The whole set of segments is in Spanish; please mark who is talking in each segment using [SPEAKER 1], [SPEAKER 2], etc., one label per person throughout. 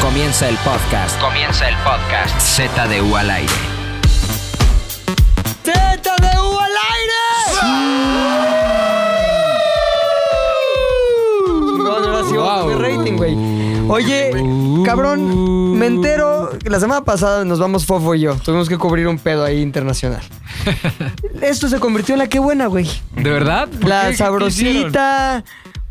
[SPEAKER 1] Comienza el podcast. Comienza el podcast. Z de U al aire.
[SPEAKER 2] ¡Teta de U al aire! No, no, no, sí, vamos a subir rating, güey. Oye, cabrón, me entero que la semana pasada nos vamos Fofo y yo. Tuvimos que cubrir un pedo ahí internacional. Esto se convirtió en la que buena, güey.
[SPEAKER 3] ¿De verdad? ¿Por qué?
[SPEAKER 2] La
[SPEAKER 3] ¿Qué hicieron?
[SPEAKER 2] sabrosita.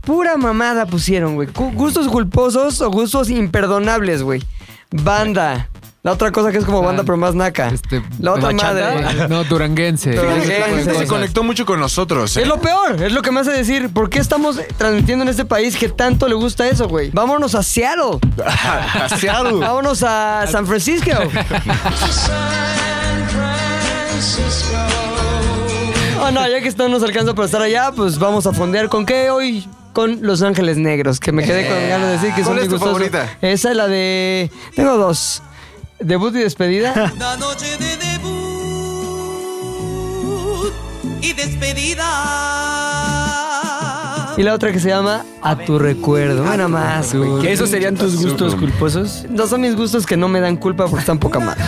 [SPEAKER 2] Pura mamada pusieron, güey. Cu- Gustos culposos o gustos imperdonables, güey. Banda. La otra cosa que es como banda, pero más naca.
[SPEAKER 3] Este,
[SPEAKER 2] la otra
[SPEAKER 3] ¿bachata?
[SPEAKER 2] madre.
[SPEAKER 3] Eh, No, duranguense.
[SPEAKER 2] Duranguense.
[SPEAKER 3] Ese tipo de
[SPEAKER 2] Gente
[SPEAKER 4] Eh, Se
[SPEAKER 3] cosas.
[SPEAKER 4] conectó mucho con nosotros. ¿eh?
[SPEAKER 2] Es lo peor, es lo que me hace decir, ¿por qué estamos transmitiendo en este país que tanto le gusta eso, güey? Vámonos a Seattle.
[SPEAKER 4] A Seattle.
[SPEAKER 2] Vámonos a San Francisco. Oh, no, ya que esto no nos alcanza para estar allá, pues vamos a fondear. ¿Con qué hoy? Con Los Ángeles Negros, que me quedé con ganas de decir que
[SPEAKER 4] Eh, ¿Cuál
[SPEAKER 2] son
[SPEAKER 4] es
[SPEAKER 2] mi
[SPEAKER 4] tu
[SPEAKER 2] gustoso.
[SPEAKER 4] favorita?
[SPEAKER 2] Esa es la de... Tengo dos. Debut y despedida.
[SPEAKER 5] Una noche de debut y despedida.
[SPEAKER 2] y la otra que se llama A tu recuerdo. Nada más, güey.
[SPEAKER 6] ¿Que ¿Esos serían tus gustos culposos?
[SPEAKER 2] No son mis gustos que no me dan culpa porque están poca madre.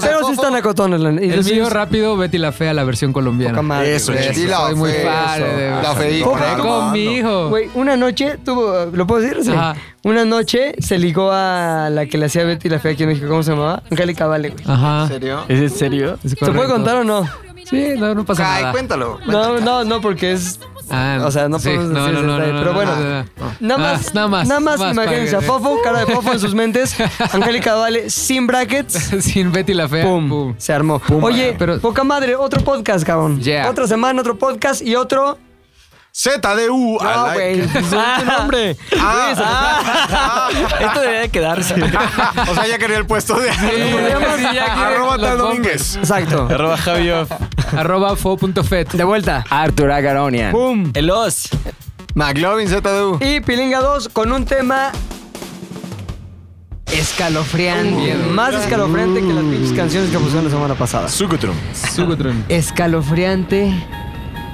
[SPEAKER 2] Pero sí están acotones. la- Y
[SPEAKER 3] El
[SPEAKER 2] los
[SPEAKER 3] mío
[SPEAKER 2] míos,
[SPEAKER 3] rápido, Betty la Fea, la versión colombiana.
[SPEAKER 2] poca madre,
[SPEAKER 4] Eso,
[SPEAKER 2] güey.
[SPEAKER 4] chiquito. Y la
[SPEAKER 3] Soy muy
[SPEAKER 4] fea,
[SPEAKER 3] fan.
[SPEAKER 4] eso.
[SPEAKER 3] de-
[SPEAKER 4] La feíta,
[SPEAKER 3] Fue
[SPEAKER 4] ¿no?
[SPEAKER 3] conmigo.
[SPEAKER 2] Güey, una noche tuvo, ¿lo puedo decir? Sí.
[SPEAKER 3] Ajá.
[SPEAKER 2] Una noche se ligó a la que le hacía Betty la fea aquí en México, ¿cómo se llamaba? Angélica Vale,
[SPEAKER 6] Ah.
[SPEAKER 2] güey.
[SPEAKER 3] Ajá.
[SPEAKER 4] ¿En serio?
[SPEAKER 6] ¿Es en serio?
[SPEAKER 3] ¿Se
[SPEAKER 2] ¿Se puede contar o no?
[SPEAKER 3] Sí, no, no pasa
[SPEAKER 4] Ay,
[SPEAKER 3] nada.
[SPEAKER 4] cuéntalo.
[SPEAKER 2] No, no, no, porque es
[SPEAKER 3] Ah,
[SPEAKER 2] O sea, no
[SPEAKER 3] sí,
[SPEAKER 2] podemos
[SPEAKER 3] no,
[SPEAKER 2] decir
[SPEAKER 3] no,
[SPEAKER 2] ese
[SPEAKER 3] no, no,
[SPEAKER 2] detalle,
[SPEAKER 3] no,
[SPEAKER 2] pero
[SPEAKER 3] no,
[SPEAKER 2] bueno.
[SPEAKER 3] no, no.
[SPEAKER 2] Nada
[SPEAKER 3] Ah,
[SPEAKER 2] más, nada más, imagínense a
[SPEAKER 3] para que-
[SPEAKER 2] Fofo, cara de Fofo en sus mentes, Angélica Vale sin brackets,
[SPEAKER 3] Sin Betty la Fea.
[SPEAKER 2] pum, se armó. Oye,
[SPEAKER 3] Pero-
[SPEAKER 2] poca madre, otro podcast, cabrón.
[SPEAKER 3] Yeah.
[SPEAKER 2] Otra semana, otro podcast y otro
[SPEAKER 4] ZDU.
[SPEAKER 2] No,
[SPEAKER 4] al
[SPEAKER 2] güey.
[SPEAKER 4] aire.
[SPEAKER 2] tu nombre.
[SPEAKER 6] Ah.
[SPEAKER 2] Ah.
[SPEAKER 6] Esto debería de quedarse.
[SPEAKER 4] O sea, ya quería el puesto de.
[SPEAKER 3] sí, ya quiere
[SPEAKER 4] Arroba
[SPEAKER 3] los bombers.
[SPEAKER 4] tal Domínguez.
[SPEAKER 2] Exacto.
[SPEAKER 6] Arroba Javio.
[SPEAKER 3] Arroba fo.fet.
[SPEAKER 2] De vuelta.
[SPEAKER 1] Arthur Agaronian.
[SPEAKER 2] Boom.
[SPEAKER 6] El os.
[SPEAKER 4] McLovin ZDU.
[SPEAKER 2] Y Pilinga 2 con un tema escalofriante. Más escalofriante que las pinches canciones que pusieron la semana pasada.
[SPEAKER 4] Sucutrum.
[SPEAKER 3] Sucutron.
[SPEAKER 2] Escalofriante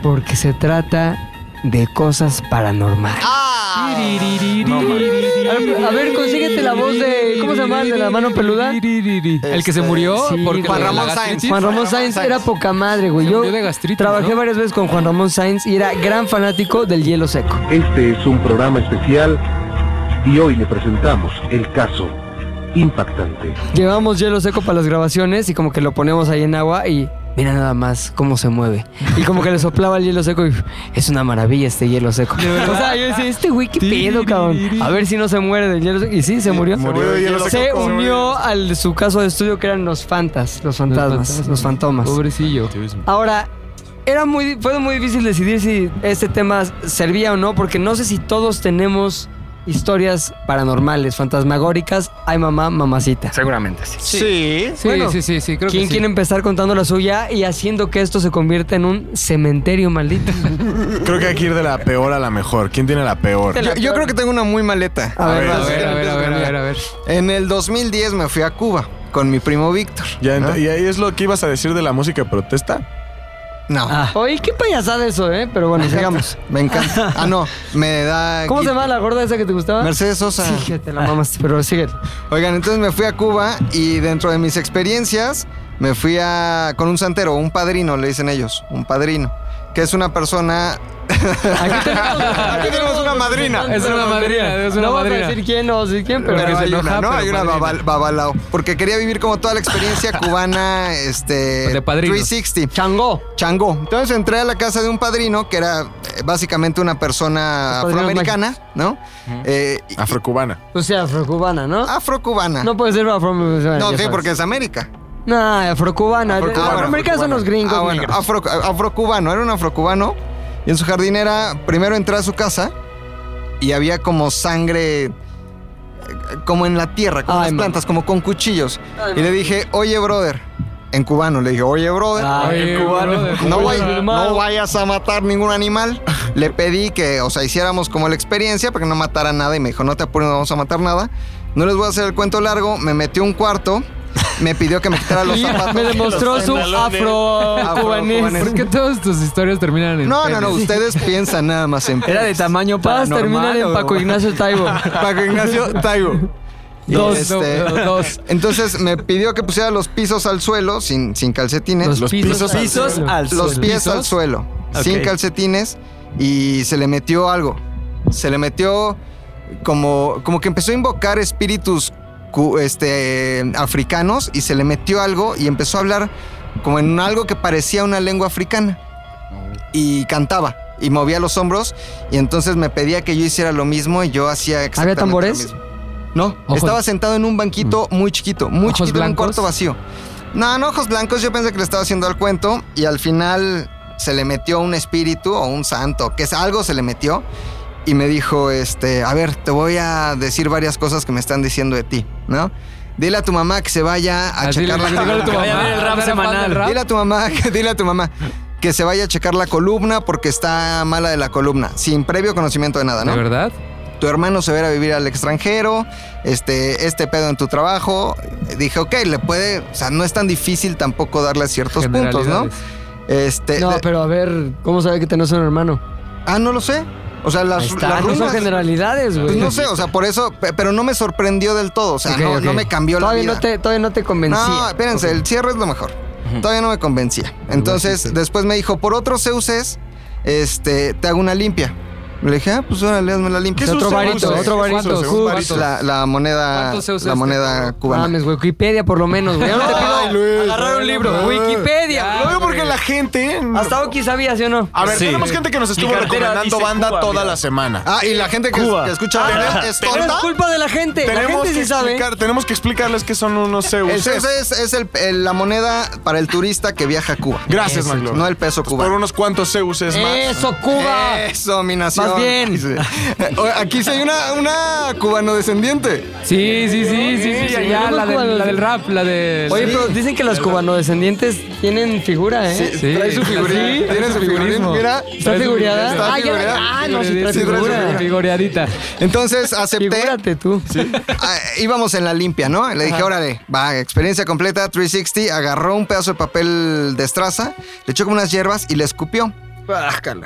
[SPEAKER 2] porque se trata de cosas paranormales.
[SPEAKER 3] Ah,
[SPEAKER 2] Ah. A ver, consíguete la voz de- ¿cómo se llama el de la mano peluda?
[SPEAKER 3] El que se murió
[SPEAKER 2] Este, sí,
[SPEAKER 3] porque
[SPEAKER 2] Juan
[SPEAKER 3] lo de la
[SPEAKER 4] Ramón Sáenz.
[SPEAKER 3] gastritis.
[SPEAKER 2] Juan Ramón Sainz era poca madre, güey.
[SPEAKER 3] Se
[SPEAKER 2] Yo
[SPEAKER 3] murió de gastritis,
[SPEAKER 2] trabajé
[SPEAKER 3] ¿no?
[SPEAKER 2] varias veces con Juan Ramón Sainz y era gran fanático del hielo seco.
[SPEAKER 7] Este es un programa especial y hoy le presentamos el caso impactante.
[SPEAKER 2] Llevamos hielo seco para las grabaciones y como que lo ponemos ahí en agua y mira nada más cómo se mueve. Y como que le soplaba el hielo seco y es una maravilla este hielo seco. O sea, yo decía, este güey qué pedo, cabrón. A ver si no se muere del hielo seco. Y sí, se murió.
[SPEAKER 4] murió de hielo
[SPEAKER 2] se
[SPEAKER 4] seco.
[SPEAKER 2] unió al su caso de estudio que eran los fantas, los fantasmas, los fantomas.
[SPEAKER 3] Pobrecillo.
[SPEAKER 2] Ahora, era muy, fue muy difícil decidir si este tema servía o no, porque no sé si todos tenemos historias paranormales, fantasmagóricas. Ay, mamá, mamacita.
[SPEAKER 1] Seguramente sí.
[SPEAKER 4] Sí.
[SPEAKER 3] Sí,
[SPEAKER 2] Bueno,
[SPEAKER 3] sí, sí, sí, creo
[SPEAKER 2] ¿Quién
[SPEAKER 3] que
[SPEAKER 2] quiere
[SPEAKER 3] sí.
[SPEAKER 2] empezar contando la suya y haciendo que esto se convierta en un cementerio maldito?
[SPEAKER 4] Creo que hay que ir de la peor a la mejor. ¿Quién tiene la peor?
[SPEAKER 2] De la
[SPEAKER 8] Yo, yo
[SPEAKER 2] peor.
[SPEAKER 8] creo que tengo una muy maleta.
[SPEAKER 2] A ver,
[SPEAKER 3] A ver, a ver, a ver, a ver, a ver.
[SPEAKER 8] En el 2010 me fui a Cuba con mi primo Víctor.
[SPEAKER 4] Ya ent- ¿Y ahí es lo que ibas a decir de la música de protesta?
[SPEAKER 8] No,
[SPEAKER 2] Oye, qué payasada eso, ¿eh? Pero bueno, sigamos.
[SPEAKER 8] me encanta. Ah, no, me da...
[SPEAKER 2] ¿Cómo se llama la gorda esa que te gustaba?
[SPEAKER 8] Mercedes Ah. Sosa.
[SPEAKER 2] Sí, que te la mamas, pero sigue.
[SPEAKER 8] Oigan, entonces me fui a Cuba y dentro de mis experiencias me fui a... con un santero, un padrino, le dicen ellos, un padrino, que es una persona...
[SPEAKER 2] Aquí tenemos,
[SPEAKER 8] Aquí tenemos una madrina.
[SPEAKER 3] Es una madrina, es una
[SPEAKER 2] no vamos a
[SPEAKER 3] madrina.
[SPEAKER 2] decir quién, no vamos a decir quién, pero...
[SPEAKER 3] Porque
[SPEAKER 8] Pero
[SPEAKER 3] se
[SPEAKER 8] hay
[SPEAKER 3] enoja,
[SPEAKER 8] una, ¿no?
[SPEAKER 3] pero
[SPEAKER 8] Hay una
[SPEAKER 3] padrino.
[SPEAKER 8] babal- babalao. Porque quería vivir como toda la experiencia cubana, este...
[SPEAKER 3] De padrinos.
[SPEAKER 8] 360.
[SPEAKER 2] Changó.
[SPEAKER 8] Chango. Entonces entré a la casa de un padrino que era eh, básicamente una persona
[SPEAKER 2] Los padrinos
[SPEAKER 8] afroamericana, ¿no? Eh, y-
[SPEAKER 4] Afrocubana.
[SPEAKER 2] O sea, afrocubana, ¿no?
[SPEAKER 8] afrocubana.
[SPEAKER 2] No puede ser afroamericana.
[SPEAKER 8] Ah. No,
[SPEAKER 2] ya
[SPEAKER 8] sí,
[SPEAKER 2] sabes.
[SPEAKER 8] porque es América.
[SPEAKER 2] No, afrocubana.
[SPEAKER 8] Afrocubana,
[SPEAKER 2] Afroamericanos son
[SPEAKER 8] afrocubana.
[SPEAKER 2] los gringos
[SPEAKER 8] Ah, bueno,
[SPEAKER 2] negros.
[SPEAKER 8] afro- afrocubano, era un afrocubano. Y en su jardín era, primero entré a su casa y había como sangre, eh, como en la tierra, con
[SPEAKER 2] Ay,
[SPEAKER 8] las
[SPEAKER 2] mamá.
[SPEAKER 8] plantas, como con cuchillos.
[SPEAKER 2] Ay,
[SPEAKER 8] y le dije, oye, broter, en cubano, le dije, oye, brother.
[SPEAKER 2] Ay,
[SPEAKER 3] Oye, brother,
[SPEAKER 8] No,
[SPEAKER 3] Oye,
[SPEAKER 8] vay-
[SPEAKER 2] hermano.
[SPEAKER 8] no vayas a matar ningún animal. Le pedí que, o sea, hiciéramos como la experiencia para que no matara nada y me dijo, no te apures, no vamos a matar nada. No les voy a hacer el cuento largo. Me metió un cuarto, me pidió que me quitara los zapatos.
[SPEAKER 2] Me demostró su
[SPEAKER 8] Afrocubanés.
[SPEAKER 2] afro-cubanés.
[SPEAKER 3] ¿Por qué todas tus historias terminan en
[SPEAKER 8] No, no, no,
[SPEAKER 3] penes?
[SPEAKER 8] ustedes piensan nada más en...
[SPEAKER 6] Era de tamaño
[SPEAKER 2] Todas terminan
[SPEAKER 6] paranormal.
[SPEAKER 2] en
[SPEAKER 6] o-
[SPEAKER 2] Paco Ignacio Taibo.
[SPEAKER 8] Paco Ignacio Taibo.
[SPEAKER 3] Dos,
[SPEAKER 8] Este,
[SPEAKER 3] no, no, dos.
[SPEAKER 8] Entonces me pidió que pusiera los pisos al suelo sin, sin calcetines.
[SPEAKER 2] Los pisos
[SPEAKER 6] Los pisos
[SPEAKER 3] suelo.
[SPEAKER 6] al
[SPEAKER 8] los
[SPEAKER 6] suelo.
[SPEAKER 8] pies al suelo, sin
[SPEAKER 6] Ok.
[SPEAKER 8] calcetines, y se le metió algo. Se le metió como, como que empezó a invocar espíritus cu- este, africanos y se le metió algo y empezó a hablar como en algo que parecía una lengua africana. Y cantaba y movía los hombros y entonces me pedía que yo hiciera lo mismo y yo hacía exactamente lo
[SPEAKER 2] tambores?
[SPEAKER 8] mismo. No,
[SPEAKER 3] Ojos-
[SPEAKER 8] estaba sentado en un banquito muy chiquito, muy
[SPEAKER 3] ¿Ojos
[SPEAKER 8] chiquito, en un
[SPEAKER 3] blancos?
[SPEAKER 8] cuarto vacío. No, no ojos blancos, yo pensé que le estaba haciendo al cuento y al final se le metió un espíritu o un santo, que es algo se le metió y me dijo, este, a ver, te voy a decir varias cosas que me están diciendo de ti, ¿no? Dile a tu mamá que se vaya a
[SPEAKER 3] Así
[SPEAKER 8] checar
[SPEAKER 3] le-
[SPEAKER 8] la
[SPEAKER 3] le digo Ah, a tu
[SPEAKER 8] columna.
[SPEAKER 6] Vaya a
[SPEAKER 3] mamá,
[SPEAKER 6] ver el rap
[SPEAKER 3] ¿no era fan
[SPEAKER 6] semanal.
[SPEAKER 3] del rap?
[SPEAKER 8] Dile a tu mamá, que- dile a tu mamá que se vaya a checar la columna porque está mala de la columna, sin previo conocimiento de nada, ¿no?
[SPEAKER 3] ¿De verdad?
[SPEAKER 8] tu hermano se va a ir a vivir al extranjero, este, este pedo en tu trabajo. Dije, ok, le puede, o sea, no es tan difícil tampoco darle ciertos puntos, ¿no?
[SPEAKER 3] Generalidades.
[SPEAKER 8] Este,
[SPEAKER 2] No,
[SPEAKER 8] de-
[SPEAKER 2] pero a ver, ¿cómo sabe que tenés un hermano?
[SPEAKER 8] ah, no lo sé. O sea,
[SPEAKER 2] Ahí
[SPEAKER 8] las,
[SPEAKER 2] está,
[SPEAKER 8] las
[SPEAKER 2] no son
[SPEAKER 8] runas-
[SPEAKER 2] generalidades,
[SPEAKER 8] pues
[SPEAKER 2] güey.
[SPEAKER 8] no sé, o sea, por eso, pe- pero no me sorprendió del todo, o sea,
[SPEAKER 2] Ok,
[SPEAKER 8] no,
[SPEAKER 2] ok.
[SPEAKER 8] no me cambió
[SPEAKER 2] todavía
[SPEAKER 8] la vida.
[SPEAKER 2] No te, todavía no te convencía.
[SPEAKER 8] No, espérense, el cierre es lo mejor. Todavía no me convencía. Entonces, después me dijo, por otros Zeuses, este, te hago una limpia. Le dije, ah, pues órale, hazme la limpia.
[SPEAKER 2] Es otro
[SPEAKER 4] Según
[SPEAKER 2] varito,
[SPEAKER 4] ustedes,
[SPEAKER 2] otro varito.
[SPEAKER 4] según
[SPEAKER 2] Cubs.
[SPEAKER 4] varitos.
[SPEAKER 8] La, la moneda,
[SPEAKER 3] ¿Cuántos Zeuses
[SPEAKER 2] este
[SPEAKER 8] la
[SPEAKER 3] te
[SPEAKER 8] moneda
[SPEAKER 2] No
[SPEAKER 8] cubana.
[SPEAKER 2] mames, Wikipedia por lo menos, güey. Yo no te pido
[SPEAKER 4] Ay, Luis,
[SPEAKER 2] agarrar un
[SPEAKER 4] bueno,
[SPEAKER 2] libro.
[SPEAKER 4] bueno.
[SPEAKER 2] Wikipedia.
[SPEAKER 4] Lo veo porque la gente. mm,
[SPEAKER 2] Hasta Oki sabía, ¿sí o
[SPEAKER 8] ¿Ah,
[SPEAKER 2] no?
[SPEAKER 4] A ver,
[SPEAKER 6] Sí.
[SPEAKER 4] tenemos gente que nos estuvo
[SPEAKER 6] Mi cartera
[SPEAKER 4] recomendando
[SPEAKER 6] dice
[SPEAKER 4] banda
[SPEAKER 6] Cuba,
[SPEAKER 4] toda
[SPEAKER 6] mira.
[SPEAKER 4] la semana.
[SPEAKER 8] Ah, y la gente que,
[SPEAKER 6] Cuba.
[SPEAKER 8] que escucha
[SPEAKER 2] Ah,
[SPEAKER 8] Veneno es
[SPEAKER 2] Pero es
[SPEAKER 8] tonta.
[SPEAKER 2] culpa de la gente. La
[SPEAKER 4] Tenemos
[SPEAKER 2] gente
[SPEAKER 4] que,
[SPEAKER 2] sí sabe.
[SPEAKER 4] explicar- tenemos que explicarles que son unos
[SPEAKER 8] El
[SPEAKER 4] euros.
[SPEAKER 8] CES es, es el- el- la moneda para el turista que viaja a Cuba.
[SPEAKER 4] Gracias,
[SPEAKER 8] Eso,
[SPEAKER 4] McLovin.
[SPEAKER 8] No el peso
[SPEAKER 4] Pues Por
[SPEAKER 8] cubano.
[SPEAKER 4] unos cuantos Zeuses más.
[SPEAKER 2] Eso, Cuba.
[SPEAKER 8] Eso, mi nación.
[SPEAKER 2] Más bien.
[SPEAKER 8] Sí. Oye, Aquí sí hay una, una cubano descendiente.
[SPEAKER 3] Sí, sí, sí, sí, sí, sí, ya, la, del- la del rap, la de...
[SPEAKER 2] Oye, pero dicen que los cubanodescendientes tienen figura, ¿eh?
[SPEAKER 3] Sí. ¿Ah,
[SPEAKER 8] Trae su figurita.
[SPEAKER 3] Sí,
[SPEAKER 8] Tiene su figurín. Mira.
[SPEAKER 2] ¿Está figureada?
[SPEAKER 8] Está
[SPEAKER 2] ah, ya-
[SPEAKER 8] figureada.
[SPEAKER 2] ah, no, sí, trae
[SPEAKER 8] Sí, trae
[SPEAKER 2] figura.
[SPEAKER 3] Figureadita.
[SPEAKER 8] Entonces acepté.
[SPEAKER 2] Figúrate tú.
[SPEAKER 8] Ah, íbamos en la limpia, ¿no? Le dije, órale, va, experiencia completa, 360, agarró un pedazo de papel de estraza, le echó como unas hierbas y le escupió.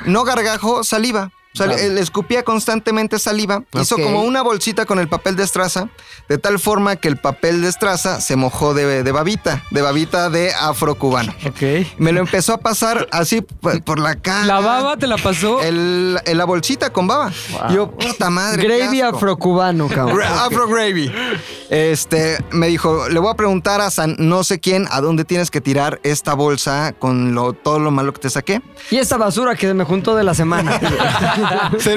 [SPEAKER 8] No gargajo, saliva. O sea, le, le escupía constantemente saliva. Hizo
[SPEAKER 2] Ok.
[SPEAKER 8] como una bolsita con el papel de estraza, de tal forma que el papel de estraza se mojó de, de babita, de babita de afrocubano.
[SPEAKER 2] Ok.
[SPEAKER 8] Me lo empezó a pasar así por, por la cara.
[SPEAKER 3] La baba te la pasó.
[SPEAKER 8] El- el- la bolsita con baba. Yo, puta madre. qué
[SPEAKER 2] Gravy
[SPEAKER 8] asco.
[SPEAKER 2] afrocubano, cabrón.
[SPEAKER 8] Gra- Afro Gravy. Este, me dijo, le voy a preguntar a San no sé quién a dónde tienes que tirar esta bolsa con lo, todo lo malo que te saqué.
[SPEAKER 2] Y esta basura que me juntó de la semana.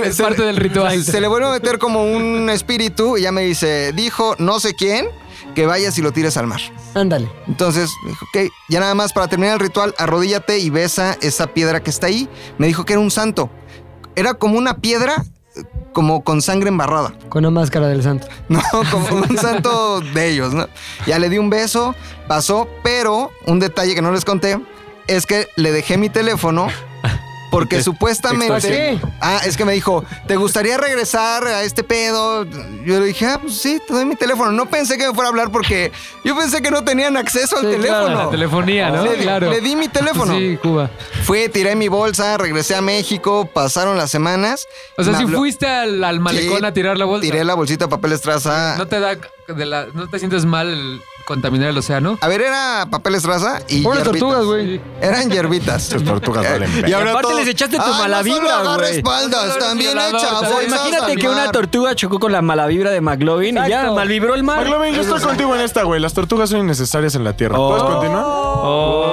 [SPEAKER 3] es parte del ritual.
[SPEAKER 8] Se le vuelve a meter como un espíritu y ya me dice, dijo no sé quién que vayas y lo tires al mar.
[SPEAKER 2] Ándale.
[SPEAKER 8] Entonces, me dijo, ok, ya nada más para terminar el ritual, arrodíllate y besa esa piedra que está ahí. Me dijo que era un santo. Era como una piedra, eh, como con sangre embarrada.
[SPEAKER 2] Con la máscara del santo.
[SPEAKER 8] No, como un santo de ellos, ¿no? Ya le di un beso, pasó, pero un detalle que no les conté es que le dejé mi teléfono porque supuestamente...
[SPEAKER 2] extorsión.
[SPEAKER 8] Ah, es que me dijo, ¿te gustaría regresar a este pedo? Yo le dije, ah, pues sí, te doy mi teléfono. No pensé que me fuera a hablar porque yo pensé que no tenían acceso al
[SPEAKER 2] Sí, claro,
[SPEAKER 8] teléfono.
[SPEAKER 3] La telefonía, ¿no?
[SPEAKER 8] Le, di-
[SPEAKER 3] claro.
[SPEAKER 8] le di mi teléfono.
[SPEAKER 3] Sí, Cuba.
[SPEAKER 8] Fui, tiré mi bolsa, regresé a México, pasaron las semanas.
[SPEAKER 3] O sea,
[SPEAKER 8] Me
[SPEAKER 3] si
[SPEAKER 8] habló-
[SPEAKER 3] fuiste al, al malecón
[SPEAKER 8] Sí,
[SPEAKER 3] a tirar la bolsa.
[SPEAKER 8] Tiré la bolsita de papel estraza.
[SPEAKER 3] ¿No te da de la, no te sientes mal el contaminar el océano?
[SPEAKER 8] A ver, era papel estraza Ah, y
[SPEAKER 2] Pobres
[SPEAKER 8] hierbitas.
[SPEAKER 2] tortugas, güey.
[SPEAKER 8] Eran hierbitas.
[SPEAKER 4] Estas tortugas valen
[SPEAKER 8] Y
[SPEAKER 4] verga.
[SPEAKER 8] ahora
[SPEAKER 6] aparte
[SPEAKER 8] todo-
[SPEAKER 6] les echaste tu
[SPEAKER 8] Ah,
[SPEAKER 6] mala
[SPEAKER 8] no solo
[SPEAKER 6] vibra,
[SPEAKER 8] agarra
[SPEAKER 6] güey.
[SPEAKER 8] espaldas,
[SPEAKER 3] No solo
[SPEAKER 8] también
[SPEAKER 3] eres
[SPEAKER 8] echa
[SPEAKER 3] violador,
[SPEAKER 8] bolsas
[SPEAKER 3] también.
[SPEAKER 6] Imagínate
[SPEAKER 8] al
[SPEAKER 6] que una
[SPEAKER 8] mar.
[SPEAKER 6] tortuga chocó con la mala vibra de McLovin y ya
[SPEAKER 2] Exacto.
[SPEAKER 6] malvibró el mar.
[SPEAKER 4] McLovin, yo estoy contigo en esta, güey. Las tortugas son innecesarias en la Tierra. ¿Puedes continuar?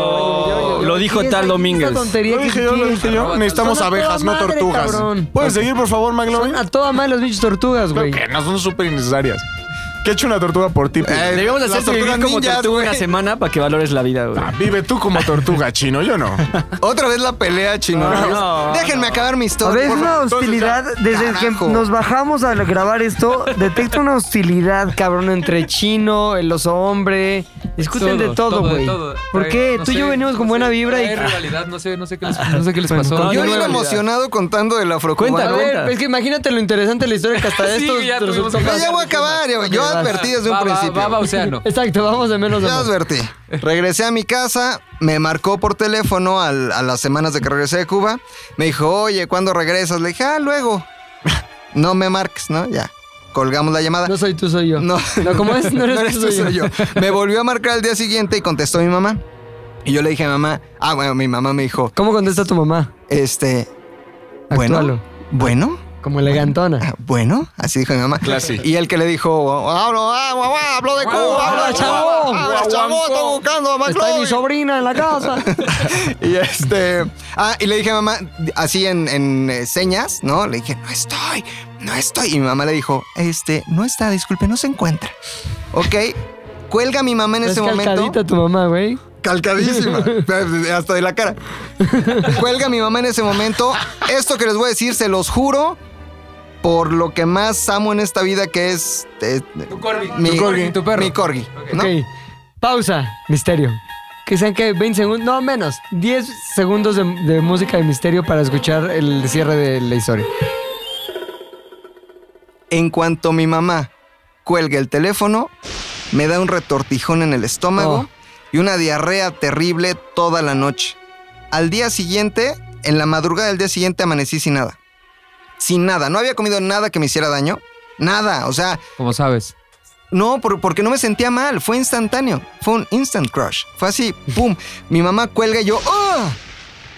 [SPEAKER 6] Oh, lo dijo tal Domínguez.
[SPEAKER 4] Lo dije yo, lo dije yo. Necesitamos
[SPEAKER 2] Son a
[SPEAKER 4] abejas,
[SPEAKER 2] toda
[SPEAKER 4] no
[SPEAKER 2] madre,
[SPEAKER 4] tortugas. Pues,
[SPEAKER 2] cabrón.
[SPEAKER 4] ¿Puedes seguir, por favor, McLovin?
[SPEAKER 2] Son a toda madre las bichos tortugas,
[SPEAKER 4] Creo
[SPEAKER 2] güey.
[SPEAKER 4] que no, son súper innecesarias. ¿Qué ha hecho una tortuga por ti? pues,
[SPEAKER 8] Eh,
[SPEAKER 6] Debemos
[SPEAKER 8] las
[SPEAKER 6] hacerte
[SPEAKER 8] tortugas
[SPEAKER 6] vivir como
[SPEAKER 8] ninjas,
[SPEAKER 6] tortuga una
[SPEAKER 8] güey.
[SPEAKER 6] semana para que valores la vida, güey.
[SPEAKER 4] Ah, Vive tú como tortuga, chino, yo no.
[SPEAKER 8] Otra vez la pelea, chingón.
[SPEAKER 6] no,
[SPEAKER 8] Déjenme acabar mi
[SPEAKER 9] A
[SPEAKER 8] historia.
[SPEAKER 9] ver, es
[SPEAKER 8] por
[SPEAKER 9] una
[SPEAKER 8] favor.
[SPEAKER 9] hostilidad. Desde que
[SPEAKER 8] Carajo.
[SPEAKER 9] nos bajamos a grabar esto, detecto una hostilidad.
[SPEAKER 2] Cabrón, entre chino, el oso hombre. Discuten de todo, güey. ¿Por qué? Tú y yo venimos con buena vibra
[SPEAKER 3] Hay
[SPEAKER 2] y. Ah,
[SPEAKER 3] rivalidad, no sé, no sé qué les, no sé qué les pasó.
[SPEAKER 8] Yo
[SPEAKER 3] no
[SPEAKER 8] bien
[SPEAKER 3] era
[SPEAKER 8] emocionado contando del
[SPEAKER 2] A
[SPEAKER 8] afrocubano.
[SPEAKER 2] ver,
[SPEAKER 6] cuenta.
[SPEAKER 2] es que imagínate lo interesante de la historia que hasta
[SPEAKER 3] Sí,
[SPEAKER 2] esto.
[SPEAKER 3] ya tuvimos que
[SPEAKER 8] Yo pues, ya voy a acabar. Yo, yo advertí desde un
[SPEAKER 3] Baba- Baba
[SPEAKER 8] principio.
[SPEAKER 3] océano.
[SPEAKER 2] Exacto, vamos de menos a
[SPEAKER 8] Yo
[SPEAKER 2] más.
[SPEAKER 8] advertí. Regresé a mi casa, me marcó por teléfono al- a las semanas de que regresé de Cuba. Me dijo, oye, ¿cuándo regresas? Le dije, ah, luego. No me marques, ¿no? Ya. colgamos la llamada.
[SPEAKER 2] No soy tú, soy yo.
[SPEAKER 8] No,
[SPEAKER 2] no ¿cómo es? No eres, tú, soy, yo.
[SPEAKER 8] Me volvió a marcar al día siguiente y contestó mi mamá. Y yo le dije a mi mamá, ah, bueno, mi mamá me dijo,
[SPEAKER 2] ¿Cómo contesta tu mamá?
[SPEAKER 8] este,
[SPEAKER 2] Actúalo.
[SPEAKER 8] bueno, bueno,
[SPEAKER 2] Como elegantona.
[SPEAKER 8] ah, bueno, así dijo mi mamá. Y el que le dijo, hablo, ah, guau, guau, hablo de Cuba, hablo de
[SPEAKER 2] chavo!
[SPEAKER 8] Cuba, hablo de chavo, estoy buscando a
[SPEAKER 2] Está mi
[SPEAKER 8] McLovin".
[SPEAKER 2] sobrina Pues en la casa.
[SPEAKER 8] Y este. Ah, y le dije a mamá, así en, en, eh, señas, ¿no? Le dije, no estoy, no estoy. Y mi mamá le dijo, este, no está, disculpe, no se encuentra. Ok. Cuelga mi mamá en
[SPEAKER 2] es
[SPEAKER 8] ese momento.
[SPEAKER 2] calcadita tu mamá, güey.
[SPEAKER 8] Calcadísima. eh, hasta de la cara. Cuelga mi mamá en ese momento. Esto que les voy a decir, se los juro. Por lo que más amo en esta vida, que es. eh,
[SPEAKER 3] Tu corgi.
[SPEAKER 8] mi,
[SPEAKER 3] tu corgi. Tu perro.
[SPEAKER 8] Mi corgi. ¿no?
[SPEAKER 2] Ok. Pausa. Misterio. Que sean que 20 segundos, no menos, 10 segundos de, de música de misterio para escuchar el cierre de la historia.
[SPEAKER 8] En cuanto mi mamá cuelga el teléfono, me da un retortijón en el estómago
[SPEAKER 2] Oh.
[SPEAKER 8] y una diarrea terrible toda la noche. Al día siguiente, en la madrugada del día siguiente, amanecí sin nada. Sin nada. No había comido nada que me hiciera daño. Nada. O sea,
[SPEAKER 3] Como sabes.
[SPEAKER 8] no, por- porque no me sentía mal. Fue instantáneo. Fue un instant crush. Fue así, pum. Mi mamá cuelga y yo, ¡ah!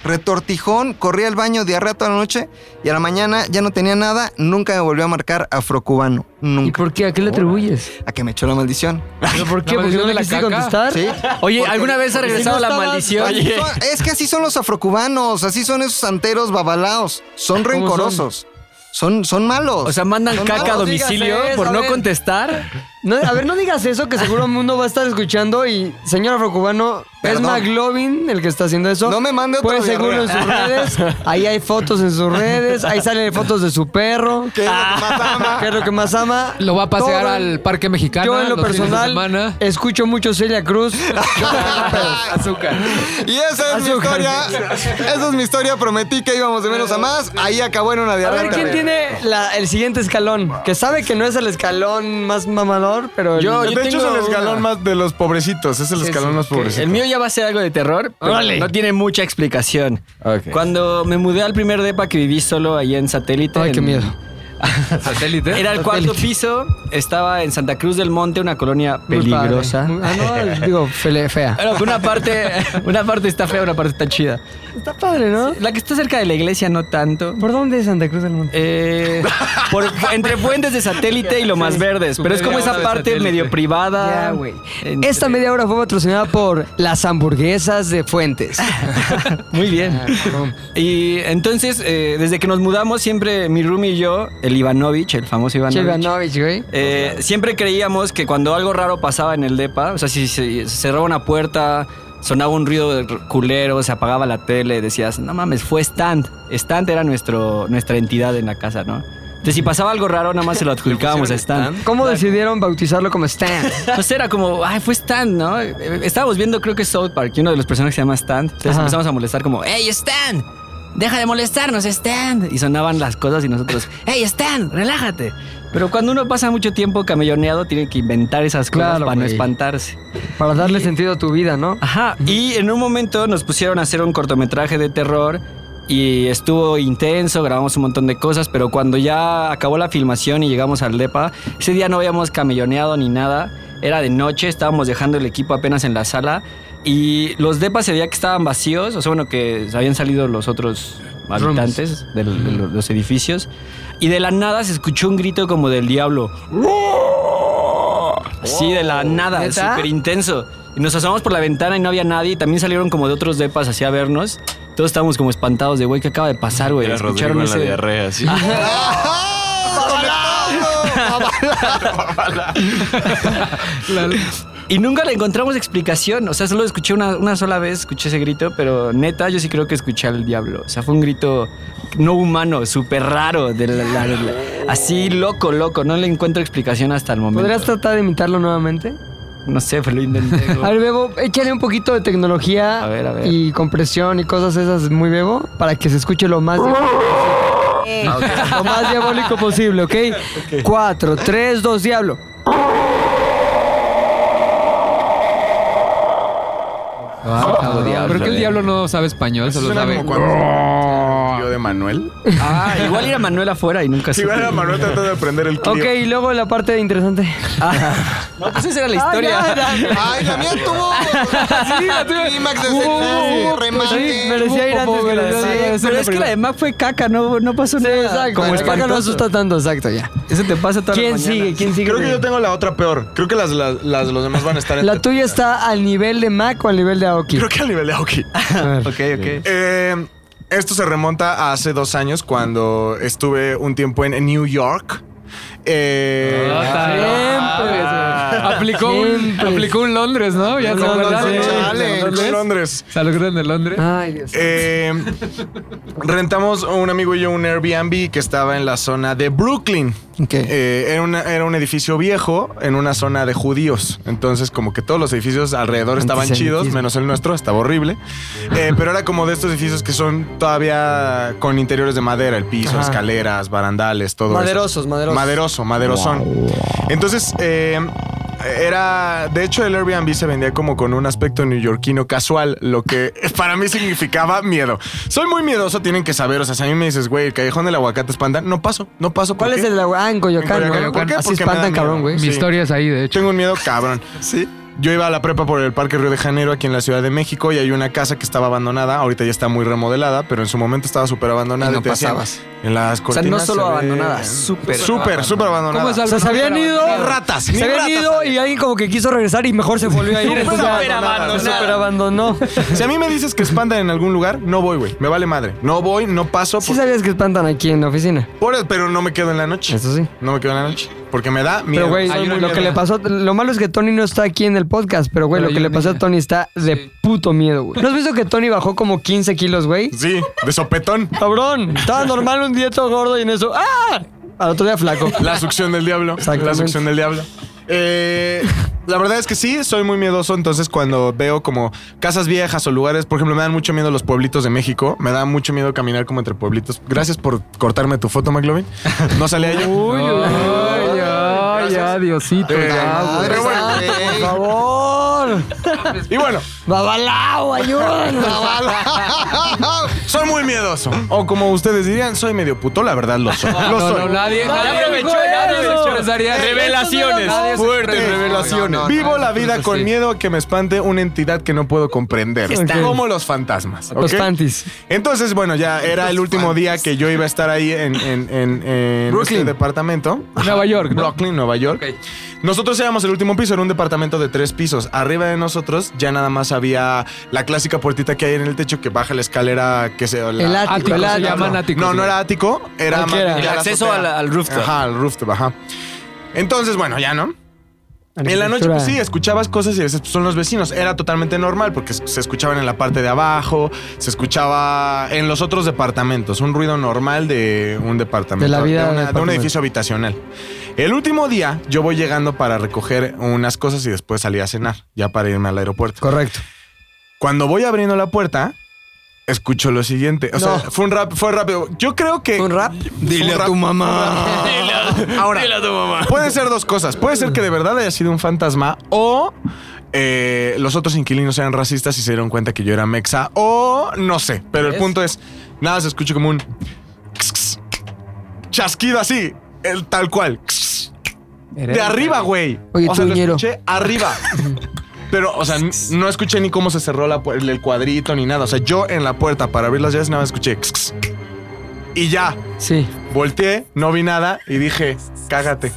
[SPEAKER 8] Retortijón, corrí al baño, diarrea toda la noche y a la mañana ya no tenía nada. Nunca me volvió a marcar afrocubano.
[SPEAKER 2] ¿Y
[SPEAKER 8] Nunca.
[SPEAKER 2] por qué? ¿A qué le atribuyes?
[SPEAKER 8] A que me echó la maldición.
[SPEAKER 2] ¿Pero por qué?
[SPEAKER 3] ¿La
[SPEAKER 2] ¿Porque no
[SPEAKER 3] maldición
[SPEAKER 2] le
[SPEAKER 3] de la
[SPEAKER 2] quisiste
[SPEAKER 3] caca?
[SPEAKER 2] contestar?
[SPEAKER 8] Sí.
[SPEAKER 10] Oye, ¿alguna vez ha regresado
[SPEAKER 2] si no
[SPEAKER 10] la
[SPEAKER 2] estabas-
[SPEAKER 10] maldición?
[SPEAKER 8] Así
[SPEAKER 10] Oye.
[SPEAKER 8] son- es que así son los afrocubanos, así son esos santeros babalaos. Son
[SPEAKER 2] ¿Cómo
[SPEAKER 8] rencorosos. Son, son malos.
[SPEAKER 10] O sea, mandan
[SPEAKER 8] Son
[SPEAKER 10] caca a
[SPEAKER 8] malos.
[SPEAKER 2] digas
[SPEAKER 10] domicilio
[SPEAKER 2] eso, a
[SPEAKER 10] por no
[SPEAKER 2] ver.
[SPEAKER 10] contestar.
[SPEAKER 2] No, a ver, no digas eso, que seguro el mundo va a estar escuchando y, señor afrocubano, es
[SPEAKER 8] Perdón.
[SPEAKER 2] McLovin el que está haciendo eso.
[SPEAKER 8] No me mande otro
[SPEAKER 2] Pues seguro en
[SPEAKER 8] diarrea.
[SPEAKER 2] sus redes, ahí hay fotos en sus redes, ahí salen fotos de su perro,
[SPEAKER 8] ¿Qué es lo que más ama?
[SPEAKER 2] que es lo que más ama.
[SPEAKER 3] Lo va a pasear
[SPEAKER 2] Todo-
[SPEAKER 3] al Parque Mexicano.
[SPEAKER 2] Yo en lo personal
[SPEAKER 8] eh,
[SPEAKER 2] escucho mucho Celia Cruz.
[SPEAKER 3] Azúcar.
[SPEAKER 8] Y esa es mi
[SPEAKER 2] Azúcar.
[SPEAKER 8] historia. Esa es mi historia. Prometí que íbamos de menos a más. Ahí acabó en una
[SPEAKER 2] A ver
[SPEAKER 8] diarrea.
[SPEAKER 2] quién
[SPEAKER 8] terrible.
[SPEAKER 2] tiene la- el siguiente escalón, que sabe que no es el escalón más mamador, pero el-
[SPEAKER 10] Yo-
[SPEAKER 4] De hecho, es
[SPEAKER 10] tengo
[SPEAKER 4] el escalón
[SPEAKER 10] una.
[SPEAKER 4] más de los pobrecitos. Es el escalón más pobrecito.
[SPEAKER 10] El mío ya va a ser algo de terror, pero
[SPEAKER 2] Órale.
[SPEAKER 10] no tiene mucha explicación.
[SPEAKER 4] Ok.
[SPEAKER 10] Cuando me mudé al primer depa que viví solo allá en satélite.
[SPEAKER 2] Ay, qué
[SPEAKER 10] en-
[SPEAKER 2] miedo.
[SPEAKER 3] Satélite.
[SPEAKER 10] Era el cuarto piso, estaba en Santa Cruz del Monte, una colonia
[SPEAKER 2] Muy padre.
[SPEAKER 10] peligrosa.
[SPEAKER 2] Ah, no, digo, fele- fea.
[SPEAKER 10] Bueno, que una parte, una parte está fea, una parte está chida.
[SPEAKER 2] Está padre, ¿no?
[SPEAKER 10] La que está cerca de la iglesia no tanto.
[SPEAKER 2] ¿Por dónde es Santa Cruz del Monte?
[SPEAKER 10] Eh, por- entre puentes de satélite y lo más verdes.
[SPEAKER 3] Tu
[SPEAKER 10] Pero es como
[SPEAKER 3] media
[SPEAKER 10] esa
[SPEAKER 3] hora de
[SPEAKER 10] parte
[SPEAKER 3] satélite.
[SPEAKER 10] medio privada.
[SPEAKER 2] Ya, güey.
[SPEAKER 10] Entre-
[SPEAKER 2] Esta media hora fue patrocinada por las hamburguesas de Fuentes.
[SPEAKER 10] Muy bien. Y entonces, eh, desde que nos mudamos, siempre mi roomie y yo, el Ivanovich, el famoso Ivanovich.
[SPEAKER 2] Chevanovich, güey.
[SPEAKER 10] eh, siempre creíamos que cuando algo raro pasaba en el DEPA, o sea, si se cerraba una puerta, sonaba un ruido de culero, se apagaba la tele, decías, no mames, fue Stand. Stand era nuestro, nuestra entidad en la casa, ¿no? Entonces, si pasaba algo raro, nada más se lo adjudicábamos a Stand.
[SPEAKER 2] ¿Cómo decidieron bautizarlo como Stan?
[SPEAKER 10] Entonces Pues era como, ay, fue Stan, ¿no? Eh, Estábamos viendo, creo que South Park, y uno de los personajes se llama Stan. Entonces
[SPEAKER 2] Ajá.
[SPEAKER 10] empezamos a molestar como, hey, Stan, deja de molestarnos, Stan. Y sonaban las cosas y nosotros, hey, Stan, relájate. Pero cuando uno pasa mucho tiempo camelloneado, tiene que inventar esas cosas
[SPEAKER 2] Claro,
[SPEAKER 10] para no
[SPEAKER 2] güey.
[SPEAKER 10] espantarse.
[SPEAKER 2] Para darle sentido a tu vida, ¿no?
[SPEAKER 10] Ajá, y en un momento nos pusieron a hacer un cortometraje de terror y estuvo intenso, grabamos un montón de cosas, pero cuando ya acabó la filmación y llegamos al DEPA, ese día no habíamos camelloneado ni nada, era de noche, estábamos dejando el equipo apenas en la sala y los DEPAs se veía que estaban vacíos, o sea, bueno, que habían salido los otros habitantes del- de los edificios y de la nada se escuchó un grito como del diablo. Sí, de la nada,
[SPEAKER 2] ¿Neta?
[SPEAKER 10] súper intenso. Y nos asomamos por la ventana y no había nadie. Y también salieron como de otros depas hacia vernos. Todos estábamos como espantados de, güey, ¿qué acaba de pasar, güey?
[SPEAKER 11] Era Rodrigo en la diarrea, sí.
[SPEAKER 10] Y nunca le encontramos explicación. O sea, solo escuché una, una sola vez, escuché ese grito, pero neta, yo sí creo que escuché al diablo. O sea, fue un grito no humano, súper raro. de la- la- la- así loco, loco. No le encuentro explicación hasta el momento.
[SPEAKER 2] ¿Podrías tratar de imitarlo nuevamente?
[SPEAKER 10] No sé, pero lo intenté.
[SPEAKER 2] A
[SPEAKER 10] güey.
[SPEAKER 2] ver, Bebo, échale un poquito de tecnología
[SPEAKER 10] A ver, a ver.
[SPEAKER 2] y compresión y cosas esas muy Bebo para que se escuche lo más,
[SPEAKER 10] Ah,
[SPEAKER 2] lo más diabólico posible, ¿ok? Cuatro, tres, dos, diablo.
[SPEAKER 3] ¿Por qué el diablo Ah, no sabe español? Solo
[SPEAKER 4] Suena
[SPEAKER 3] sabe.
[SPEAKER 4] como cuando- yo de Manuel.
[SPEAKER 6] Ah, igual era Manuel afuera y nunca
[SPEAKER 4] Si
[SPEAKER 6] supe.
[SPEAKER 4] van a Manuel tratando de aprender el Clio.
[SPEAKER 2] Ok, y luego la parte interesante.
[SPEAKER 6] Ah, no, pues esa era la historia.
[SPEAKER 8] Ay, la mía tuvo
[SPEAKER 2] Sí, la tuve.
[SPEAKER 8] clímax de
[SPEAKER 2] Hubo-
[SPEAKER 3] Uh,
[SPEAKER 8] desenlace,
[SPEAKER 2] hubo-
[SPEAKER 8] remate.
[SPEAKER 2] sí, merecía ir antes que la de-
[SPEAKER 6] Sí,
[SPEAKER 2] sí,
[SPEAKER 6] pero es que la de Mac fue caca, no, no pasó nada. Como
[SPEAKER 2] Exacto, como el caca no
[SPEAKER 6] espantoso.
[SPEAKER 2] asusta tanto, exacto, ya.
[SPEAKER 6] Eso te pasa toda
[SPEAKER 2] ¿Quién sigue? ¿Quién sigue?
[SPEAKER 10] Creo que yo tengo la otra peor. Creo que las, las, las de los demás van a estar en
[SPEAKER 2] ¿La tuya está al nivel de Mac o al nivel de Aoki?
[SPEAKER 4] Creo que al nivel de Aoki.
[SPEAKER 2] A ver.
[SPEAKER 6] Ok,
[SPEAKER 4] Eh, esto se remonta a hace dos años cuando estuve un tiempo en New York.
[SPEAKER 3] Ah,
[SPEAKER 4] Eh,
[SPEAKER 2] Siempre.
[SPEAKER 3] pues, Aplicó un,
[SPEAKER 2] Siempre.
[SPEAKER 3] aplicó un Londres, ¿no? Ya se
[SPEAKER 2] No, no,
[SPEAKER 3] acuerdan.
[SPEAKER 2] sí.
[SPEAKER 4] chale,
[SPEAKER 3] ¿Londres?
[SPEAKER 4] en Londres.
[SPEAKER 3] ¿Se acuerdan de Londres?
[SPEAKER 2] Ay, Dios.
[SPEAKER 4] Eh, rentamos un amigo y yo un Airbnb que estaba en la zona de Brooklyn.
[SPEAKER 8] Ok.
[SPEAKER 4] Eh, era, una- era un edificio viejo en una zona de judíos. Entonces, como que todos los edificios alrededor estaban
[SPEAKER 2] Antisemitismo.
[SPEAKER 4] chidos, menos el nuestro, estaba horrible. Eh, pero era como de estos edificios que son todavía con interiores de madera, el piso,
[SPEAKER 2] Ajá.
[SPEAKER 4] escaleras, barandales, todo
[SPEAKER 2] Maderosos,
[SPEAKER 4] eso.
[SPEAKER 2] maderosos.
[SPEAKER 4] Maderoso, maderosón. Entonces, eh, era. De hecho, el Airbnb se vendía como con un aspecto neoyorquino casual, lo que para mí significaba miedo. Soy muy miedoso, tienen que saber. O sea, si a mí me dices, güey, el callejón del aguacate espanta, no paso, no paso. ¿por
[SPEAKER 2] ¿Cuál es
[SPEAKER 4] qué?
[SPEAKER 2] el de Ah, en Coyoacán,
[SPEAKER 4] En
[SPEAKER 2] ¿no?
[SPEAKER 4] Coyoacán, ¿por qué?
[SPEAKER 2] Así
[SPEAKER 4] Porque me da
[SPEAKER 2] espantan,
[SPEAKER 4] miedo.
[SPEAKER 2] cabrón, güey.
[SPEAKER 3] Mi
[SPEAKER 4] Sí.
[SPEAKER 3] historia es ahí, de hecho.
[SPEAKER 4] Tengo un miedo cabrón. Sí. Yo iba a la prepa por el Parque Río de Janeiro aquí en la Ciudad de México y hay una casa que estaba abandonada. Ahorita ya está muy remodelada, pero en su momento estaba súper abandonada.
[SPEAKER 8] Y no
[SPEAKER 4] te decían,
[SPEAKER 8] pasabas.
[SPEAKER 4] En las
[SPEAKER 6] O sea, no
[SPEAKER 4] cortinas
[SPEAKER 6] solo
[SPEAKER 4] se ve-
[SPEAKER 6] abandonada, súper.
[SPEAKER 4] Súper, súper abandonada.
[SPEAKER 3] ¿Cómo es
[SPEAKER 2] O sea,
[SPEAKER 3] algo
[SPEAKER 2] se habían
[SPEAKER 3] súper
[SPEAKER 2] ido
[SPEAKER 3] avanzado?
[SPEAKER 4] ratas, ni
[SPEAKER 2] Se habían
[SPEAKER 4] ratas
[SPEAKER 2] ido y alguien como que quiso regresar y mejor se volvió a ir.
[SPEAKER 4] Súper
[SPEAKER 2] entonces,
[SPEAKER 4] abandonada.
[SPEAKER 2] Súper abandonó.
[SPEAKER 4] Si a mí me dices que espantan en algún lugar, no voy, güey. Me vale madre. No voy, no paso.
[SPEAKER 2] Sí
[SPEAKER 4] por-
[SPEAKER 2] sabías que espantan aquí en la oficina.
[SPEAKER 4] por- pero no me quedo en la noche.
[SPEAKER 2] Eso sí.
[SPEAKER 4] No me quedo en la noche. Porque me da miedo.
[SPEAKER 2] Pero, güey,
[SPEAKER 4] Soy muy
[SPEAKER 2] lo que le
[SPEAKER 4] miedoso.
[SPEAKER 2] pasó, lo malo es que Tony no está aquí en el podcast, pero, güey,
[SPEAKER 3] Pero
[SPEAKER 2] lo que
[SPEAKER 3] yo
[SPEAKER 2] le pasó a
[SPEAKER 3] ni-
[SPEAKER 2] Tony está de
[SPEAKER 3] Sí.
[SPEAKER 2] puto miedo, güey. ¿No has visto que Tony bajó como 15 kilos, güey?
[SPEAKER 4] Sí, de sopetón.
[SPEAKER 2] Cabrón, estaba normal un día todo gordo y en eso, ¡ah! Al otro día flaco.
[SPEAKER 4] La succión del diablo.
[SPEAKER 2] Exactamente.
[SPEAKER 4] La succión del diablo. Eh, la verdad es que sí, soy muy miedoso. Entonces, cuando veo como casas viejas o lugares, por ejemplo, me dan mucho miedo los pueblitos de México. Me da mucho miedo caminar como entre pueblitos. Gracias por cortarme tu foto, McLovin. No salía yo.
[SPEAKER 3] Uy, uy, ay, ay, Diosito.
[SPEAKER 4] Eh,
[SPEAKER 3] ya, güey.
[SPEAKER 4] pero bueno.
[SPEAKER 8] Madre santa,
[SPEAKER 2] Por
[SPEAKER 8] güey.
[SPEAKER 2] favor.
[SPEAKER 4] Y bueno,
[SPEAKER 2] Babalao, ayúdanos.
[SPEAKER 4] soy muy miedoso. O como ustedes dirían, soy medio puto, la verdad lo soy. Lo
[SPEAKER 3] No,
[SPEAKER 4] soy.
[SPEAKER 3] no,
[SPEAKER 2] Nadie
[SPEAKER 3] nadie. Nadie aprovechó.
[SPEAKER 2] dijo
[SPEAKER 3] Nadie se
[SPEAKER 2] eso.
[SPEAKER 3] echó esa área.
[SPEAKER 10] Revelaciones.
[SPEAKER 3] Nadie se-
[SPEAKER 4] Fuertes
[SPEAKER 8] revelaciones. no, no,
[SPEAKER 4] Vivo la
[SPEAKER 3] sí.
[SPEAKER 4] vida con miedo a que me espante una entidad que no puedo comprender.
[SPEAKER 2] Está-
[SPEAKER 4] Como los fantasmas.
[SPEAKER 2] Los
[SPEAKER 4] ¿ok?
[SPEAKER 2] panties.
[SPEAKER 4] Entonces, bueno, ya era el último día que yo iba a estar ahí en, en, en- en este departamento.
[SPEAKER 3] Nueva York, ¿no?
[SPEAKER 4] Brooklyn, Nueva York.
[SPEAKER 3] Ok.
[SPEAKER 4] Nosotros éramos el último piso, era un departamento de tres pisos. Arriba de nosotros ya nada más había la clásica puertita que hay en el techo que baja la escalera que se... la-
[SPEAKER 2] El ático,
[SPEAKER 3] Ático,
[SPEAKER 2] el
[SPEAKER 3] se
[SPEAKER 2] ático.
[SPEAKER 3] llaman áticos,
[SPEAKER 4] No, no
[SPEAKER 3] güey.
[SPEAKER 4] era ático, era...
[SPEAKER 2] ¿Ah, qué era?
[SPEAKER 4] ya
[SPEAKER 6] El
[SPEAKER 4] era
[SPEAKER 6] acceso
[SPEAKER 4] azotea.
[SPEAKER 6] al- al rooftop.
[SPEAKER 4] Ajá, al rooftop, ajá. Entonces, bueno, ya, ¿no? En la noche, pues sí, escuchabas cosas y dices, pues, son los vecinos. Era totalmente normal porque se escuchaban en la parte de abajo, se escuchaba en los otros departamentos, un ruido normal de un departamento.
[SPEAKER 2] De la vida
[SPEAKER 4] una-
[SPEAKER 2] de
[SPEAKER 4] de un
[SPEAKER 2] departamento.
[SPEAKER 4] edificio habitacional. El último día, yo voy llegando para recoger unas cosas y después salí a cenar, ya para irme al aeropuerto.
[SPEAKER 2] Correcto.
[SPEAKER 4] Cuando voy abriendo la puerta, escucho lo siguiente. O sea,
[SPEAKER 2] No.
[SPEAKER 4] fue un rap, fue rápido. Yo creo que.
[SPEAKER 2] ¿Un rap?
[SPEAKER 4] Dile a tu mamá. Ahora, Pueden ser dos cosas. Puede ser que de verdad haya sido un fantasma o eh, los otros inquilinos eran racistas y se dieron cuenta que yo era mexa o no sé. Pero el punto es, nada, se escucha como un chasquido así, el tal cual. De arriba, güey.
[SPEAKER 2] Oye,
[SPEAKER 4] o sea, lo
[SPEAKER 2] tuñero.
[SPEAKER 4] escuché arriba. Pero, o sea, n- no escuché ni cómo se cerró la pu- el cuadrito ni nada. O sea, yo en la puerta para abrir las llaves nada más escuché. Y ya,
[SPEAKER 2] Sí.
[SPEAKER 4] Volteé, no vi nada y dije, cágate,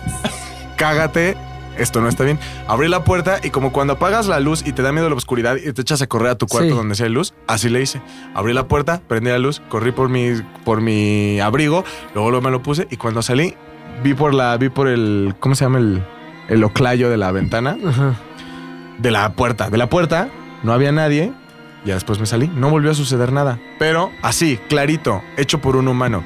[SPEAKER 4] cágate, esto no está bien. Abrí la puerta y como cuando apagas la luz y te da miedo la oscuridad y te echas a correr a tu cuarto
[SPEAKER 2] Sí.
[SPEAKER 4] donde sea hay luz, así le hice. Abrí la puerta, prendí la luz, corrí por mi, por mi abrigo, luego, luego me lo puse y cuando salí vi por la, vi por el, ¿cómo se llama? El, el oclayo de la ventana,
[SPEAKER 2] Ajá.
[SPEAKER 4] de la puerta, de la puerta, no había nadie. Ya después me salí, no volvió a suceder nada. Pero así, clarito, hecho por un humano.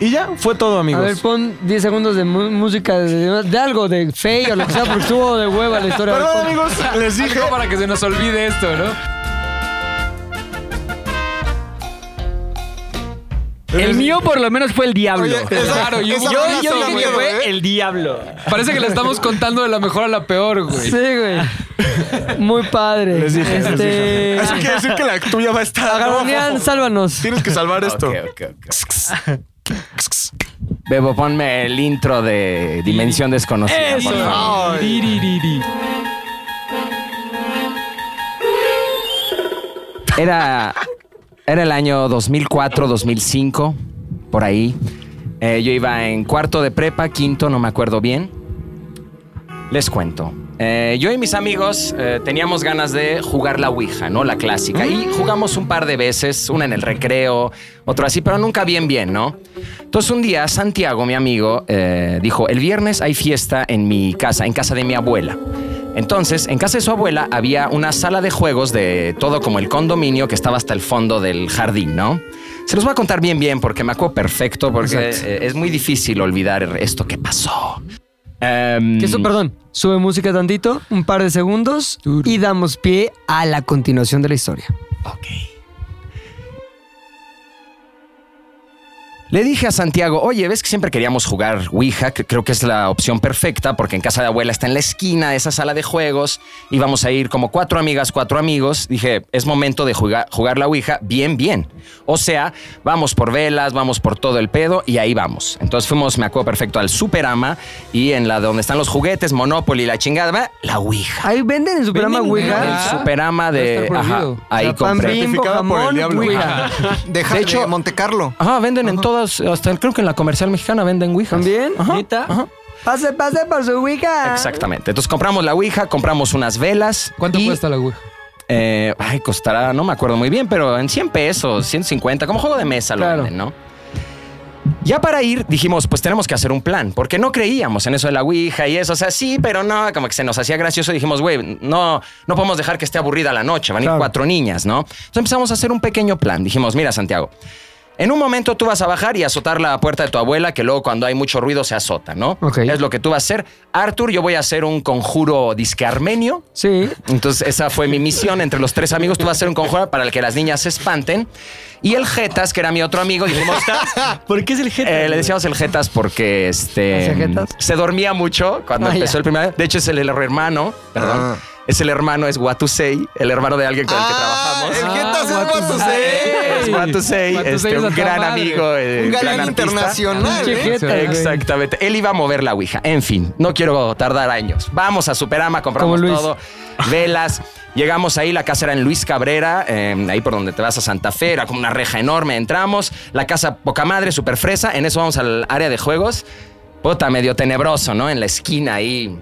[SPEAKER 4] Y ya, fue todo,
[SPEAKER 2] A ver,
[SPEAKER 4] amigos.
[SPEAKER 2] pon 10 segundos de mu- música de, de algo, de fe o lo que sea, porque estuvo de hueva la historia.
[SPEAKER 4] Perdón, amigos, les dije.
[SPEAKER 3] Algo para que se nos olvide esto, ¿no?
[SPEAKER 6] El mío por lo menos fue el diablo.
[SPEAKER 3] Claro, y hubo-
[SPEAKER 6] yo
[SPEAKER 3] yo
[SPEAKER 6] yo
[SPEAKER 3] dije
[SPEAKER 6] dije
[SPEAKER 3] que
[SPEAKER 8] ¿eh?
[SPEAKER 6] que fue el diablo.
[SPEAKER 3] Parece que la estamos contando de la mejor a la peor, güey.
[SPEAKER 2] Sí, güey. Muy padre.
[SPEAKER 4] Les dije, les
[SPEAKER 2] Este-
[SPEAKER 4] dije. Eso quiere decir que la tuya va a estar.
[SPEAKER 2] Agaronian, sálvanos.
[SPEAKER 4] Tienes que salvar esto.
[SPEAKER 12] Ok, ok, ok. Bebo, ponme el intro de Dimensión Desconocida. por favor. Era, era el año 2004, 2005, por ahí. Eh, yo iba en cuarto de prepa, quinto, no me acuerdo bien. Les cuento. Eh, yo y mis amigos eh, teníamos ganas de jugar la Ouija, ¿no? La clásica. Y
[SPEAKER 2] Mm.
[SPEAKER 12] jugamos un par de veces, una en el recreo, otra así, pero nunca bien, bien, ¿no? Entonces un día Santiago, mi amigo, eh, dijo, el viernes hay fiesta en mi casa, en casa de mi abuela. Entonces, en casa de su abuela había una sala de juegos de todo como el condominio que estaba hasta el fondo del jardín, ¿no? Se los voy a contar bien, bien, porque me acuerdo perfecto, porque
[SPEAKER 2] Exacto.
[SPEAKER 12] eh, es muy difícil olvidar esto que pasó. Em,
[SPEAKER 2] Que eso, perdón, sube música tantito, un par de segundos y damos pie a la continuación de la historia.
[SPEAKER 12] Le dije a Santiago, oye, ves que siempre queríamos jugar Ouija, que creo que es la opción perfecta, porque en casa de abuela está en la esquina de esa sala de juegos, íbamos a ir como cuatro amigas, cuatro amigos. Dije, es momento de jugar, jugar la Ouija bien, bien. O sea, vamos por velas, vamos por todo el pedo y ahí vamos. Entonces fuimos, me acuerdo perfecto, al Superama y en la donde están los juguetes, Monopoly, la chingada, ¿va? la Ouija.
[SPEAKER 2] Ahí venden en su programa Ouija.
[SPEAKER 12] El Superama de...
[SPEAKER 2] Está
[SPEAKER 12] ajá,
[SPEAKER 2] prohibido.
[SPEAKER 12] ahí
[SPEAKER 2] O sea, pan
[SPEAKER 12] compré.
[SPEAKER 2] bimbo, jamón, Ouija.
[SPEAKER 8] Deja de
[SPEAKER 12] hecho-
[SPEAKER 8] Monte Carlo.
[SPEAKER 12] Ajá, venden en todas, hasta creo que en la comercial mexicana venden Ouija.
[SPEAKER 2] ¿También?
[SPEAKER 6] ¿Neta?
[SPEAKER 2] Pase, pase por su Ouija.
[SPEAKER 12] Exactamente. Entonces compramos la Ouija, compramos unas velas.
[SPEAKER 3] ¿Cuánto
[SPEAKER 12] y,
[SPEAKER 3] cuesta la Ouija?
[SPEAKER 12] eh, ay, costará, no me acuerdo muy bien, pero en 100 pesos, 150, como juego de mesa lo
[SPEAKER 3] Claro.
[SPEAKER 12] venden, ¿no? Ya para ir dijimos, pues tenemos que hacer un plan, porque no creíamos en eso de la Ouija y eso, o sea, sí, pero no, como que se nos hacía gracioso y dijimos, güey, no, no podemos dejar que esté aburrida la noche, van a ir cuatro niñas, ¿no? Entonces empezamos a hacer un pequeño plan, dijimos, mira Santiago, en un momento tú vas a bajar y azotar la puerta de tu abuela, que luego cuando hay mucho ruido se azota, ¿no?
[SPEAKER 2] Ok.
[SPEAKER 12] Es lo que tú vas a hacer. Arthur, yo voy a hacer un conjuro disque armenio.
[SPEAKER 2] Sí.
[SPEAKER 12] Entonces, esa fue mi misión entre los tres amigos. Tú vas a hacer un conjuro para el que las niñas se espanten. Y el Jetas, que era mi otro amigo, dijimos.
[SPEAKER 6] ¿Por qué es el jefe?
[SPEAKER 12] eh, le decíamos el Jetas porque este.
[SPEAKER 2] ¿Hacía jetas?
[SPEAKER 12] Se dormía mucho cuando
[SPEAKER 2] Ah,
[SPEAKER 12] empezó
[SPEAKER 2] ya.
[SPEAKER 12] el primer. De hecho, es el, el hermano. Perdón.
[SPEAKER 8] Ah.
[SPEAKER 12] Es el hermano, es Watusei, el hermano de alguien con el que
[SPEAKER 8] Ah,
[SPEAKER 12] trabajamos.
[SPEAKER 8] el
[SPEAKER 3] Ah,
[SPEAKER 8] Jetas es
[SPEAKER 3] Guatusei.
[SPEAKER 8] Guatusei.
[SPEAKER 12] Es Watusei, este,
[SPEAKER 3] Watusei es a
[SPEAKER 12] un
[SPEAKER 3] toda
[SPEAKER 12] gran
[SPEAKER 3] madre.
[SPEAKER 12] amigo. eh,
[SPEAKER 8] Un galán
[SPEAKER 12] artista.
[SPEAKER 8] internacional,
[SPEAKER 2] Pinche
[SPEAKER 8] ¿eh?
[SPEAKER 2] jeta, güey.
[SPEAKER 12] Exactamente. Él iba a mover la Ouija. En fin, no quiero tardar años. Vamos a Superama, compramos
[SPEAKER 2] Como Luis.
[SPEAKER 12] todo. Velas. Llegamos ahí, la casa era en Luis Cabrera, eh, ahí por donde te vas a Santa Fe, era como una reja enorme. Entramos, la casa poca madre, super fresa. En eso vamos al área de juegos. Puta, medio tenebroso, ¿no? En la esquina ahí.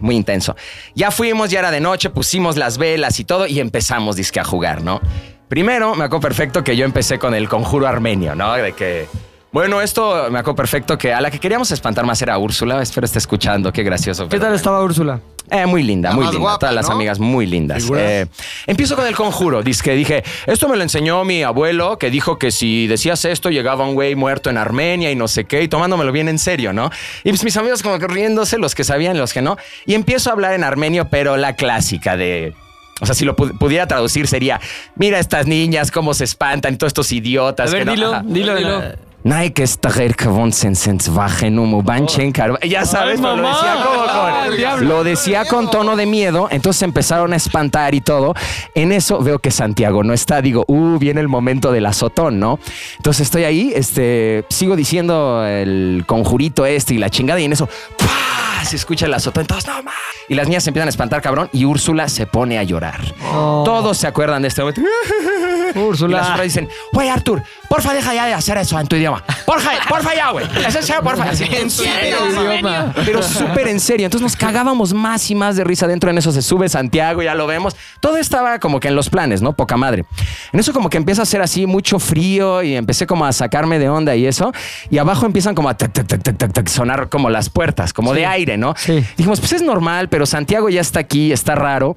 [SPEAKER 12] Muy intenso. Ya fuimos, ya era de noche, pusimos las velas y todo y empezamos, disque, a jugar, ¿no? Primero, me acuerdo perfecto que yo empecé con el conjuro armenio, ¿no? De que. Bueno, esto me acuerdo perfecto que a la que queríamos espantar más era a Úrsula. Espero esté escuchando, qué gracioso.
[SPEAKER 2] ¿Qué
[SPEAKER 12] pero
[SPEAKER 2] tal
[SPEAKER 12] bueno.
[SPEAKER 2] estaba Úrsula?
[SPEAKER 12] Eh, muy linda,
[SPEAKER 8] La
[SPEAKER 12] muy
[SPEAKER 8] más
[SPEAKER 12] linda.
[SPEAKER 8] guapa,
[SPEAKER 12] Todas las
[SPEAKER 8] ¿no?
[SPEAKER 12] amigas muy lindas. Eh, empiezo con el conjuro. Dice que dije, esto me lo enseñó mi abuelo, que dijo que si decías esto, llegaba un güey muerto en Armenia y no sé qué, y tomándomelo bien en serio, ¿no? Y pues mis amigos como que riéndose, los que sabían, los que no. Y empiezo a hablar en armenio, pero la clásica de... O sea, si lo pu- pudiera traducir sería, mira estas niñas, cómo se espantan, y todos estos idiotas.
[SPEAKER 6] A ver,
[SPEAKER 12] que no-
[SPEAKER 6] dilo,
[SPEAKER 12] Ajá.
[SPEAKER 6] dilo, dilo.
[SPEAKER 12] Nike está que vonsen sensvagen humo banchen caro- Ya sabes, pero lo decía como con. lo decía con tono de miedo, entonces se empezaron a espantar y todo. En eso veo que Santiago no está. Digo, uh, viene el momento del azotón, ¿no? Entonces estoy ahí, este, sigo diciendo el conjurito este y la chingada, y en eso. ¡pah! Se escucha el azotón, entonces no más. Y las niñas se empiezan a espantar, cabrón, y Úrsula se pone a llorar. Todos se acuerdan de este momento. Y las
[SPEAKER 2] Úrsula.
[SPEAKER 12] otras dicen, güey, Artur, porfa, deja ya de hacer eso en tu idioma. Porfa, porfa ya, güey. Es en serio, porfa. Así, en serio,
[SPEAKER 3] idioma.
[SPEAKER 12] Pero súper en serio. Entonces nos cagábamos más y más de risa dentro. En eso se sube Santiago, ya lo vemos. Todo estaba como que en los planes, ¿no? Poca madre. En eso como que empieza a ser así mucho frío y empecé como a sacarme de onda y eso. Y abajo empiezan como a tac, tac, tac, tac, tac, tac, sonar como las puertas, como de aire, ¿no?
[SPEAKER 2] Sí.
[SPEAKER 12] Dijimos, pues es normal, pero Santiago ya está aquí, está raro.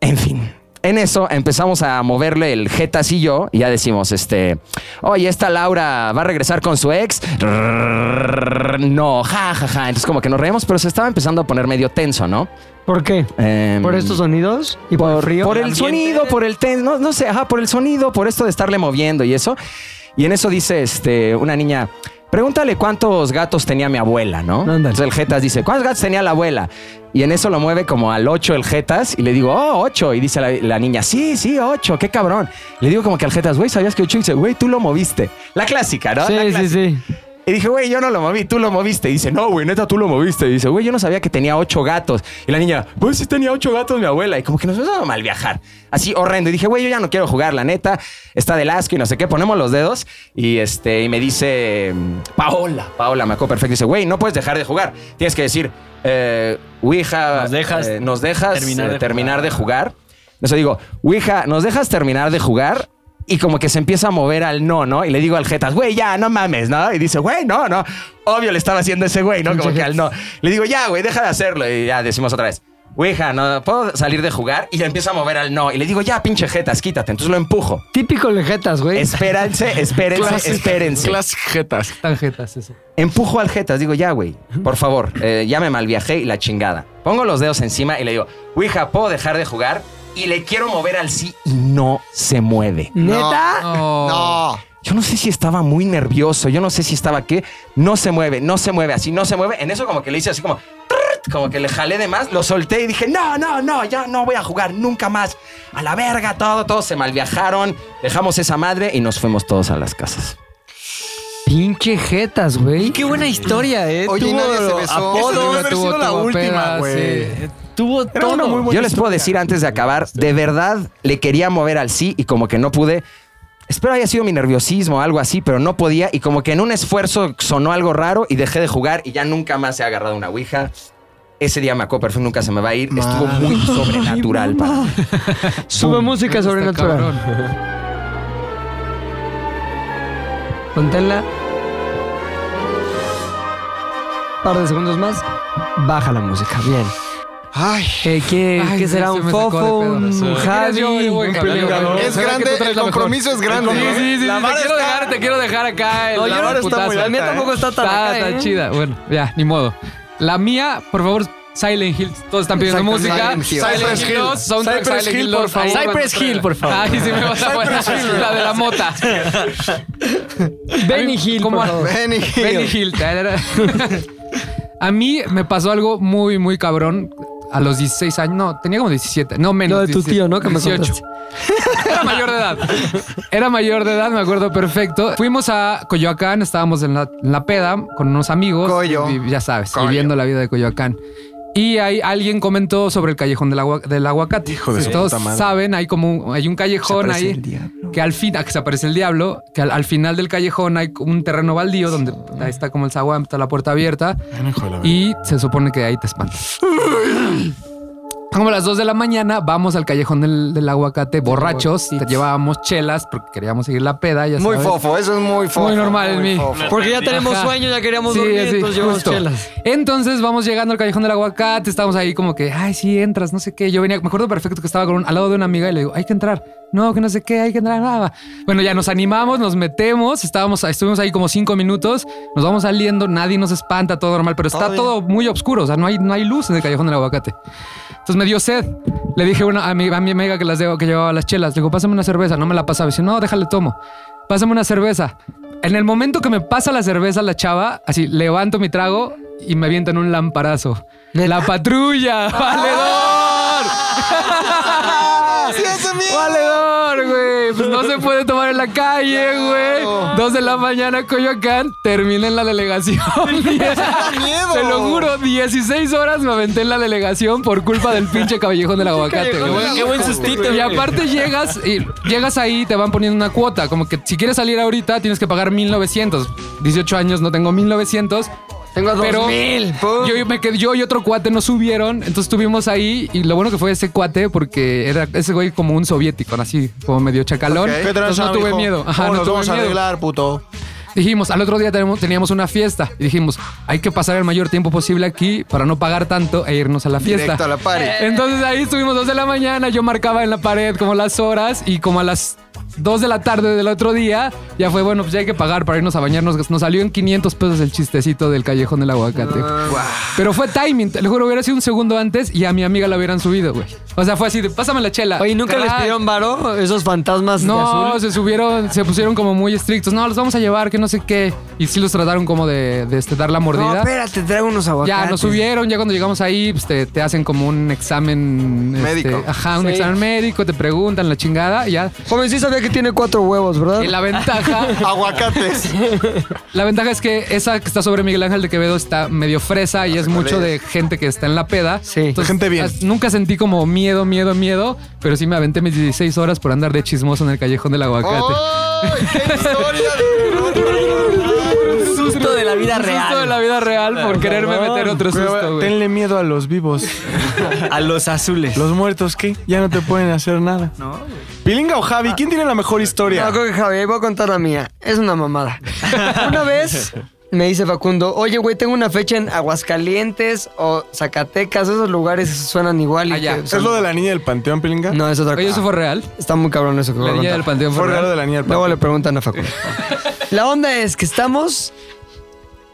[SPEAKER 12] En fin. En eso empezamos a moverle el jetas y yo, y ya decimos, este, oye, esta Laura va a regresar con su ex. No, ja, ja, ja. Entonces como que nos reímos, pero se estaba empezando a poner medio tenso, ¿no?
[SPEAKER 2] ¿Por qué?
[SPEAKER 12] Em,
[SPEAKER 2] ¿Por estos sonidos? ¿Y por, el frío?
[SPEAKER 12] por el sonido, por el tenso, no, no sé, ajá, por el sonido, por esto de estarle moviendo y eso. Y en eso dice este, una niña, Pregúntale cuántos gatos tenía mi abuela, ¿no? Entonces el Jetas dice, ¿cuántos gatos tenía la abuela? Y en eso lo mueve como al 8 el Jetas y le digo, oh, 8. Y dice la, la niña, sí, sí, 8, qué cabrón. Le digo como que al Jetas, güey, ¿sabías que 8? Y dice, güey, tú lo moviste. La clásica, ¿no?
[SPEAKER 2] Sí,
[SPEAKER 12] La
[SPEAKER 2] sí,
[SPEAKER 12] clásica. Y dije, güey, yo no lo moví, tú lo moviste. Y dice, no, güey, neta, tú lo moviste. Y dice, güey, yo no sabía que tenía ocho gatos. Y la niña, güey, sí tenía ocho gatos mi abuela. Y como que nos empezó a mal viajar. Así horrendo. Y dije, güey, yo ya no quiero jugar, la neta. Está del asco y no sé qué. Ponemos los dedos. Y este, y me dice, mm, Paola, Paola, me acuerdo perfecto. Dice, güey, no puedes dejar de jugar. Tienes que decir, eh, Ouija,
[SPEAKER 6] Nos dejas
[SPEAKER 12] eh, nos dejas
[SPEAKER 6] terminar
[SPEAKER 12] eh,
[SPEAKER 6] de
[SPEAKER 12] terminar de jugar. Eso digo, Ouija, ¿nos dejas terminar de jugar? Y como que se empieza a mover al no, ¿no? Y le digo al Jetas, güey, ya, no mames, ¿no? Y dice, güey, no, no. Obvio le estaba haciendo ese güey, ¿no? Como que al no. Le digo, ya, güey, deja de hacerlo. Y ya decimos otra vez, Ouija, ¿no puedo salir de jugar? Y le empieza a mover al no. Y le digo, ya, pinche Jetas, quítate. Entonces lo empujo.
[SPEAKER 2] Típico lejetas, güey.
[SPEAKER 12] Espérense, espérense,
[SPEAKER 2] Clásico.
[SPEAKER 12] espérense.
[SPEAKER 4] jetas.
[SPEAKER 3] Tan jetas eso.
[SPEAKER 12] Empujo al Jetas, digo, ya, güey, por favor, eh, ya me malviajé y la chingada. Pongo los dedos encima y le digo, Ouija, ¿puedo dejar de jugar? Y le quiero mover al sí y no se mueve.
[SPEAKER 2] ¿Neta?
[SPEAKER 3] No.
[SPEAKER 12] Yo no sé si estaba muy nervioso, yo no sé si estaba qué. No se mueve, no se mueve, así no se mueve. En eso como que le hice así como... "Trrrt", Como que le jalé de más, lo solté y dije, no, no, no, ya no voy a jugar nunca más. A la verga, todo, todo, se malviajaron. Dejamos esa madre y nos fuimos todos a las casas.
[SPEAKER 2] Pinche jetas, güey.
[SPEAKER 6] Qué buena historia, ¿eh?
[SPEAKER 8] Oye, y nadie se besó.
[SPEAKER 4] Esa debe
[SPEAKER 3] Apodo,
[SPEAKER 4] haber
[SPEAKER 3] tuvo
[SPEAKER 4] sido la
[SPEAKER 3] tuvo
[SPEAKER 4] última,
[SPEAKER 3] pedas,
[SPEAKER 4] güey.
[SPEAKER 3] sí. Tuvo
[SPEAKER 4] Era una muy
[SPEAKER 3] todo.
[SPEAKER 4] buena
[SPEAKER 12] Yo les puedo
[SPEAKER 4] historia.
[SPEAKER 12] decir antes de acabar, de verdad le quería mover al sí y como que no pude. Espero haya sido mi nerviosismo o algo así, pero no podía y como que en un esfuerzo sonó algo raro y dejé de jugar y ya nunca más he agarrado una ouija. Ese día me acuerdo perfecto, nunca se me va a ir. Estuvo muy sobrenatural para mí.
[SPEAKER 2] Sube música
[SPEAKER 3] Está
[SPEAKER 2] sobrenatural.
[SPEAKER 3] cabrón.
[SPEAKER 2] Conténla. Par de segundos más. Baja la música. Bien.
[SPEAKER 8] Ay.
[SPEAKER 2] Eh, ¿Qué,
[SPEAKER 3] Ay,
[SPEAKER 2] qué
[SPEAKER 3] sí,
[SPEAKER 2] será?
[SPEAKER 3] se
[SPEAKER 2] ¿Un
[SPEAKER 3] me sacó de
[SPEAKER 2] fofo?
[SPEAKER 3] pedo.
[SPEAKER 2] ¿Un
[SPEAKER 3] Sí. Mira,
[SPEAKER 2] Javi?
[SPEAKER 3] yo- yo voy
[SPEAKER 2] ¿Un
[SPEAKER 3] ganando.
[SPEAKER 2] pelícano?
[SPEAKER 3] Yo
[SPEAKER 8] Es
[SPEAKER 3] creo que tú
[SPEAKER 8] grande,
[SPEAKER 3] traes
[SPEAKER 8] el
[SPEAKER 3] la mejor.
[SPEAKER 8] compromiso es grande.
[SPEAKER 3] Sí,
[SPEAKER 8] ¿eh?
[SPEAKER 3] sí, sí.
[SPEAKER 4] La
[SPEAKER 3] te
[SPEAKER 4] vara
[SPEAKER 3] quiero
[SPEAKER 4] está-
[SPEAKER 3] dejar, te quiero dejar acá.
[SPEAKER 4] No,
[SPEAKER 3] el-
[SPEAKER 4] yo
[SPEAKER 3] la
[SPEAKER 4] ahora está
[SPEAKER 3] putaza.
[SPEAKER 4] muy alta, La mía tampoco ¿eh?
[SPEAKER 2] está tan
[SPEAKER 3] Está
[SPEAKER 2] acá,
[SPEAKER 3] tan
[SPEAKER 2] ¿eh?
[SPEAKER 3] chida. Bueno, ya, ni modo. La mía, por favor, Silent Hill. Todos están pidiendo
[SPEAKER 8] Exacto,
[SPEAKER 3] música.
[SPEAKER 8] Silent Hill.
[SPEAKER 4] Cypress Hill.
[SPEAKER 3] dos, soundtrack
[SPEAKER 4] Cypress
[SPEAKER 3] Silent
[SPEAKER 4] Hill,
[SPEAKER 3] Hill
[SPEAKER 4] por
[SPEAKER 3] dos. Ahí
[SPEAKER 4] favor.
[SPEAKER 3] cuando
[SPEAKER 13] Cypress
[SPEAKER 3] traiga.
[SPEAKER 13] Hill, por favor.
[SPEAKER 3] Ay, sí me vas a poner la de la mota.
[SPEAKER 2] Benny Hill,
[SPEAKER 3] ¿Cómo?
[SPEAKER 2] por favor.
[SPEAKER 8] Benny Hill.
[SPEAKER 3] Benny Hill. tarara. A mí me pasó algo muy, muy cabrón. A los 16 años, no, tenía como 17, no menos.
[SPEAKER 2] Lo de tu
[SPEAKER 3] 17,
[SPEAKER 2] tío, ¿no? Que me contaste.
[SPEAKER 3] Era mayor de edad. Era mayor de edad, me acuerdo perfecto. Fuimos a Coyoacán, estábamos en la, en la peda con unos amigos.
[SPEAKER 8] Coyo.
[SPEAKER 3] Y- ya sabes,
[SPEAKER 8] Coyo.
[SPEAKER 3] viviendo la vida de Coyoacán. Y ahí alguien comentó sobre el callejón del, agua- del aguacate.
[SPEAKER 4] Hijo de
[SPEAKER 3] Si
[SPEAKER 4] su
[SPEAKER 3] Todos
[SPEAKER 4] puta madre.
[SPEAKER 3] saben, hay como un- hay un callejón ahí que al fin, ah, que se aparece el diablo, que al, al final del callejón hay un terreno baldío donde ahí está como el zaguán, está la puerta abierta y se supone que ahí te espantas. Como a las 2 de la mañana, vamos al callejón del, del aguacate, borrachos, te llevábamos chelas porque queríamos seguir la peda. Ya
[SPEAKER 8] Muy
[SPEAKER 3] sabes.
[SPEAKER 8] fofo, eso es muy fofo.
[SPEAKER 3] Muy normal en mí.
[SPEAKER 8] fofo.
[SPEAKER 2] Porque ya tenemos
[SPEAKER 3] Ajá.
[SPEAKER 2] sueño, ya queríamos
[SPEAKER 3] Sí,
[SPEAKER 2] dormir,
[SPEAKER 3] sí,
[SPEAKER 2] entonces llevamos
[SPEAKER 3] justo.
[SPEAKER 2] chelas.
[SPEAKER 3] Entonces vamos llegando al callejón del aguacate, estamos ahí como que, ay, sí, entras, no sé qué. Yo venía, me acuerdo perfecto que estaba con un- al lado de una amiga y le digo, hay que entrar. No, que no sé qué, hay que entrar. va, va". Bueno, ya nos animamos, nos metemos, estábamos, estuvimos ahí como cinco minutos, nos vamos saliendo, nadie nos espanta, todo normal, pero está todo muy oscuro, o sea, no hay, no hay luz en el callejón del aguacate. Entonces me dio sed. Le dije bueno, a, mi, a mi amiga que, las llevo- que llevaba las chelas, le digo, pásame una cerveza, no me la pasaba. Dice, no, déjale, tomo. Pásame una cerveza. En el momento que me pasa la cerveza la chava, así levanto mi trago y me avientan un lamparazo. La patrulla, valedor.
[SPEAKER 8] Ah, Sí, es mío.
[SPEAKER 3] Valedor, güey. Pues no se puede tomar en la calle, güey. Dos de la mañana, Coyoacán. Terminé en la delegación.
[SPEAKER 8] miedo.
[SPEAKER 3] Te lo juro, 16 horas me aventé en la delegación por culpa del pinche cabellejón del aguacate,
[SPEAKER 2] Callejón
[SPEAKER 3] güey.
[SPEAKER 2] del
[SPEAKER 13] Qué buen sustito.
[SPEAKER 3] Y
[SPEAKER 13] güey.
[SPEAKER 3] aparte llegas y llegas ahí y te van poniendo una cuota. Como que si quieres salir ahorita tienes que pagar 1900. 18 años no tengo 1900.
[SPEAKER 2] Tengo dos
[SPEAKER 3] Pero
[SPEAKER 2] mil.
[SPEAKER 3] yo, me quedé- yo y otro cuate nos subieron, entonces estuvimos ahí y lo bueno que fue ese cuate porque era ese güey como un soviético, así como medio chacalón.
[SPEAKER 8] Ok.
[SPEAKER 4] ¿Qué
[SPEAKER 3] Entonces
[SPEAKER 4] tranza,
[SPEAKER 3] no tuve
[SPEAKER 4] mijo?
[SPEAKER 3] miedo. Ajá,
[SPEAKER 4] ¿Cómo
[SPEAKER 3] no
[SPEAKER 4] nos
[SPEAKER 3] tuve
[SPEAKER 4] vamos a
[SPEAKER 3] miedo.
[SPEAKER 4] arreglar, puto?
[SPEAKER 3] Dijimos, al otro día tenemos- teníamos una fiesta y dijimos, hay que pasar el mayor tiempo posible aquí para no pagar tanto e irnos a la fiesta. Eh.
[SPEAKER 8] Directo a la party.
[SPEAKER 3] Entonces ahí estuvimos dos de la mañana, yo marcaba en la pared como las horas y como a las dos de la tarde del otro día ya fue, bueno, pues ya hay que pagar para irnos a bañarnos. Nos salió en 500 pesos el chistecito del callejón
[SPEAKER 8] Ah.
[SPEAKER 3] del aguacate. Pero fue timing, te lo juro, hubiera sido un segundo antes y a mi amiga la hubieran subido, güey. O O sea, fue así de, pásame la chela.
[SPEAKER 2] Oye, ¿nunca les pidieron varo esos fantasmas de
[SPEAKER 3] No,
[SPEAKER 2] azul?
[SPEAKER 3] se subieron, se pusieron como muy estrictos. No, los vamos a llevar, que no sé qué. Y sí los trataron como de, de, este, dar la mordida.
[SPEAKER 2] No, espérate, traigo unos aguacates.
[SPEAKER 3] Ya nos subieron, ya cuando llegamos ahí, pues te, te hacen como un examen este,
[SPEAKER 2] Médico.
[SPEAKER 3] ajá, un
[SPEAKER 2] Sí.
[SPEAKER 3] examen médico, te preguntan la chingada, y ya.
[SPEAKER 2] Joven, sí sabía que tiene cuatro huevos, ¿verdad?
[SPEAKER 3] Y la ventaja.
[SPEAKER 4] Aguacates.
[SPEAKER 3] La ventaja es que esa que está sobre Miguel Ángel de Quevedo está medio fresa y es mucho de gente que está en la peda. Sí,
[SPEAKER 4] gente bien.
[SPEAKER 3] Nunca sentí como miedo, miedo, miedo, pero sí me aventé mis 16 horas por andar de chismoso en el callejón del aguacate.
[SPEAKER 9] Un susto de la vida real.
[SPEAKER 3] Susto de la vida real por quererme meter otro
[SPEAKER 4] Pero,
[SPEAKER 3] susto, güey.
[SPEAKER 4] Tenle miedo a los vivos.
[SPEAKER 6] a los azules.
[SPEAKER 4] ¿Los muertos qué? Ya no te pueden hacer nada. No. Pilinga o Javi, ¿quién tiene la mejor historia?
[SPEAKER 2] Ah. No, creo que Javi, ahí voy a contar la mía. Es una mamada. una vez me dice Facundo, oye, güey, tengo una fecha en Aguascalientes o Zacatecas, esos lugares suenan igual. Y que
[SPEAKER 4] Ah, ¿Es
[SPEAKER 2] son-
[SPEAKER 4] lo de la niña del panteón, Pilinga?
[SPEAKER 2] No, es otra cosa.
[SPEAKER 4] Oye, ¿eso fue
[SPEAKER 3] real?
[SPEAKER 2] Está muy cabrón eso que
[SPEAKER 4] La
[SPEAKER 2] voy a
[SPEAKER 4] niña
[SPEAKER 2] contar.
[SPEAKER 4] del panteón fue Fue real. real de la niña del
[SPEAKER 2] Luego le preguntan a Facundo. la onda es que estamos...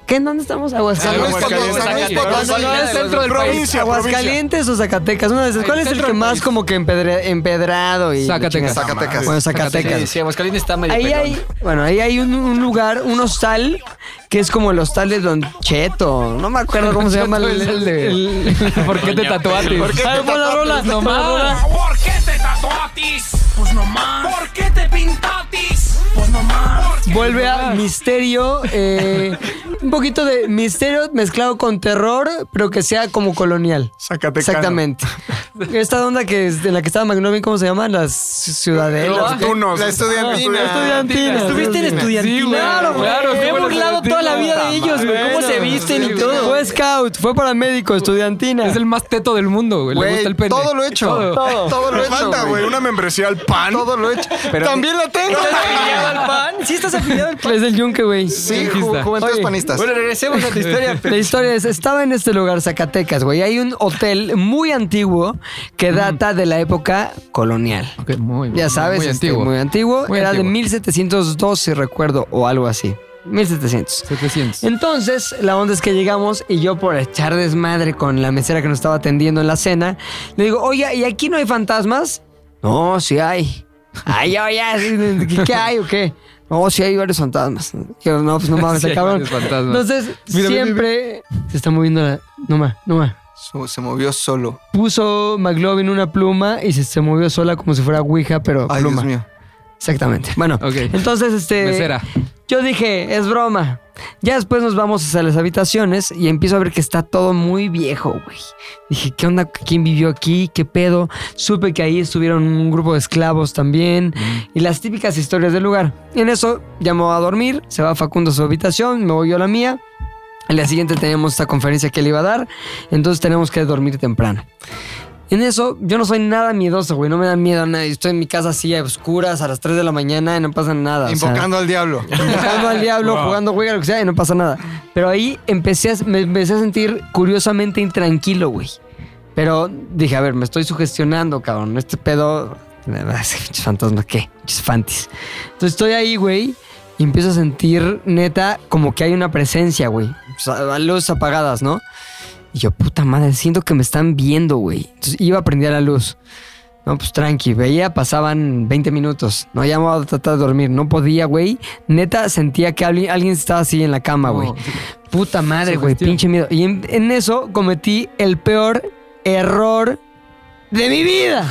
[SPEAKER 2] ¿Qué? ¿En dónde estamos? Aguascalientes.
[SPEAKER 4] Aguascalientes. Aguascalientes. Aguascalientes. Provincia,
[SPEAKER 2] Aguascalientes o Zacatecas, una de esas. ¿Cuál es el que más como que empedre- empedrado y
[SPEAKER 6] Zacatecas.
[SPEAKER 2] Zacatecas. Bueno, Zacatecas.
[SPEAKER 6] Sí, sí, Aguascalientes está medio
[SPEAKER 2] Ahí
[SPEAKER 6] pelón.
[SPEAKER 2] hay, bueno, ahí hay un, un lugar, un hostal, que es como el hostal de Don Cheto. No me acuerdo cómo se llama el,
[SPEAKER 3] Es el de- ¿Por qué te tatuaste?
[SPEAKER 2] ¿Por qué te
[SPEAKER 4] Ah, pues
[SPEAKER 2] tatuaste?
[SPEAKER 3] No más.
[SPEAKER 5] ¿Por qué te tatuatis? Pues no más. ¿Por qué te pintatis? Pues no más.
[SPEAKER 2] Vuelve a misterio, eh, un poquito de misterio mezclado con terror, pero que sea como colonial.
[SPEAKER 4] Zacatecano.
[SPEAKER 2] Exactamente. Esta onda que es- en la que estaba Magnovi, ¿cómo se llama? Las
[SPEAKER 4] Los
[SPEAKER 2] ciudadelas.
[SPEAKER 4] tunos. La
[SPEAKER 2] La
[SPEAKER 4] estudiantina.
[SPEAKER 2] estudiantina.
[SPEAKER 9] ¿Estuviste en estudiantina?
[SPEAKER 2] Ah, Sí, güey.
[SPEAKER 9] Claro, güey.
[SPEAKER 2] Claro,
[SPEAKER 9] Me he
[SPEAKER 2] estuve en
[SPEAKER 9] burlado toda la vida de ellos, güey. ¿Cómo se visten y todo?
[SPEAKER 2] Fue scout, fue paramédico, estudiantina. Es
[SPEAKER 3] el más teto del mundo, güey.
[SPEAKER 2] Le
[SPEAKER 4] gusta el pene.
[SPEAKER 8] Todo lo he hecho.
[SPEAKER 4] Todo.
[SPEAKER 8] Todo, lo
[SPEAKER 4] Me
[SPEAKER 8] he hecho.
[SPEAKER 4] falta, güey, una membresía al pan.
[SPEAKER 8] Todo lo he hecho.
[SPEAKER 4] Pero-
[SPEAKER 8] También la tengo.
[SPEAKER 9] ¿Sí estás afiliado al
[SPEAKER 2] Es el yunque, güey.
[SPEAKER 8] Sí, ju- Juventudes
[SPEAKER 2] Oye.
[SPEAKER 8] Panistas.
[SPEAKER 6] Bueno, regresemos a tu historia.
[SPEAKER 2] La historia es, estaba en este lugar, Zacatecas, güey. Hay un hotel muy antiguo que data de la época colonial.
[SPEAKER 3] Ok, muy,
[SPEAKER 2] Ya sabes,
[SPEAKER 3] muy
[SPEAKER 2] este,
[SPEAKER 3] antiguo.
[SPEAKER 2] muy antiguo.
[SPEAKER 3] Muy
[SPEAKER 2] Era
[SPEAKER 3] antiguo.
[SPEAKER 2] de 1702, si recuerdo, o algo así. 1700.
[SPEAKER 3] 700.
[SPEAKER 2] Entonces, la onda es que llegamos y yo por echar desmadre con la mesera que nos estaba atendiendo en la cena, le digo, oye, ¿y aquí no hay fantasmas? No, sí hay. Ay, oye, sí, ¿qué- ¿qué hay o qué? No, sí hay varios fantasmas. Yo, no, pues no mames,
[SPEAKER 3] Sí hay
[SPEAKER 2] cabrón.
[SPEAKER 3] varios fantasmas.
[SPEAKER 2] Entonces,
[SPEAKER 3] Mira, mira,
[SPEAKER 2] siempre se está moviendo la... No más, no más.
[SPEAKER 8] Su- Se movió solo.
[SPEAKER 2] Puso McLovin una pluma y se, se movió sola como si fuera Ouija, pero
[SPEAKER 8] Ay,
[SPEAKER 2] pluma.
[SPEAKER 8] Dios mío.
[SPEAKER 2] Exactamente. Bueno, entonces este.
[SPEAKER 3] Mesera.
[SPEAKER 2] Yo dije, es broma. Ya después nos vamos hacia las habitaciones y empiezo a ver que está todo muy viejo, güey. Dije, ¿qué onda? ¿Quién vivió aquí? ¿Qué pedo? Supe que ahí estuvieron un grupo de esclavos también y las típicas historias del lugar. Y en eso ya me voy a dormir, se va Facundo a su habitación, me voy yo a la mía. Al día siguiente teníamos esta conferencia que él iba a dar, entonces tenemos que dormir temprano. En eso, yo no soy nada miedoso, güey. No me da miedo a nadie. Estoy en mi casa así a oscuras a las 3 de la mañana y no pasa nada. o sea,
[SPEAKER 8] Invocando al diablo.
[SPEAKER 2] Invocando al diablo, jugando juega, lo que sea, y no pasa nada. Pero ahí empecé a, me empecé a sentir curiosamente intranquilo, güey. Pero dije, a ver, me estoy sugestionando, cabrón. Este pedo. Pinches fantasmas, ¿qué? Pinches fantis. Entonces estoy ahí, güey, y empiezo a sentir, neta, como que hay una presencia, güey. O sea, luces apagadas, ¿no? Y yo, puta madre, siento que me están viendo, güey. Entonces iba a prender la luz. No, pues tranqui, veía, pasaban 20 minutos. No, ya me voy a tratar de dormir. No podía, güey. Neta, sentía que alguien, alguien estaba así en la cama, güey. Puta madre, güey, pinche miedo. Y en, en eso cometí el peor error de mi vida.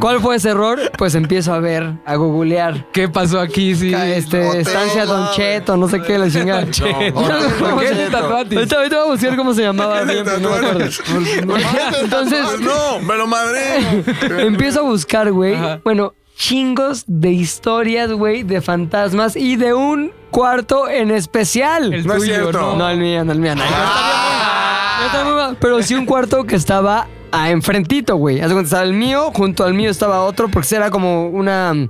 [SPEAKER 2] ¿Cuál fue ese error? Pues empiezo a ver, a googlear.
[SPEAKER 3] ¿Qué pasó aquí? Sí,
[SPEAKER 2] este,
[SPEAKER 8] hotel,
[SPEAKER 2] estancia Don
[SPEAKER 8] madre.
[SPEAKER 2] Cheto, no sé qué, la chingada.
[SPEAKER 3] Don Cheto.
[SPEAKER 2] Ya no sé
[SPEAKER 3] ¿Por
[SPEAKER 2] cómo
[SPEAKER 3] qué
[SPEAKER 2] se-
[SPEAKER 3] te tatuatis?
[SPEAKER 2] Ahorita, ahorita voy a buscar cómo se llamaba. bien, pero no me acuerdo. Entonces,
[SPEAKER 4] Pues no, me lo madré.
[SPEAKER 2] Empiezo a buscar, güey. Bueno, chingos de historias, güey, de fantasmas y de un cuarto en especial.
[SPEAKER 3] El
[SPEAKER 4] No es
[SPEAKER 3] tuyo,
[SPEAKER 4] cierto.
[SPEAKER 3] ¿no?
[SPEAKER 2] No, el mío, no, el mío, no. No está muy mal, Pero sí un cuarto que estaba a enfrentito, güey. Haz de cuenta, estaba el mío, junto al mío estaba otro, porque era como una mm,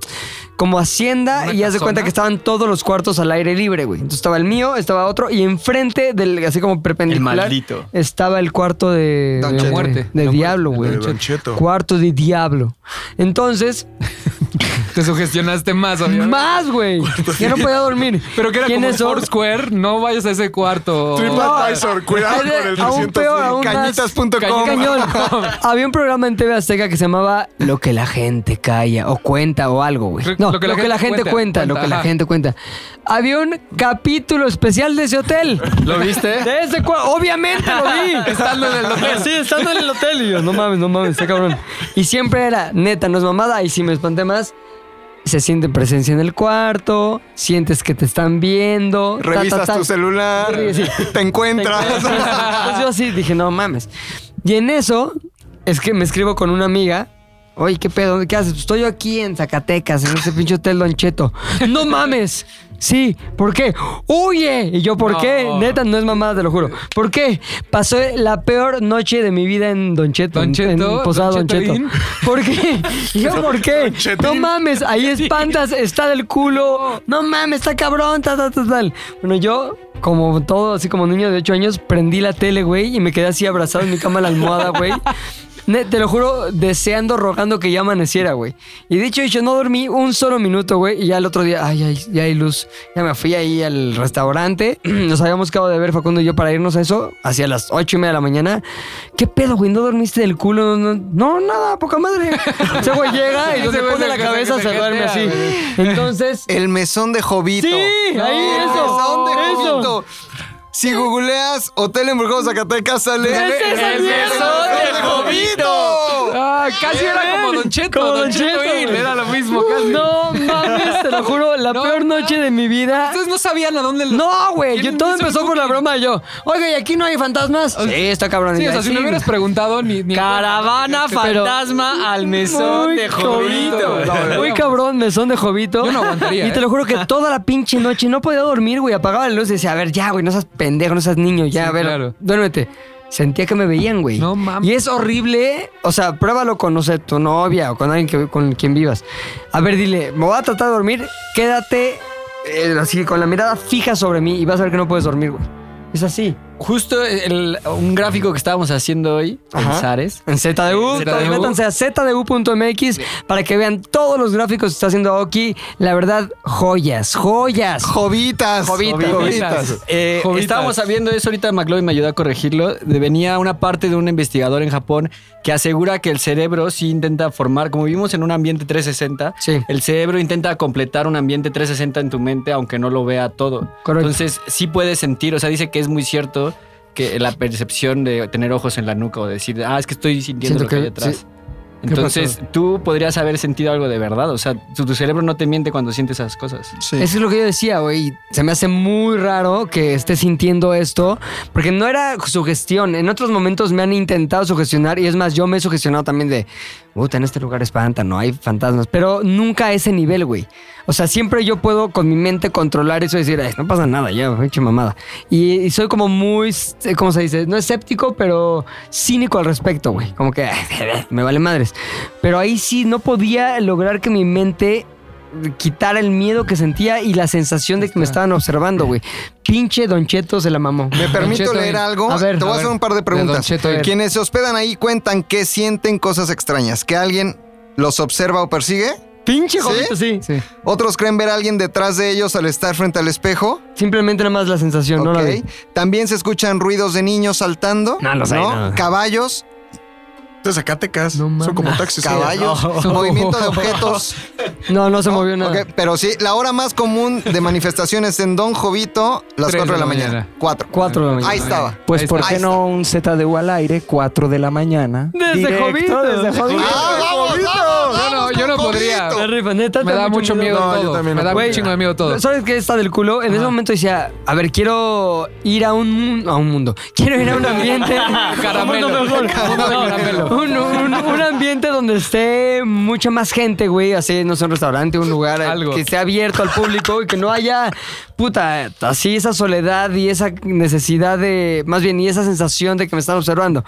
[SPEAKER 2] como hacienda y haz de cuenta que estaban todos los cuartos al aire libre, güey. Entonces estaba el mío, estaba otro y enfrente del así como perpendicular
[SPEAKER 6] maldito.
[SPEAKER 2] estaba el cuarto de
[SPEAKER 8] Don
[SPEAKER 2] de-
[SPEAKER 8] Cheto.
[SPEAKER 2] de-
[SPEAKER 3] Muerte.
[SPEAKER 2] de diablo,
[SPEAKER 4] De
[SPEAKER 2] güey.
[SPEAKER 4] Don Cheto.
[SPEAKER 2] Cuarto de diablo. Entonces
[SPEAKER 3] Te sugestionaste más, obvio.
[SPEAKER 2] Más, güey. Ya no podía dormir.
[SPEAKER 3] Pero que era como en Foursquare, no vayas a ese cuarto.
[SPEAKER 4] TripAdvisor, cuidado con el
[SPEAKER 2] Aún
[SPEAKER 4] 301.
[SPEAKER 2] peor, aún más.
[SPEAKER 4] Cañitas.com.
[SPEAKER 2] Cañón. Había un programa en TV Azteca que se llamaba Lo que la gente calla o cuenta o algo, güey.
[SPEAKER 3] Re-
[SPEAKER 2] No, lo que la, gente cuenta, lo que la
[SPEAKER 3] ajá.
[SPEAKER 2] gente cuenta. Había un capítulo especial de ese hotel.
[SPEAKER 3] ¿Lo viste?
[SPEAKER 2] De ese cua- obviamente lo vi.
[SPEAKER 3] Estando en el hotel.
[SPEAKER 2] Sí, estando en el hotel. Y yo, no mames, no mames, está cabrón. Y siempre era, neta, no es mamada. Y si me espanté más, se siente presencia en el cuarto, sientes que te están viendo. ta, ta,
[SPEAKER 8] Revisas
[SPEAKER 2] ta.
[SPEAKER 8] tu celular,
[SPEAKER 2] Sí, sí.
[SPEAKER 8] te encuentras.
[SPEAKER 2] Entonces yo así dije, no mames. Y en eso es que me escribo con una amiga. Oye, ¿qué pedo? ¿Qué haces? Pues estoy yo aquí en Zacatecas, en ese pinche hotel Don Cheto. ¡No mames! Sí, ¿por qué? ¡Huye! Y yo, ¿por
[SPEAKER 3] No.
[SPEAKER 2] qué? Neta, no es mamada, te lo juro. ¿Por qué? Pasó la peor noche de mi vida en Don Cheto.
[SPEAKER 3] Don
[SPEAKER 2] en- en
[SPEAKER 3] Cheto,
[SPEAKER 2] Posada Don
[SPEAKER 3] Don
[SPEAKER 2] Cheto.
[SPEAKER 3] Chetoín.
[SPEAKER 2] ¿Por qué? Y yo, ¿por qué? No mames, ahí espantas, está del culo. No mames, está cabrón, tal, tal, tal, tal. Bueno, yo, como todo, así como niño de 8 años, prendí la tele, güey, y me quedé así abrazado en mi cama a la almohada, güey. Ne- Te lo juro, deseando, rogando que ya amaneciera, güey. Y dicho y hecho, no dormí un solo minuto, güey. Y ya el otro día, ay, ay, ya hay luz. Ya me fui ahí al restaurante. Nos habíamos acabado de ver, Facundo y yo, para irnos a eso, hacia las ocho y media de la mañana. ¿Qué pedo, güey? ¿No dormiste del culo? No, no, nada, poca madre. Ese güey llega y
[SPEAKER 3] Ese
[SPEAKER 2] donde
[SPEAKER 3] güey
[SPEAKER 2] pone
[SPEAKER 3] se-
[SPEAKER 2] la
[SPEAKER 3] que se-
[SPEAKER 2] cabeza
[SPEAKER 3] que
[SPEAKER 2] se
[SPEAKER 3] se
[SPEAKER 2] duerme
[SPEAKER 3] jetea,
[SPEAKER 2] así.
[SPEAKER 3] güey.
[SPEAKER 2] Entonces.
[SPEAKER 8] El mesón de Jovito.
[SPEAKER 2] Sí, ahí
[SPEAKER 8] El
[SPEAKER 2] eso.
[SPEAKER 8] mesón de
[SPEAKER 2] eso.
[SPEAKER 8] Jovito. Si googleas Hotel Embrujado Zacatecas, sale.
[SPEAKER 2] ¡Es esa
[SPEAKER 8] ¡El
[SPEAKER 2] mierda!
[SPEAKER 8] mesón de Jovito!
[SPEAKER 3] Ah, casi era como Don Cheto.
[SPEAKER 2] Como
[SPEAKER 3] Don,
[SPEAKER 2] Don
[SPEAKER 3] Cheto,
[SPEAKER 2] Cheto,
[SPEAKER 3] Hill,
[SPEAKER 2] güey.
[SPEAKER 3] era lo mismo, casi.
[SPEAKER 2] No mames, te lo juro, la
[SPEAKER 3] No,
[SPEAKER 2] peor noche de mi vida.
[SPEAKER 3] Ustedes Pues no sabían a dónde lo-
[SPEAKER 2] No, güey,
[SPEAKER 3] ¿Quién
[SPEAKER 2] yo- todo
[SPEAKER 3] hizo el
[SPEAKER 2] empezó por la
[SPEAKER 3] booking?
[SPEAKER 2] broma yo. Oiga, ¿y aquí no hay fantasmas? Sí, está cabrón.
[SPEAKER 3] Sí, o sea, si no hubieras preguntado ni. ni
[SPEAKER 12] Caravana
[SPEAKER 3] Pero-
[SPEAKER 12] fantasma al mesón
[SPEAKER 2] Muy
[SPEAKER 12] de
[SPEAKER 2] jovito.
[SPEAKER 12] Jovito.
[SPEAKER 2] Muy cabrón, mesón de Jovito.
[SPEAKER 3] Yo no aguantaría,
[SPEAKER 2] Y te
[SPEAKER 3] ¿eh?
[SPEAKER 2] lo juro que toda la pinche noche no podía dormir, güey. Apagaba la luz y decía, a ver, ya, güey, no seas pendejo, no seas niño, ya,
[SPEAKER 3] Sí,
[SPEAKER 2] a ver,
[SPEAKER 3] claro.
[SPEAKER 2] duérmete. Sentía que me veían, güey.
[SPEAKER 3] No mames.
[SPEAKER 2] Y es horrible. O sea, pruébalo con, no sé, tu novia o con alguien que, con quien vivas. A ver, dile, me voy a tratar de dormir, quédate eh, así con la mirada fija sobre mí y vas a ver que no puedes dormir, güey. Es así.
[SPEAKER 12] Justo el- un gráfico que estábamos haciendo hoy,
[SPEAKER 2] Ajá.
[SPEAKER 12] Pensares.
[SPEAKER 2] En ZDU,
[SPEAKER 12] ZDU.
[SPEAKER 2] también métanse a zdu.mx para que vean todos los gráficos que está haciendo Aoki. La verdad, joyas, joyas.
[SPEAKER 8] Jovitas.
[SPEAKER 2] Jovitas.
[SPEAKER 8] Jovitas.
[SPEAKER 12] Eh,
[SPEAKER 3] Jovitas.
[SPEAKER 12] estábamos viendo eso ahorita, McLovin me ayudó a corregirlo. De- Venía una parte de un investigador en Japón que asegura que el cerebro sí intenta formar, como vivimos en un ambiente 360,
[SPEAKER 2] Sí.
[SPEAKER 12] el cerebro intenta completar un ambiente 360 en tu mente, aunque no lo vea todo.
[SPEAKER 2] Correcto.
[SPEAKER 12] Entonces sí puedes sentir, o sea, dice que es muy cierto que la percepción de tener ojos en la nuca o decir, ah, es que estoy sintiendo
[SPEAKER 2] Siento
[SPEAKER 12] lo que,
[SPEAKER 2] que-
[SPEAKER 12] hay atrás.
[SPEAKER 2] sí. ¿Qué
[SPEAKER 12] Entonces, tú podrías haber sentido algo de verdad. O sea, tu, tu cerebro no te miente cuando sientes esas cosas.
[SPEAKER 8] Sí.
[SPEAKER 2] Eso es lo que yo decía, güey. Se me hace muy raro que esté sintiendo esto, porque no era sugestión. En otros momentos me han intentado sugestionar, y es más, yo me he sugestionado también de, puta, en este lugar espanta, no hay fantasmas, pero nunca a ese nivel, güey. O sea, siempre yo puedo con mi mente controlar eso y decir, "Ay, no pasa nada, ya, pinche mamada. Y, y soy como muy, eh, ¿cómo se dice? No escéptico, pero cínico al respecto, güey. Como que "Ay, me vale madres. Pero ahí sí no podía lograr que mi mente quitar el miedo que sentía y la sensación de que me estaban observando, güey. Pinche Don Cheto se la mamó.
[SPEAKER 8] ¿Me permito
[SPEAKER 3] Cheto,
[SPEAKER 8] leer
[SPEAKER 3] eh.
[SPEAKER 8] algo?
[SPEAKER 2] A ver,
[SPEAKER 8] Te voy a,
[SPEAKER 2] a
[SPEAKER 8] hacer
[SPEAKER 2] ver.
[SPEAKER 8] un par de
[SPEAKER 3] De Don
[SPEAKER 8] preguntas.
[SPEAKER 3] Cheto, a ver.
[SPEAKER 8] Quienes se hospedan ahí cuentan que sienten cosas extrañas, que alguien los observa o persigue.
[SPEAKER 2] Pinche
[SPEAKER 8] ¿Sí?
[SPEAKER 2] jovito, sí.
[SPEAKER 3] Sí.
[SPEAKER 8] Otros creen ver a alguien detrás de ellos al estar frente al espejo.
[SPEAKER 2] Simplemente nada más la sensación, no la
[SPEAKER 8] Ok.
[SPEAKER 2] vi.
[SPEAKER 8] También se escuchan ruidos de niños saltando.
[SPEAKER 2] No, los hay, no.
[SPEAKER 8] Caballos,
[SPEAKER 4] De Zacatecas.
[SPEAKER 2] No mames.
[SPEAKER 4] Son como taxis.
[SPEAKER 8] caballos, movimiento de objetos.
[SPEAKER 2] No, no se movió nada.
[SPEAKER 8] Ok, pero sí, la hora más común de manifestaciones en Don Jovito, las
[SPEAKER 3] Tres
[SPEAKER 8] 4 de la mañana. 4.
[SPEAKER 2] Cuatro de la mañana.
[SPEAKER 8] Ahí estaba.
[SPEAKER 3] Pues,
[SPEAKER 8] Ahí
[SPEAKER 3] ¿por
[SPEAKER 8] está.
[SPEAKER 3] qué
[SPEAKER 8] Ahí está.
[SPEAKER 10] un ZDU al aire, 4 de la mañana.
[SPEAKER 2] Desde
[SPEAKER 10] Directo
[SPEAKER 2] Jovito.
[SPEAKER 10] Desde Jovito.
[SPEAKER 8] ¡Ah, vamos, vamos,
[SPEAKER 3] Yo no,
[SPEAKER 8] vamos
[SPEAKER 3] yo no
[SPEAKER 8] con
[SPEAKER 3] podría.
[SPEAKER 8] Jovito!
[SPEAKER 2] La rifa, neta,
[SPEAKER 3] Me
[SPEAKER 2] te
[SPEAKER 3] da mucho miedo
[SPEAKER 4] No, yo
[SPEAKER 3] todo.
[SPEAKER 4] también
[SPEAKER 3] Me
[SPEAKER 4] no
[SPEAKER 3] da
[SPEAKER 4] puedo.
[SPEAKER 3] un chingo de miedo todo.
[SPEAKER 2] ¿Sabes qué está del culo? En ese momento decía, a ver, quiero ir a un mundo, a un mundo. Quiero ir a un ambiente.
[SPEAKER 3] Caramelo.
[SPEAKER 2] Un mundo mejor.
[SPEAKER 3] Mundo de
[SPEAKER 2] No,
[SPEAKER 3] caramelo.
[SPEAKER 2] Un, un- un ambiente donde esté mucha más gente, güey. Así, no sé, un restaurante, un lugar eh,
[SPEAKER 3] Algo.
[SPEAKER 2] que esté abierto al público y que no haya, puta, así esa soledad y esa necesidad de, más bien, y esa sensación de que me están observando.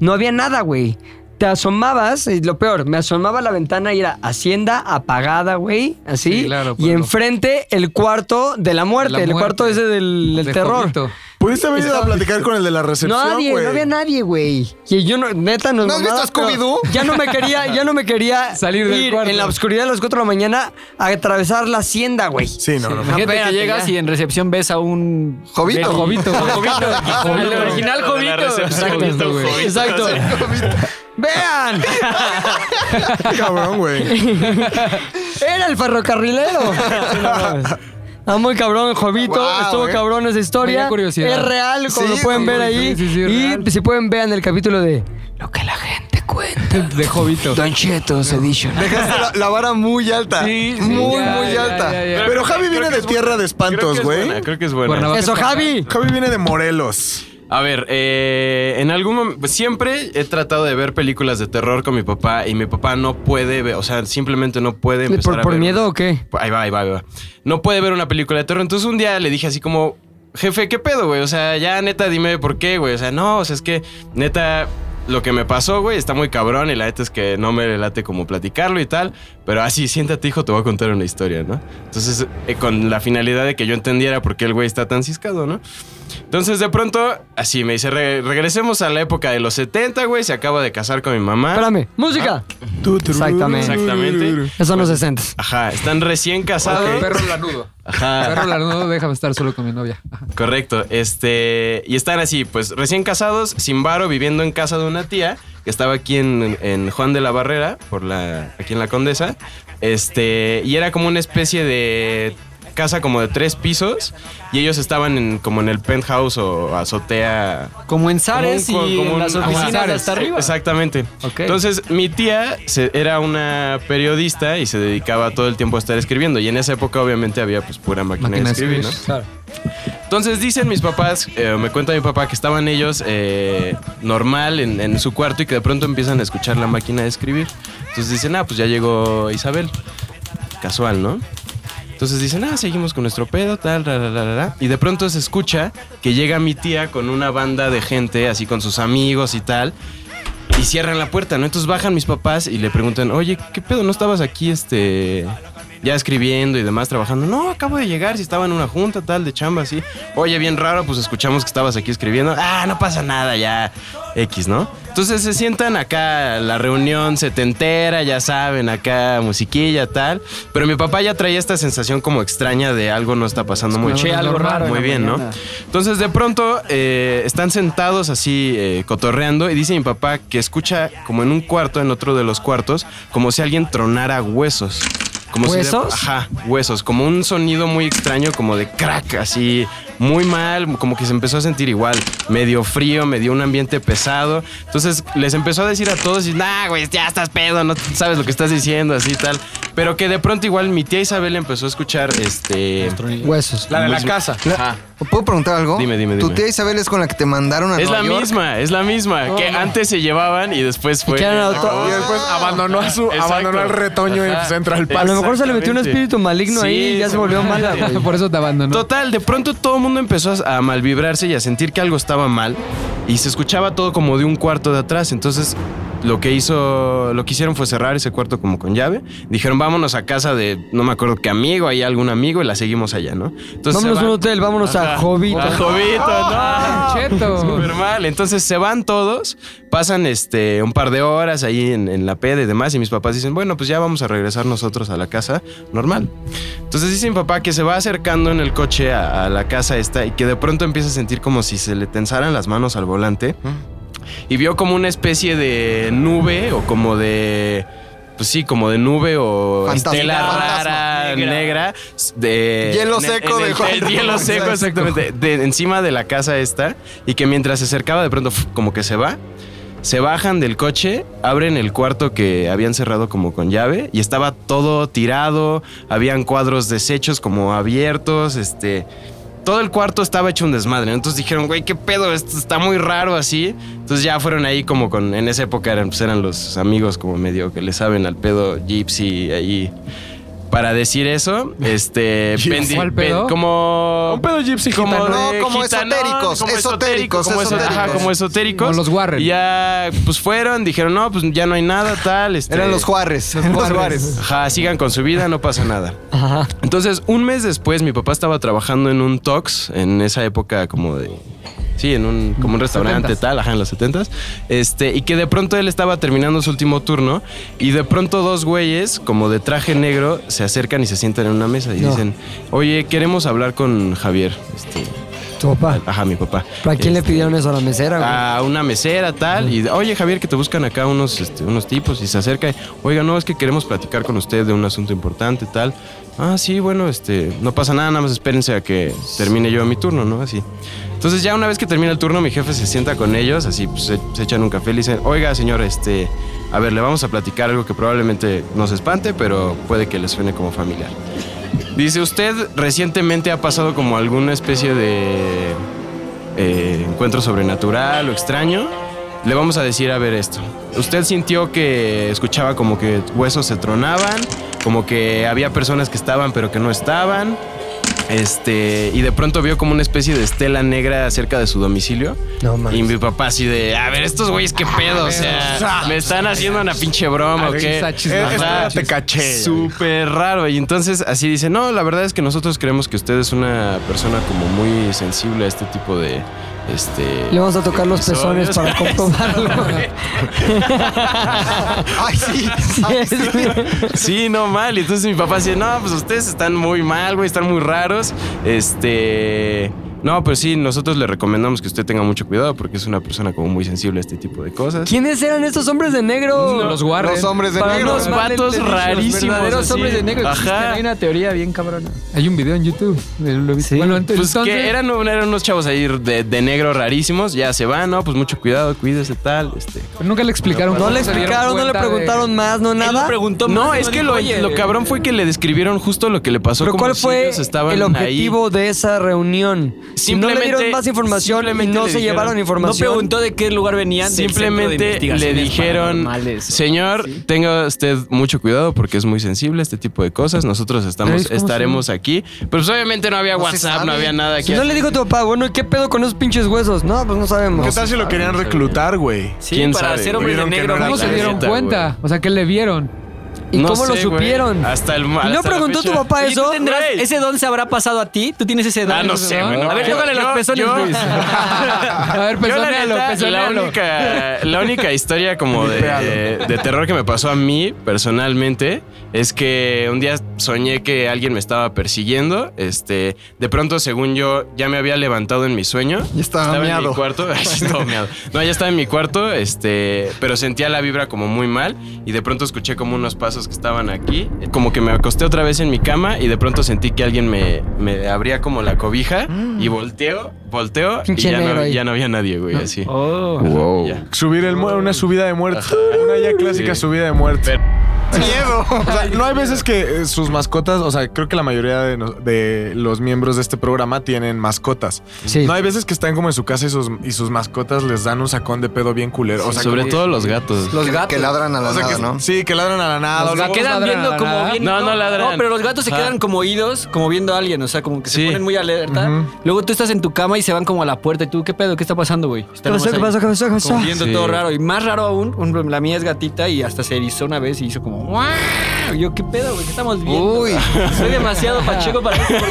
[SPEAKER 2] No había nada, güey. Te asomabas, y lo peor, me asomaba a la ventana y era Hacienda apagada, güey, así.
[SPEAKER 3] Sí, claro,
[SPEAKER 2] y
[SPEAKER 3] Pablo.
[SPEAKER 2] enfrente el cuarto de la muerte,
[SPEAKER 3] De la
[SPEAKER 2] el
[SPEAKER 3] muerte.
[SPEAKER 2] cuarto ese del, del
[SPEAKER 3] De
[SPEAKER 2] terror.
[SPEAKER 3] Jovito.
[SPEAKER 4] Pudiste haber ido a platicar con el de la recepción,
[SPEAKER 2] Nadie,
[SPEAKER 4] güey.
[SPEAKER 2] no había nadie, güey. Y yo no, neta, nos
[SPEAKER 8] ¿No has
[SPEAKER 2] mamaba,
[SPEAKER 8] visto
[SPEAKER 2] pero
[SPEAKER 8] Scooby-Doo?
[SPEAKER 2] Ya no me quería, ya no me quería
[SPEAKER 3] Salir del
[SPEAKER 2] ir
[SPEAKER 3] cuarto.
[SPEAKER 2] en la oscuridad a las 4 de la mañana a atravesar la hacienda, güey.
[SPEAKER 4] Sí, no, no. no.
[SPEAKER 6] Imagínate que
[SPEAKER 2] espérate,
[SPEAKER 6] llegas
[SPEAKER 2] ya.
[SPEAKER 6] y en recepción ves a un...
[SPEAKER 8] Jovito.
[SPEAKER 3] Jovito, güey.
[SPEAKER 2] El original Jovito. Exacto, güey. Exacto. ¡Vean!
[SPEAKER 4] Cabrón, güey.
[SPEAKER 2] ¡Era el ferrocarrilero! Ah, muy cabrón, Jovito.
[SPEAKER 8] Wow,
[SPEAKER 2] Estuvo
[SPEAKER 8] eh.
[SPEAKER 2] cabrón esa
[SPEAKER 3] Me
[SPEAKER 2] historia.
[SPEAKER 3] da curiosidad.
[SPEAKER 2] Es real, como
[SPEAKER 8] Sí,
[SPEAKER 2] lo pueden
[SPEAKER 8] güey,
[SPEAKER 2] ver ahí.
[SPEAKER 3] sí, sí, sí, es
[SPEAKER 2] y
[SPEAKER 3] real.
[SPEAKER 2] si pueden, vean el capítulo de Lo que la gente cuenta.
[SPEAKER 3] De Jovito.
[SPEAKER 2] Don Chetos Edition.
[SPEAKER 8] Dejaste la, la vara muy alta.
[SPEAKER 3] Sí, sí,
[SPEAKER 8] muy,
[SPEAKER 3] ya,
[SPEAKER 8] muy
[SPEAKER 3] ya,
[SPEAKER 8] alta.
[SPEAKER 3] ya, ya.
[SPEAKER 4] Pero Javi viene de tierra de espantos, güey.
[SPEAKER 10] Creo que es buena.
[SPEAKER 3] Cuernavaca.
[SPEAKER 2] ¡Eso, Javi!
[SPEAKER 4] Javi viene de Morelos.
[SPEAKER 10] A ver, eh, en algún momento, siempre he tratado de ver películas de terror con mi papá y mi papá no puede ver, o sea, simplemente no puede empezar
[SPEAKER 2] ¿Por,
[SPEAKER 10] a
[SPEAKER 2] por
[SPEAKER 10] ver
[SPEAKER 2] miedo o qué?
[SPEAKER 10] Ahí va, ahí va, ahí va. No puede ver una película de terror. Entonces un día le dije así como, jefe, ¿qué pedo, güey? O sea, ya neta, dime por qué, güey. O sea, no, o sea, es que neta, lo que me pasó, güey, está muy cabrón y la neta es que no me late como platicarlo y tal. Pero así, siéntate, hijo, te voy a contar una historia, ¿no? Entonces, eh, con la finalidad de que yo entendiera por qué el güey está tan ciscado, ¿no? Entonces, de pronto, así me dice, "Re- regresemos a la época de los 70, güey, se acaba de casar con mi mamá.
[SPEAKER 2] Espérame. ¡Música! Exactamente.
[SPEAKER 10] Exactamente.
[SPEAKER 2] Eso no se siente.
[SPEAKER 10] Ajá, están recién casados.
[SPEAKER 3] Perro lanudo.
[SPEAKER 2] Ah.
[SPEAKER 10] Ajá.
[SPEAKER 3] Perro lanudo, déjame estar solo con mi novia. Ah, Ajá.
[SPEAKER 10] Correcto. Este. Y están así, pues recién casados, sin varo, viviendo en casa de una tía que estaba aquí en, en Juan de la Barrera, por la, aquí en la Condesa. Este. Y era como una especie de casa como de tres pisos y ellos estaban en, como en el penthouse o azotea
[SPEAKER 6] Como en Zares
[SPEAKER 10] como un-
[SPEAKER 6] y
[SPEAKER 10] como
[SPEAKER 6] en
[SPEAKER 10] un-
[SPEAKER 6] las
[SPEAKER 10] ajá,
[SPEAKER 6] oficinas de
[SPEAKER 10] Zares,
[SPEAKER 6] hasta arriba.
[SPEAKER 10] Exactamente.
[SPEAKER 6] Ok.
[SPEAKER 10] Entonces, mi tía se- era una periodista y se dedicaba todo el tiempo a estar escribiendo. Y en esa época, obviamente, había pues pura máquina,
[SPEAKER 3] Máquina de
[SPEAKER 10] de escribir,
[SPEAKER 3] escribir,
[SPEAKER 10] ¿no?
[SPEAKER 3] claro.
[SPEAKER 10] Entonces, dicen mis papás, eh, me cuenta mi papá, que estaban ellos eh, normal en, en su cuarto y que de pronto empiezan a escuchar la máquina de escribir. Entonces dicen, ah, pues ya llegó Isabel. Casual, ¿no? Entonces dicen, ah, seguimos con nuestro pedo, tal, ra, ra, ra, ra, ra. Y de pronto se escucha que llega mi tía con una banda de gente, así con sus amigos y tal. Y cierran la puerta, ¿no? Entonces bajan mis papás y le preguntan, oye, ¿qué pedo? ¿No estabas aquí, este, ya escribiendo y demás, trabajando? No, acabo de llegar, si estaba en una junta, tal, de chamba, así. Oye, bien raro, pues escuchamos que estabas aquí escribiendo. Ah, no pasa nada, ya, X, ¿no? Entonces se sientan acá, la reunión setentera, ya saben, acá, musiquilla, tal. Pero mi papá ya traía esta sensación como extraña de algo no está pasando muy
[SPEAKER 3] Escuché
[SPEAKER 10] chido.
[SPEAKER 3] algo raro en
[SPEAKER 10] Muy
[SPEAKER 3] la
[SPEAKER 10] bien, ¿no?
[SPEAKER 3] mañana.
[SPEAKER 10] Entonces de pronto eh, están sentados así eh, cotorreando y dice mi papá que escucha como en un cuarto, en otro de los cuartos, como si alguien tronara huesos. Como si de-
[SPEAKER 2] ¿Huesos?
[SPEAKER 10] ajá, huesos. Como un sonido muy extraño, como de crack, así muy mal, como que se empezó a sentir igual, medio frío, medio un ambiente pesado. Entonces les empezó a decir a todos, y nah, güey, ya estás pedo, no sabes lo que estás diciendo, así tal. Pero que de pronto igual mi tía Isabel empezó a escuchar este...
[SPEAKER 2] Huesos.
[SPEAKER 10] La de la casa.
[SPEAKER 8] ¿Puedo preguntar algo?
[SPEAKER 10] Dime, dime, dime.
[SPEAKER 8] ¿Tu tía Isabel es con la que te mandaron a
[SPEAKER 10] Es la
[SPEAKER 8] Nueva York?
[SPEAKER 10] misma, es la misma.
[SPEAKER 2] Oh,
[SPEAKER 10] que antes se llevaban y después fue.
[SPEAKER 2] que eran auto-
[SPEAKER 10] acabó.
[SPEAKER 4] Y después abandonó a su,
[SPEAKER 10] Exacto.
[SPEAKER 4] abandonó al retoño
[SPEAKER 10] Ajá.
[SPEAKER 4] y Central
[SPEAKER 2] A
[SPEAKER 4] Park.
[SPEAKER 2] lo mejor se le metió un
[SPEAKER 10] Exactamente.
[SPEAKER 2] espíritu maligno ahí y
[SPEAKER 10] Sí,
[SPEAKER 2] ya se volvió mala, güey.
[SPEAKER 3] Por eso te abandonó.
[SPEAKER 10] Total, de pronto todo el mundo empezó a malvibrarse y a sentir que algo estaba mal. Y se escuchaba todo como de un cuarto de atrás. Entonces, lo que hizo, lo que hicieron fue cerrar ese cuarto como con llave. Dijeron, vámonos a casa de, no me acuerdo qué amigo, hay algún amigo y la seguimos allá, ¿no? Entonces, se
[SPEAKER 2] Vámonos a
[SPEAKER 10] van-
[SPEAKER 2] un hotel, vámonos a
[SPEAKER 10] Ajá.
[SPEAKER 2] Jovito. Ah,
[SPEAKER 10] A Jovito, no.
[SPEAKER 3] Cheto.
[SPEAKER 10] Súper mal. Entonces se van todos, pasan este un par de horas ahí en, en la peda y demás, y mis papás dicen, bueno, pues ya vamos a regresar nosotros a la casa normal. Entonces dice mi papá que se va acercando en el coche a, a la casa esta y que de pronto empieza a sentir como si se le tensaran las manos al volante y vio como una especie de nube o como de... Pues sí, como de nube o
[SPEAKER 8] Fantasma.
[SPEAKER 10] estela
[SPEAKER 8] Fantasma.
[SPEAKER 10] rara, negra, de...
[SPEAKER 8] Hielo
[SPEAKER 10] Eh, en el-
[SPEAKER 8] seco
[SPEAKER 10] en
[SPEAKER 8] de
[SPEAKER 10] el-
[SPEAKER 8] Juan
[SPEAKER 10] el
[SPEAKER 8] Ramón.
[SPEAKER 10] hielo seco, exactamente. de encima de la casa esta y que mientras se acercaba de pronto fu- como que se va. Se bajan del coche, abren el cuarto que habían cerrado como con llave y estaba todo tirado, habían cuadros deshechos como abiertos, este todo el cuarto estaba hecho un desmadre. ¿no? Entonces dijeron, güey, qué pedo, esto está muy raro así. Entonces ya fueron ahí como con, en esa época eran, pues eran los amigos como medio que le saben al pedo, Gypsy, ahí para decir eso. Este. vendi-
[SPEAKER 3] ¿Cuál
[SPEAKER 10] ven-
[SPEAKER 3] pedo?
[SPEAKER 10] como. Un pedo gypsy como
[SPEAKER 8] gitano.
[SPEAKER 10] de
[SPEAKER 8] No, como
[SPEAKER 10] gitanón,
[SPEAKER 8] esotéricos,
[SPEAKER 10] como
[SPEAKER 8] esotéricos,
[SPEAKER 10] como eso-
[SPEAKER 8] esotéricos.
[SPEAKER 10] ajá, como esotéricos.
[SPEAKER 8] Como los
[SPEAKER 10] Warren. Ya, pues fueron, dijeron, no, pues ya no hay nada, tal. este-
[SPEAKER 8] Eran los Juárez. Los Juárez.
[SPEAKER 10] Ajá, sigan con su vida, no pasa nada. Entonces, un mes después, mi papá estaba trabajando en un Tox, en esa época como de. Sí, en un, como un restaurante
[SPEAKER 12] 70s.
[SPEAKER 10] tal, ajá, en los 70 Este, y que de pronto él estaba terminando su último turno y de pronto dos güeyes, como de traje negro, se acercan y se sientan en una mesa y
[SPEAKER 2] No.
[SPEAKER 10] dicen, oye, queremos hablar con Javier. Este,
[SPEAKER 2] Tu papá.
[SPEAKER 10] ajá, mi papá. Este,
[SPEAKER 2] ¿Pero a quién le pidieron eso a la mesera, güey?
[SPEAKER 10] A una mesera, tal. Y oye, Javier, que te buscan acá unos, este, unos tipos y se acerca. y, Oiga, no, es que queremos platicar con usted de un asunto importante, tal. Ah, sí, bueno, este, no pasa nada, nada más espérense a que termine yo mi turno, ¿no? Así. Entonces, ya una vez que termina el turno, mi jefe se sienta con ellos, así pues, se, se echan un café y le dicen, oiga, señor, este, a ver, le vamos a platicar algo que probablemente nos espante, pero puede que le suene como familiar. Dice, ¿usted recientemente ha pasado como alguna especie de eh, encuentro sobrenatural o extraño? Le vamos a decir, a ver esto. ¿Usted sintió que escuchaba como que huesos se tronaban? Como que había personas que estaban pero que no estaban. Este, y de pronto vio como una especie de estela negra cerca de su domicilio.
[SPEAKER 2] No,
[SPEAKER 10] Y mi papá así de, a ver, estos güeyes qué pedo, o sea, me están haciendo una pinche broma, ¿o qué?
[SPEAKER 4] Alexis,
[SPEAKER 10] Ajá.
[SPEAKER 4] espérate, caché.
[SPEAKER 10] Súper raro. Y entonces así dice, no, la verdad es que nosotros creemos que usted es una persona como muy sensible a este tipo de... Este,
[SPEAKER 2] Le vamos a tocar los pezones para
[SPEAKER 10] episodios".
[SPEAKER 2] comprobarlo.
[SPEAKER 8] Ay, sí.
[SPEAKER 10] Sí, no mal. Y entonces mi papá decía, no, pues ustedes están muy mal, güey, están muy raros. Este. No, pero sí, nosotros le recomendamos que usted tenga mucho cuidado porque es una persona como muy sensible a este tipo de cosas.
[SPEAKER 2] ¿Quiénes eran estos hombres de negro?
[SPEAKER 10] No, los Warren. Los hombres de negro.
[SPEAKER 2] no
[SPEAKER 10] Unos
[SPEAKER 2] mal
[SPEAKER 10] vatos
[SPEAKER 2] entendidos,
[SPEAKER 10] rarísimos,
[SPEAKER 2] Los verdaderos
[SPEAKER 10] así.
[SPEAKER 2] hombres de negro. existen.
[SPEAKER 10] Ajá.
[SPEAKER 2] Hay una teoría bien cabrona.
[SPEAKER 3] Hay un video en YouTube. eh, lo he visto. Bueno, ent-
[SPEAKER 10] Pues
[SPEAKER 3] entonces-
[SPEAKER 10] que eran, eran unos chavos ahí de, de negro rarísimos, ya se van, no, pues mucho cuidado, cuídese tal, este.
[SPEAKER 3] Pero nunca le explicaron.
[SPEAKER 10] No
[SPEAKER 3] cómo
[SPEAKER 10] le
[SPEAKER 3] se dieron
[SPEAKER 10] explicaron, no le
[SPEAKER 3] cuenta de-
[SPEAKER 2] preguntaron más, no nada.
[SPEAKER 6] preguntó
[SPEAKER 10] No, es que lo, lo cabrón fue que le describieron justo lo que le pasó.
[SPEAKER 2] Pero
[SPEAKER 10] como
[SPEAKER 2] ¿cuál
[SPEAKER 10] si
[SPEAKER 2] fue
[SPEAKER 10] ellos estaban
[SPEAKER 2] el
[SPEAKER 10] ahí.
[SPEAKER 2] objetivo de esa reunión? Si no le dieron más información y
[SPEAKER 10] simplemente
[SPEAKER 2] no
[SPEAKER 10] le
[SPEAKER 2] se
[SPEAKER 10] dijeron-
[SPEAKER 2] llevaron información.
[SPEAKER 6] de qué lugar venían. del centro de
[SPEAKER 10] Simplemente le
[SPEAKER 6] investigaciones
[SPEAKER 10] dijeron,
[SPEAKER 6] paranormales, o
[SPEAKER 10] señor, tenga usted mucho cuidado porque es muy sensible a este tipo de cosas. Nosotros
[SPEAKER 2] Ay,
[SPEAKER 10] estamos,
[SPEAKER 2] ¿cómo
[SPEAKER 10] estaremos aquí. Pero pues, obviamente no había
[SPEAKER 2] No se
[SPEAKER 10] WhatsApp, no
[SPEAKER 2] sabe.
[SPEAKER 10] había nada
[SPEAKER 2] Si
[SPEAKER 10] que
[SPEAKER 2] no
[SPEAKER 10] hacer.
[SPEAKER 2] le dijo a tu papá, bueno, ¿y qué pedo con esos pinches huesos? No, pues no sabemos.
[SPEAKER 4] ¿Qué tal si lo querían reclutar, güey?
[SPEAKER 6] Sí, para ser hombre de
[SPEAKER 4] Vieron que
[SPEAKER 6] negro.
[SPEAKER 4] no era
[SPEAKER 3] ¿Cómo se
[SPEAKER 4] la
[SPEAKER 3] dieron
[SPEAKER 4] neta,
[SPEAKER 3] cuenta? O sea, ¿qué le vieron?
[SPEAKER 2] ¿Y
[SPEAKER 10] No
[SPEAKER 2] cómo lo
[SPEAKER 10] sé, güey.
[SPEAKER 2] supieron?
[SPEAKER 10] Hasta el
[SPEAKER 2] ¿Y
[SPEAKER 10] mal.
[SPEAKER 2] no preguntó tu papá
[SPEAKER 6] Oye, ¿tú
[SPEAKER 2] eso?
[SPEAKER 6] tendrás- ¿Ese don se habrá pasado a ti? ¿Tú tienes ese don?
[SPEAKER 10] Ah, no
[SPEAKER 6] ese
[SPEAKER 10] sé,
[SPEAKER 6] don?
[SPEAKER 10] güey, no.
[SPEAKER 6] A ver,
[SPEAKER 10] Yo-
[SPEAKER 6] tócale los
[SPEAKER 10] yo-
[SPEAKER 6] pezones,
[SPEAKER 10] yo-
[SPEAKER 6] Luis.
[SPEAKER 3] A ver,
[SPEAKER 10] Yo, la
[SPEAKER 3] pezonealo,
[SPEAKER 10] neta, la
[SPEAKER 3] pezonealo.
[SPEAKER 10] única, la única historia como de, de- de terror que me pasó a mí personalmente es que un día soñé que alguien me estaba persiguiendo. Este, de pronto, según yo, ya me había levantado en mi sueño.
[SPEAKER 8] Y estaba
[SPEAKER 10] en mi
[SPEAKER 8] miado.
[SPEAKER 10] cuarto. Ay, estaba miado. No, ya estaba en mi cuarto, este, pero sentía la vibra como muy mal y de pronto escuché como unos pasos que estaban aquí. Como que me acosté otra vez en mi cama y de pronto sentí que alguien me, me abría como la cobija y volteo, volteo y
[SPEAKER 2] Pinche
[SPEAKER 10] ya
[SPEAKER 2] negro
[SPEAKER 10] no,
[SPEAKER 2] ahí.
[SPEAKER 10] ya no había nadie, güey, así.
[SPEAKER 6] Oh.
[SPEAKER 2] Oh.
[SPEAKER 10] Ya.
[SPEAKER 4] Subir el mu- una subida de muerte. Una ya clásica
[SPEAKER 10] Sí.
[SPEAKER 4] subida de muerte.
[SPEAKER 10] Pero-
[SPEAKER 4] Miedo. O sea, no hay veces que eh, sus mascotas, o sea, creo que la mayoría de, nos- de los miembros de este programa tienen mascotas.
[SPEAKER 2] Sí.
[SPEAKER 4] No hay veces que están como en su casa y sus, y sus mascotas les dan un sacón de pedo bien culero. O sea,
[SPEAKER 10] Sobre
[SPEAKER 4] como-
[SPEAKER 10] todo los gatos.
[SPEAKER 8] Que- Que ladran a la
[SPEAKER 4] o sea,
[SPEAKER 8] nada,
[SPEAKER 4] que-
[SPEAKER 8] ¿no?
[SPEAKER 4] Sí, que ladran a la nada.
[SPEAKER 3] Los
[SPEAKER 4] o luego-
[SPEAKER 6] Se quedan
[SPEAKER 3] ladran
[SPEAKER 6] viendo
[SPEAKER 3] a
[SPEAKER 6] como
[SPEAKER 3] nada.
[SPEAKER 6] bien.
[SPEAKER 10] No, no ladran.
[SPEAKER 6] No, pero los gatos se
[SPEAKER 10] Ajá.
[SPEAKER 6] quedan como oídos, como viendo a alguien, o sea, como que
[SPEAKER 10] Sí.
[SPEAKER 6] se ponen muy alerta. Luego tú estás en tu cama y se van como a la puerta y tú, ¿qué pedo? ¿Qué está pasando,
[SPEAKER 3] Pues,
[SPEAKER 6] güey?
[SPEAKER 2] ¿Qué
[SPEAKER 6] Están
[SPEAKER 2] pasó?
[SPEAKER 6] nomás
[SPEAKER 2] ¿Qué
[SPEAKER 6] ahí,
[SPEAKER 2] pasó? ¿Qué pasó? ¿Qué pasó?
[SPEAKER 6] Como viendo
[SPEAKER 10] Sí.
[SPEAKER 6] todo raro. Y más raro aún, un- la mía es gatita y hasta se erizó una vez y hizo como ¡guau! Y Yo, ¿qué pedo, güey? ¿Qué estamos viendo?
[SPEAKER 8] Uy.
[SPEAKER 6] Soy demasiado pacheco para esto. ¿Por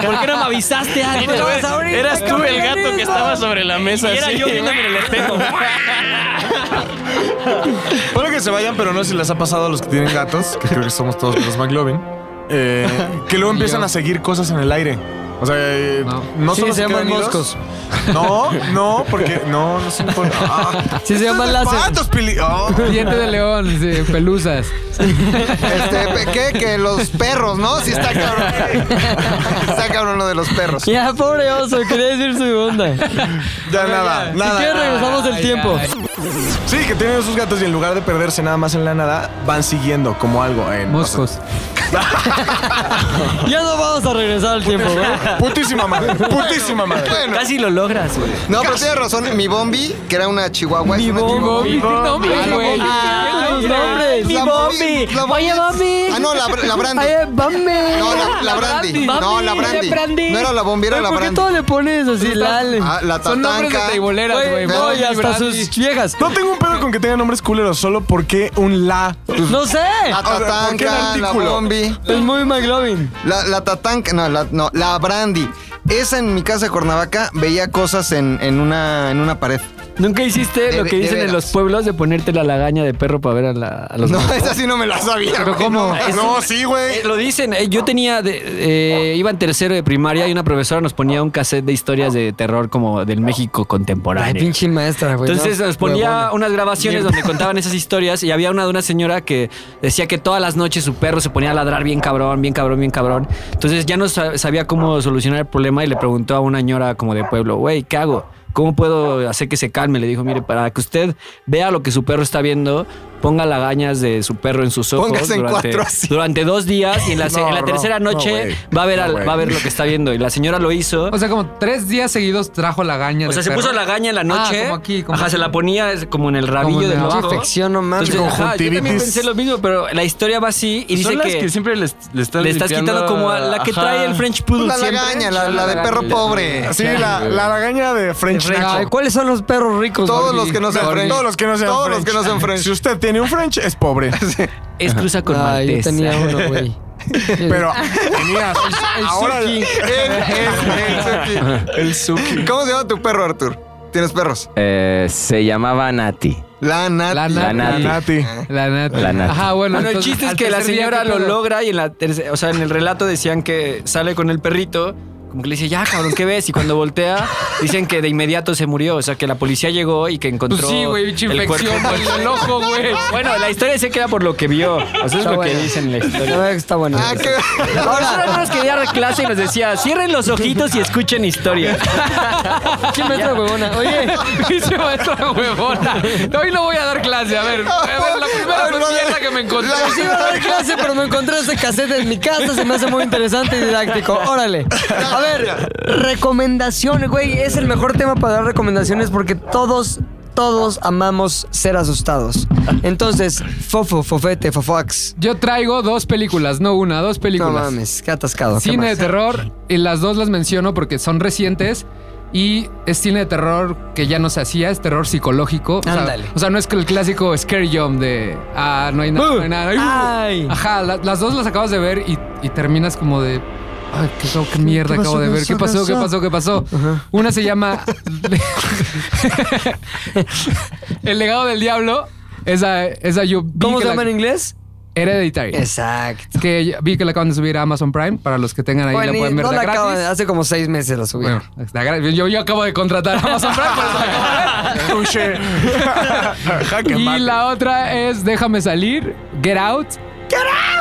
[SPEAKER 6] qué, por qué no me avisaste antes?
[SPEAKER 10] Eras tú el gato que estaba sobre la mesa.
[SPEAKER 6] Y era
[SPEAKER 10] así.
[SPEAKER 6] yo viéndome en el espejo.
[SPEAKER 4] Puede que se vayan, pero no sé si les ha pasado a los que tienen gatos, que creo que somos todos los McLovin, eh, que luego empiezan a seguir cosas en el aire. O sea, eh, no,
[SPEAKER 2] Sí,
[SPEAKER 4] solo
[SPEAKER 2] se
[SPEAKER 4] quedan
[SPEAKER 2] llaman
[SPEAKER 4] idos.
[SPEAKER 2] moscos.
[SPEAKER 4] No, no, porque no, no se importa. Ah,
[SPEAKER 2] Sí, se llaman láser.
[SPEAKER 4] ¿Cuántos pili- oh.
[SPEAKER 3] Diente de león, sí, pelusas.
[SPEAKER 8] Este, ¿qué? Que los perros, ¿no? Sí está cabrón. Está cabrón lo de los perros.
[SPEAKER 2] Ya, pobre oso, quería decir su onda.
[SPEAKER 4] Ya nada,
[SPEAKER 2] Si quieres,
[SPEAKER 4] nada.
[SPEAKER 2] regresamos el tiempo.
[SPEAKER 4] Sí, que tienen sus gatos y en lugar de perderse nada más en la nada, van siguiendo como algo. En,
[SPEAKER 3] Moscos.
[SPEAKER 2] ya no vamos a regresar al tiempo, güey.
[SPEAKER 4] Putísima madre. Putísima madre.
[SPEAKER 12] Casi lo logras, güey.
[SPEAKER 8] No, pero tienes razón. Mi Bombi, que era una chihuahua. Mi
[SPEAKER 3] Bombi,
[SPEAKER 8] Mi
[SPEAKER 3] Bombi, güey.
[SPEAKER 2] Ah, Los nombres.
[SPEAKER 8] La Bombi. La Bombi.
[SPEAKER 2] Oye, Bambi.
[SPEAKER 8] Ah, no, la, la Brandy.
[SPEAKER 2] Oye, Bambi.
[SPEAKER 8] Ah, No, la, la Brandy. No, la Brandy.
[SPEAKER 2] Brandy.
[SPEAKER 8] No era la Bombi, era
[SPEAKER 2] Oye,
[SPEAKER 8] la
[SPEAKER 2] ¿Por qué
[SPEAKER 8] Brandy.
[SPEAKER 2] todo le pones así, Lale?
[SPEAKER 8] Ah, la
[SPEAKER 3] Son nombres de
[SPEAKER 8] Tatanca.
[SPEAKER 3] teiboleras,
[SPEAKER 2] Oye,
[SPEAKER 3] güey.
[SPEAKER 8] no,
[SPEAKER 3] Bobby,
[SPEAKER 2] Oye, hasta
[SPEAKER 3] Brandy.
[SPEAKER 2] sus viejas.
[SPEAKER 4] No tengo un pedo con que tengan nombres culeros, solo porque un la.
[SPEAKER 2] No sé.
[SPEAKER 8] La
[SPEAKER 4] ¿por qué
[SPEAKER 8] Tatanca,
[SPEAKER 4] el
[SPEAKER 8] la
[SPEAKER 4] artículo?
[SPEAKER 8] Bombi.
[SPEAKER 2] Es muy McLovin.
[SPEAKER 8] La, la Tatanca, no, la, no, la Brandy. Esa en mi casa de Cuernavaca veía cosas en, en, una, en una pared.
[SPEAKER 2] Nunca hiciste
[SPEAKER 8] De-
[SPEAKER 2] lo que
[SPEAKER 8] de
[SPEAKER 2] dicen en
[SPEAKER 8] veras.
[SPEAKER 2] los pueblos de ponerte la lagaña de perro para ver a, la- a los
[SPEAKER 8] No, esa sí no me la sabía.
[SPEAKER 3] Pero
[SPEAKER 8] güey,
[SPEAKER 3] ¿cómo?
[SPEAKER 8] No, no, sí, güey.
[SPEAKER 6] Eh, lo dicen, eh, yo tenía, de- eh, iba en tercero de primaria y una profesora nos ponía un cassette de historias de terror como del México
[SPEAKER 2] Ay,
[SPEAKER 6] contemporáneo.
[SPEAKER 2] pinche maestra, güey.
[SPEAKER 6] Entonces
[SPEAKER 2] ¿no?
[SPEAKER 6] nos ponía
[SPEAKER 2] Huevona.
[SPEAKER 6] unas grabaciones donde contaban esas historias y había una de una señora que decía que todas las noches su perro se ponía a ladrar bien cabrón, bien cabrón, bien cabrón. Entonces ya no sa- sabía cómo solucionar el problema y le preguntó a una ñora como de pueblo, güey, ¿qué hago? ¿Cómo puedo hacer que se calme? Le dijo, mire, para que usted vea lo que su perro está viendo, ponga lagañas de su perro en sus ojos
[SPEAKER 8] Póngase en
[SPEAKER 6] durante,
[SPEAKER 8] cuatro así.
[SPEAKER 6] durante dos días y en la, se-
[SPEAKER 4] No,
[SPEAKER 6] en la
[SPEAKER 4] no,
[SPEAKER 6] tercera
[SPEAKER 4] no,
[SPEAKER 6] noche
[SPEAKER 4] güey.
[SPEAKER 6] va, a ver
[SPEAKER 4] No,
[SPEAKER 6] al-
[SPEAKER 4] güey.
[SPEAKER 6] va a ver lo que está viendo. Y la señora lo hizo.
[SPEAKER 3] O sea, como tres días seguidos trajo lagaña.
[SPEAKER 6] O sea,
[SPEAKER 3] de
[SPEAKER 6] se
[SPEAKER 3] perro.
[SPEAKER 6] puso la gaña en la noche.
[SPEAKER 3] Ah, como aquí, como
[SPEAKER 6] ajá,
[SPEAKER 3] aquí.
[SPEAKER 6] se la ponía es como en el
[SPEAKER 3] Como
[SPEAKER 6] rabillo
[SPEAKER 3] en
[SPEAKER 6] del
[SPEAKER 3] el-
[SPEAKER 6] ojo.
[SPEAKER 2] Infección, no mames.
[SPEAKER 6] Entonces, ajá, yo también
[SPEAKER 4] Conjuntivitis.
[SPEAKER 6] pensé lo mismo, pero la historia va así y dice
[SPEAKER 10] Son las que,
[SPEAKER 6] que
[SPEAKER 10] siempre les- le están
[SPEAKER 6] le estás
[SPEAKER 10] limpiando-
[SPEAKER 6] quitando como a la que
[SPEAKER 10] Ajá.
[SPEAKER 6] trae el French Poodle
[SPEAKER 8] Pues La
[SPEAKER 6] siempre.
[SPEAKER 8] lagaña, la, la de perro pobre.
[SPEAKER 4] Sí, la, la lagaña de French
[SPEAKER 2] Ay,
[SPEAKER 4] Nacho.
[SPEAKER 2] ¿Cuáles son los perros ricos?
[SPEAKER 8] Todos
[SPEAKER 2] Jordi?
[SPEAKER 8] los que no sean French.
[SPEAKER 4] Todos los que no sean
[SPEAKER 8] Todos
[SPEAKER 4] French.
[SPEAKER 8] los que no sean French.
[SPEAKER 4] Si usted tiene un French, es pobre.
[SPEAKER 6] Es cruza con
[SPEAKER 2] Ah, yo
[SPEAKER 6] maltesa.
[SPEAKER 2] tenía uno, güey.
[SPEAKER 4] Pero tenías. Ahora.
[SPEAKER 8] Él es el Suki.
[SPEAKER 4] El Suki.
[SPEAKER 8] ¿Cómo se llama tu perro, Artur? ¿Tienes perros?
[SPEAKER 12] Eh, se llamaba Nati.
[SPEAKER 8] La Nati.
[SPEAKER 3] La
[SPEAKER 12] La
[SPEAKER 3] Nati.
[SPEAKER 12] Nati.
[SPEAKER 4] Nati.
[SPEAKER 3] La nata.
[SPEAKER 12] La nata.
[SPEAKER 3] Ajá, bueno.
[SPEAKER 6] Bueno, el
[SPEAKER 3] entonces,
[SPEAKER 6] chiste es
[SPEAKER 3] al
[SPEAKER 6] que la
[SPEAKER 3] tercer día,
[SPEAKER 6] señora
[SPEAKER 3] ¿qué
[SPEAKER 6] lo
[SPEAKER 3] pedo?
[SPEAKER 6] logra y en la terce- o sea, en el relato decían que sale con el perrito, como que le dice, ya cabrón, ¿qué ves? Y cuando voltea, dicen que de inmediato se murió, o sea, que la policía llegó y que encontró
[SPEAKER 3] Pues sí, güey, pinche
[SPEAKER 6] el cuerpo.
[SPEAKER 3] infección en el ojo, güey.
[SPEAKER 6] Bueno, la historia se queda por lo que vio, o sea, es
[SPEAKER 2] Está
[SPEAKER 6] lo que
[SPEAKER 2] bueno.
[SPEAKER 6] dicen en la historia.
[SPEAKER 2] La verdad que está bueno.
[SPEAKER 8] Ah, qué...
[SPEAKER 6] Ahora nos quería dar clase y nos decía, cierren los ojitos y escuchen historia.
[SPEAKER 2] ¿Qué maestra huevona? Oye,
[SPEAKER 3] Pinche maestra huevona. Hoy no voy a dar clase. A ver, a ver, la primera
[SPEAKER 8] Ay, no,
[SPEAKER 3] mierda
[SPEAKER 8] no.
[SPEAKER 3] que me encontré.
[SPEAKER 8] La-
[SPEAKER 2] sí iba a dar clase, pero me encontré ese cassette en mi casa. Se me hace muy interesante y didáctico. Órale. A ver, recomendaciones, güey. Es el mejor tema para dar recomendaciones porque todos... Todos amamos ser asustados. Entonces, fofo, fofete, fofoax.
[SPEAKER 3] Yo traigo dos películas, no una, dos
[SPEAKER 2] No
[SPEAKER 3] películas.
[SPEAKER 2] mames, qué atascado. ¿qué
[SPEAKER 3] Cine
[SPEAKER 2] más?
[SPEAKER 3] de terror, y las dos las menciono porque son recientes. Y es cine de terror que ya no se hacía, es terror psicológico. O sea,
[SPEAKER 2] Ándale.
[SPEAKER 3] O sea, no es que el clásico Scary Jump de. Ah, no hay nada. No hay nada. Ay,
[SPEAKER 2] Ah, Ay.
[SPEAKER 3] Ajá, la- las dos las acabas de ver y, y terminas como de. Ay, qué, qué mierda
[SPEAKER 2] ¿Qué pasó?
[SPEAKER 3] acabo de
[SPEAKER 2] ¿Qué
[SPEAKER 3] ver. ¿Qué pasó?
[SPEAKER 2] pasó?
[SPEAKER 3] ¿Qué pasó? ¿Qué pasó? Una se llama. el legado del diablo. Esa, esa yo. vi
[SPEAKER 2] ¿Cómo
[SPEAKER 3] que
[SPEAKER 2] se
[SPEAKER 3] la-
[SPEAKER 2] llama en inglés?
[SPEAKER 3] Hereditary.
[SPEAKER 2] Exacto.
[SPEAKER 3] Que ya- vi que la acaban de subir a Amazon Prime. Para los que tengan ahí, la
[SPEAKER 2] Bueno,
[SPEAKER 3] pueden
[SPEAKER 2] y
[SPEAKER 3] ver
[SPEAKER 2] no
[SPEAKER 3] de
[SPEAKER 2] la
[SPEAKER 3] gratis.
[SPEAKER 2] acaban, hace como seis meses la subieron.
[SPEAKER 3] Bueno, está gra- yo, yo acabo de contratar a Amazon Prime. por eso la acabo de ver.
[SPEAKER 4] Touché. Jaque
[SPEAKER 3] y
[SPEAKER 4] mate.
[SPEAKER 3] la otra es Déjame salir, Get Out.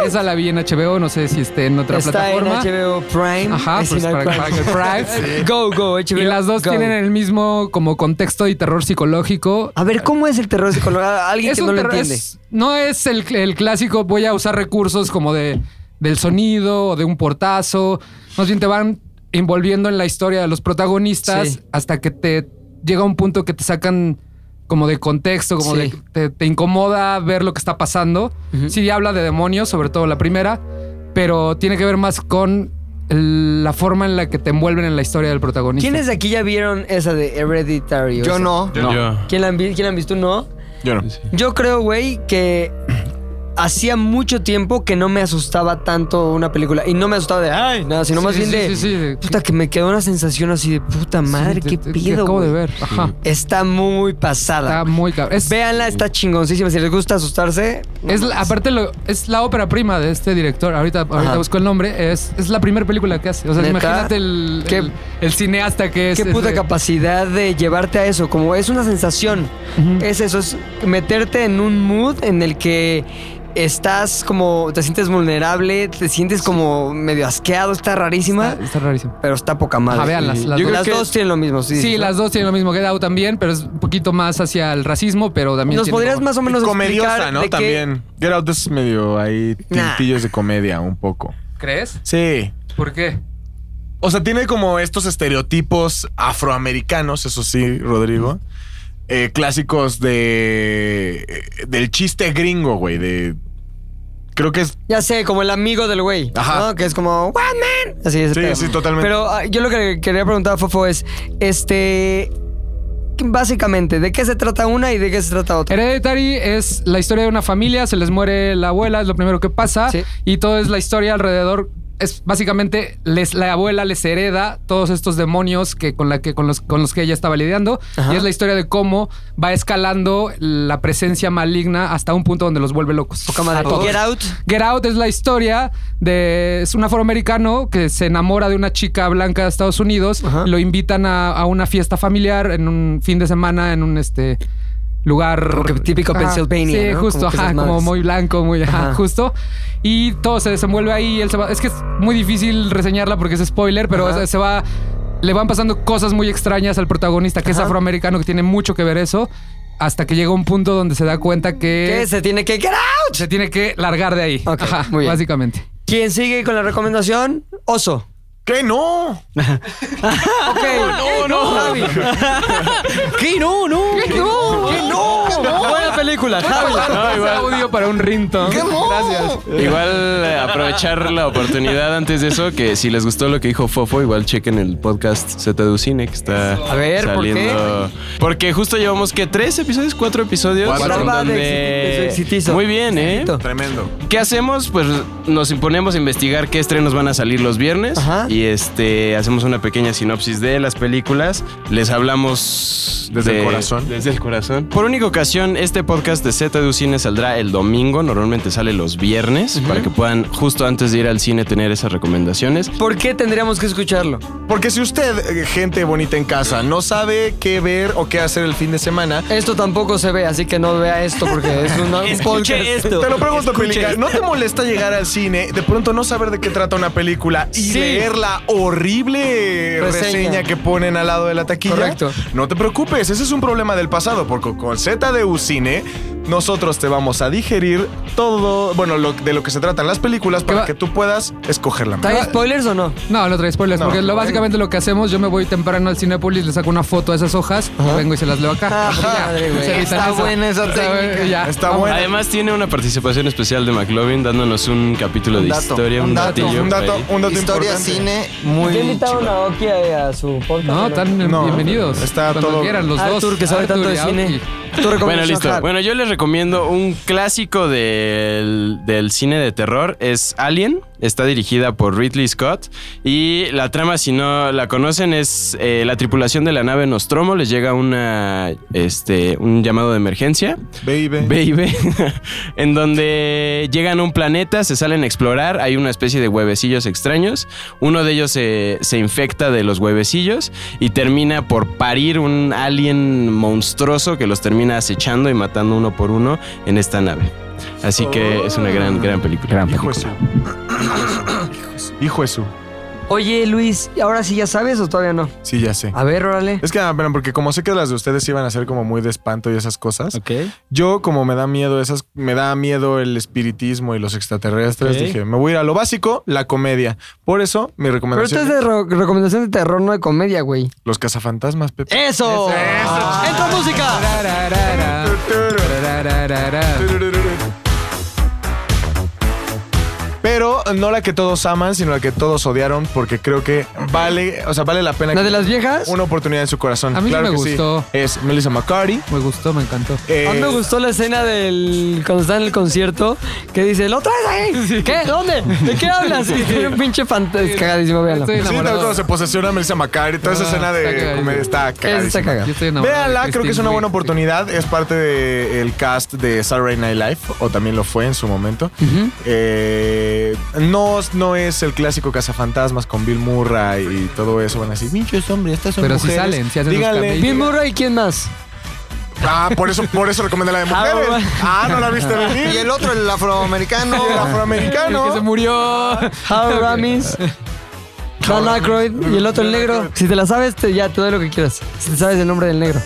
[SPEAKER 3] Esa la vi en HBO, no sé si esté en otra
[SPEAKER 2] Está en
[SPEAKER 3] plataforma.
[SPEAKER 2] HBO Prime.
[SPEAKER 3] Ajá,
[SPEAKER 2] es
[SPEAKER 3] pues
[SPEAKER 2] en
[SPEAKER 3] para,
[SPEAKER 2] Aqua-
[SPEAKER 3] para que Prime.
[SPEAKER 2] Go, go, HBO.
[SPEAKER 3] Y las dos
[SPEAKER 2] go.
[SPEAKER 3] tienen el mismo como contexto y terror psicológico.
[SPEAKER 2] A ver, ¿cómo es el terror psicológico? Ah, Alguien que no lo
[SPEAKER 3] terror-
[SPEAKER 2] entiende.
[SPEAKER 3] es- no es el, el clásico, voy a usar recursos como de del sonido o de un portazo. Más bien te van envolviendo en la historia de los protagonistas
[SPEAKER 2] Sí.
[SPEAKER 3] hasta que te llega un punto que te sacan como de contexto, como
[SPEAKER 2] Sí.
[SPEAKER 3] de te, te incomoda ver lo que está pasando.
[SPEAKER 2] Ujú.
[SPEAKER 3] Sí habla de demonios, sobre todo la primera, pero tiene que ver más con el- la forma en la que te envuelven en la historia del protagonista.
[SPEAKER 2] ¿Quiénes de aquí ya vieron esa de Hereditary? O
[SPEAKER 8] Yo
[SPEAKER 2] sea,
[SPEAKER 8] no.
[SPEAKER 10] Yo, yo.
[SPEAKER 2] ¿Quién la, han vi- quién la han visto? No.
[SPEAKER 4] Yo no.
[SPEAKER 2] Yo creo, güey, que hacía mucho tiempo que no me asustaba tanto una película. Y no me asustaba de, ay, nada, sino más
[SPEAKER 3] Sí,
[SPEAKER 2] bien
[SPEAKER 3] sí,
[SPEAKER 2] de,
[SPEAKER 3] sí, sí, de-
[SPEAKER 2] puta, que me quedó una sensación así de, puta madre,
[SPEAKER 3] Sí,
[SPEAKER 2] qué
[SPEAKER 3] te- te- que
[SPEAKER 2] pido,
[SPEAKER 3] acabo de
[SPEAKER 2] güey.
[SPEAKER 3] ver. Ajá.
[SPEAKER 2] Está muy pasada.
[SPEAKER 3] Está muy cabrón. Es-
[SPEAKER 2] Véanla, está chingoncísima. Si les gusta asustarse,
[SPEAKER 3] Es la- aparte, lo- es la ópera prima de este director. Ahorita, ahorita
[SPEAKER 2] Ajá.
[SPEAKER 3] busco el nombre. Es, es la primera película que hace. O sea,
[SPEAKER 2] ¿Neta?
[SPEAKER 3] imagínate el,
[SPEAKER 2] Qué-
[SPEAKER 3] el, el cineasta que es. este
[SPEAKER 2] qué puta
[SPEAKER 3] es-
[SPEAKER 2] capacidad de llevarte a eso. Como es una sensación.
[SPEAKER 3] Ujú.
[SPEAKER 2] Es eso, es meterte en un mood en el que estás como, te sientes vulnerable, te sientes como medio asqueado, está rarísima.
[SPEAKER 3] Ah,
[SPEAKER 2] Está,
[SPEAKER 3] rarísima.
[SPEAKER 2] Pero está poca madre.
[SPEAKER 3] Ah, véanlas,
[SPEAKER 2] Sí.
[SPEAKER 3] las
[SPEAKER 2] Yo
[SPEAKER 3] dos.
[SPEAKER 2] creo que- dos tienen lo mismo. Sí,
[SPEAKER 3] Sí, las dos tienen lo mismo. Get Out también, pero es un poquito más hacia el racismo, pero también.
[SPEAKER 2] ¿Nos
[SPEAKER 3] tiene
[SPEAKER 2] podrías
[SPEAKER 3] como-
[SPEAKER 2] más o menos
[SPEAKER 4] Comediosa, ¿no? También. Get Out es medio ahí
[SPEAKER 3] Nah.
[SPEAKER 4] tintillos de comedia un poco.
[SPEAKER 3] ¿Crees?
[SPEAKER 4] Sí.
[SPEAKER 3] ¿Por qué?
[SPEAKER 4] O sea, tiene como estos estereotipos afroamericanos, eso sí, Rodrigo. eh, clásicos de. eh, del chiste gringo, güey. De. Creo que es.
[SPEAKER 2] Ya sé, como el amigo del güey.
[SPEAKER 4] Ajá.
[SPEAKER 2] ¿no? Que es como, "One man". Así es.
[SPEAKER 4] Sí, sí, totalmente.
[SPEAKER 2] Pero ah, yo lo que quería preguntar a Fofo es, este, básicamente, ¿de qué se trata una y de qué se trata otra?
[SPEAKER 3] Hereditary es la historia de una familia, se les muere la abuela, es lo primero que pasa, y todo es la historia alrededor. Es básicamente les, la abuela les hereda todos estos demonios que con, la que, con, los, con los que ella estaba lidiando.
[SPEAKER 2] Ajá.
[SPEAKER 3] Y es la historia de cómo va escalando la presencia maligna hasta un punto donde los vuelve locos.
[SPEAKER 2] madre.
[SPEAKER 3] A todos. Eh.
[SPEAKER 2] Get Out.
[SPEAKER 3] Get Out es la historia de. Es un afroamericano que se enamora de una chica blanca de Estados Unidos. Lo invitan a, a una fiesta familiar en un fin de semana en un este lugar.
[SPEAKER 2] Como que típico
[SPEAKER 3] Ajá,
[SPEAKER 2] Pennsylvania,
[SPEAKER 3] Sí,
[SPEAKER 2] ¿no?
[SPEAKER 3] justo,
[SPEAKER 2] Como que
[SPEAKER 3] ajá,
[SPEAKER 2] esas
[SPEAKER 3] como
[SPEAKER 2] madres.
[SPEAKER 3] muy blanco, muy ajá,
[SPEAKER 2] Ajá.
[SPEAKER 3] justo. Y todo se desenvuelve ahí. Él se va- es que es muy difícil reseñarla porque es spoiler, pero
[SPEAKER 2] Ajá.
[SPEAKER 3] se- se va. Le van pasando cosas muy extrañas al protagonista, que es afroamericano, que tiene mucho que ver eso. Hasta que llega un punto donde se da cuenta que.
[SPEAKER 2] Que se tiene que get out.
[SPEAKER 3] Se tiene que largar de ahí. Ajá,
[SPEAKER 2] muy bien.
[SPEAKER 3] Básicamente.
[SPEAKER 2] ¿Quién sigue con la recomendación? Oso.
[SPEAKER 4] ¿Qué no?
[SPEAKER 2] Ok. Eh,
[SPEAKER 5] No, no, no.
[SPEAKER 2] Oh, Javi.
[SPEAKER 5] ¿Qué no, no? ¿Qué no?
[SPEAKER 2] ¿Qué no? Buena película, Javi.
[SPEAKER 3] Ay, güey. audio para un ringtone. Gracias.
[SPEAKER 10] Igual eh, aprovechar la oportunidad antes de eso, que si les gustó lo que dijo Fofo, igual chequen el podcast ZDU Cine que está
[SPEAKER 2] A ver, ¿por qué?
[SPEAKER 10] saliendo. Porque justo llevamos que tres episodios, cuatro episodios.
[SPEAKER 4] Cuatro.
[SPEAKER 10] en
[SPEAKER 4] Hablaba de
[SPEAKER 10] donde-
[SPEAKER 4] exiti- de su exitizo.
[SPEAKER 10] Muy bien, ¿eh?
[SPEAKER 4] Tremendo.
[SPEAKER 10] ¿Qué hacemos? Pues nos imponemos a investigar qué estrenos van a salir los viernes y este hacemos una pequeña sinopsis de las películas. Les hablamos
[SPEAKER 4] Desde el
[SPEAKER 10] de-
[SPEAKER 4] corazón.
[SPEAKER 10] Desde el corazón. Por única ocasión, este podcast de ZDU Cine saldrá el domingo. Normalmente sale los viernes para que puedan justo antes de ir al cine tener esas recomendaciones.
[SPEAKER 2] ¿Por qué tendríamos que escucharlo?
[SPEAKER 4] Porque si usted, eh, gente bonita en casa, no sabe qué ver o qué hacer el fin de semana.
[SPEAKER 2] Esto tampoco se ve, así que no vea esto porque es una, un podcast.
[SPEAKER 4] Te lo pregunto, Pelica. ¿No te molesta llegar al cine, de pronto no saber de qué trata una película y
[SPEAKER 2] Sí.
[SPEAKER 4] leer la horrible
[SPEAKER 2] Reseña.
[SPEAKER 4] reseña. que ponen al lado de la taquilla?
[SPEAKER 2] Correcto.
[SPEAKER 4] No te preocupes, ese es un problema del pasado, porque con ZDU Cine nosotros te vamos a digerir todo, bueno, lo- de lo que se tratan las películas para que tú puedas escoger la
[SPEAKER 2] ¿Trae
[SPEAKER 4] mejor.
[SPEAKER 2] spoilers o no?
[SPEAKER 3] No, no trae spoilers,
[SPEAKER 4] No,
[SPEAKER 3] porque lo,
[SPEAKER 4] bueno.
[SPEAKER 3] básicamente lo que hacemos, yo me voy temprano al Cinepolis, le saco una foto a esas hojas, vengo y se las leo acá. Ya, se evitan eso. Está bu- ya. Vamos.
[SPEAKER 10] Además tiene una participación especial de McLovin dándonos un capítulo
[SPEAKER 8] Un
[SPEAKER 10] de
[SPEAKER 8] dato,
[SPEAKER 10] historia,
[SPEAKER 8] un
[SPEAKER 10] un,
[SPEAKER 8] dato,
[SPEAKER 10] datillo
[SPEAKER 8] un
[SPEAKER 10] por
[SPEAKER 8] dato,
[SPEAKER 10] ahí.
[SPEAKER 8] un dato Historia, importante. cine, muy
[SPEAKER 2] ¿Qué invitaron a Oki eh, a, a su podcast?
[SPEAKER 3] No, están bien- bienvenidos.
[SPEAKER 4] Está
[SPEAKER 3] Cuando
[SPEAKER 4] todo-
[SPEAKER 3] quieran, los dos.
[SPEAKER 2] Artur, que sabe
[SPEAKER 3] Artur
[SPEAKER 2] tanto
[SPEAKER 3] y
[SPEAKER 2] de cine.
[SPEAKER 3] Aoki.
[SPEAKER 10] Bueno, listo. Bueno, yo les recomiendo un clásico del, del cine de terror. Es Alien. Está dirigida por Ridley Scott. Y la trama, si no la conocen, es eh, la tripulación de la nave Nostromo. Les llega una, este, un llamado de emergencia.
[SPEAKER 4] Baby.
[SPEAKER 10] Baby. en donde llegan a un planeta, se salen a explorar, hay una especie de huevecillos extraños, uno de ellos se, se infecta de los huevecillos y termina por parir un alien monstruoso que los termina acechando y matando uno por uno en esta nave. Así que es una gran, gran película.
[SPEAKER 4] Hijo eso. Hijo eso.
[SPEAKER 2] Oye, Luis, ¿y ¿ahora sí ya sabes o todavía no?
[SPEAKER 4] Sí, ya sé.
[SPEAKER 2] A ver, órale.
[SPEAKER 4] Es que, ah, bueno, porque como sé que las de ustedes iban a ser como muy de espanto y esas cosas, yo como me da miedo esas, me da miedo el espiritismo y los extraterrestres,
[SPEAKER 2] Ok.
[SPEAKER 4] dije, me voy a ir a lo básico, la comedia. Por eso, mi
[SPEAKER 2] Pero esto
[SPEAKER 4] recomendación...
[SPEAKER 2] es de ro- recomendación de terror, no de comedia, güey.
[SPEAKER 4] Los cazafantasmas, Pepe.
[SPEAKER 2] ¡Eso! ¡Entra música!
[SPEAKER 4] Pero no la que todos aman, sino la que todos odiaron, porque creo que vale, o sea, vale la pena.
[SPEAKER 2] ¿La
[SPEAKER 4] que-
[SPEAKER 2] de las viejas?
[SPEAKER 4] Una oportunidad en su corazón.
[SPEAKER 3] A mí sí
[SPEAKER 4] Claro
[SPEAKER 3] me
[SPEAKER 4] que
[SPEAKER 3] gustó.
[SPEAKER 4] Es Melissa McCarthy.
[SPEAKER 3] Me gustó, me encantó.
[SPEAKER 4] Eh,
[SPEAKER 2] A mí me gustó la escena del cuando está en el concierto que dice, ¿lo traes ahí? ¿Qué? ¿Dónde? ¿De qué hablas? Y tiene un pinche fantasma. Cagadísimo, véanlo.
[SPEAKER 4] Sí, también cuando se posesiona Melissa McCarthy, toda esa
[SPEAKER 2] Ah,
[SPEAKER 4] escena
[SPEAKER 2] está
[SPEAKER 4] de
[SPEAKER 2] cagado.
[SPEAKER 4] comedia está
[SPEAKER 2] Esa está cagada. Yo estoy
[SPEAKER 4] cagada.
[SPEAKER 2] enamorado de
[SPEAKER 4] Véanla, creo que es
[SPEAKER 2] Kristen
[SPEAKER 4] una buena
[SPEAKER 2] Wiig.
[SPEAKER 4] oportunidad. Es parte del cast de Saturday Night Live, o también lo fue en su momento. Eh, no, no es el clásico Cazafantasmas con Bill Murray y todo eso. Van a decir, pinches hombres, estas son
[SPEAKER 3] Pero si
[SPEAKER 4] mujeres".
[SPEAKER 3] salen, si hacen sus
[SPEAKER 4] Díganle.
[SPEAKER 3] camellos.
[SPEAKER 2] Bill Murray, ¿quién más?
[SPEAKER 4] Ah, por eso, por eso recomendé la de mujeres. Ah, no la viste venir.
[SPEAKER 8] Y el otro, el afroamericano.
[SPEAKER 4] El afroamericano.
[SPEAKER 3] El que se murió.
[SPEAKER 2] Harold Ramis. Dan Aykroyd y el otro el negro. Si te la sabes, te- ya te doy lo que quieras. Si te sabes el nombre del negro.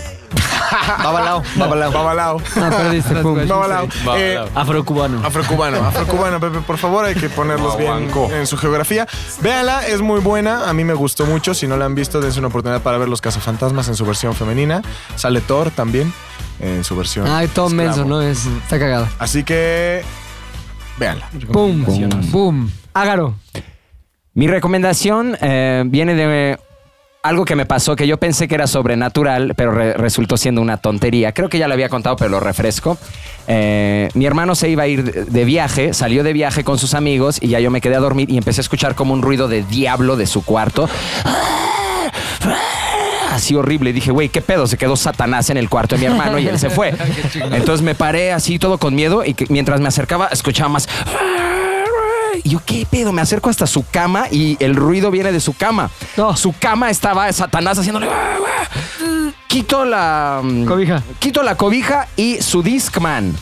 [SPEAKER 8] Babalao, babalao.
[SPEAKER 4] Babalao.
[SPEAKER 2] No, perdiste, pum.
[SPEAKER 4] Babalao. Eh,
[SPEAKER 6] Afrocubano.
[SPEAKER 4] Afrocubano, afrocubano, Pepe, por favor, hay que ponerlos bien en su geografía. Véala, es muy buena, a mí me gustó mucho. Si no la han visto, dense una oportunidad para ver Los Cazafantasmas en su versión femenina. Sale Thor también en su versión.
[SPEAKER 2] Ay, todo
[SPEAKER 4] esclavo.
[SPEAKER 2] menso, ¿no? Ah, Es, está cagado.
[SPEAKER 4] Así que, véanla.
[SPEAKER 2] Pum, pum. Ágaro.
[SPEAKER 12] Mi recomendación eh, viene de algo que me pasó que yo pensé que era sobrenatural, pero re- resultó siendo una tontería. Creo que ya lo había contado, pero lo refresco. Eh, mi hermano se iba a ir de- de viaje, salió de viaje con sus amigos y ya yo me quedé a dormir y empecé a escuchar como un ruido de diablo de su cuarto. Así horrible. Y dije, güey, ¿qué pedo? Se quedó Satanás en el cuarto de mi hermano y él se fue. Entonces me paré así todo con miedo y que- mientras me acercaba escuchaba más... Y yo, ¿qué pedo? Me acerco hasta su cama y el ruido viene de su cama. Su cama estaba Satanás haciéndole. "Ah, Quito la. mm,
[SPEAKER 2] Cobija.
[SPEAKER 12] Quito la cobija y su Discman.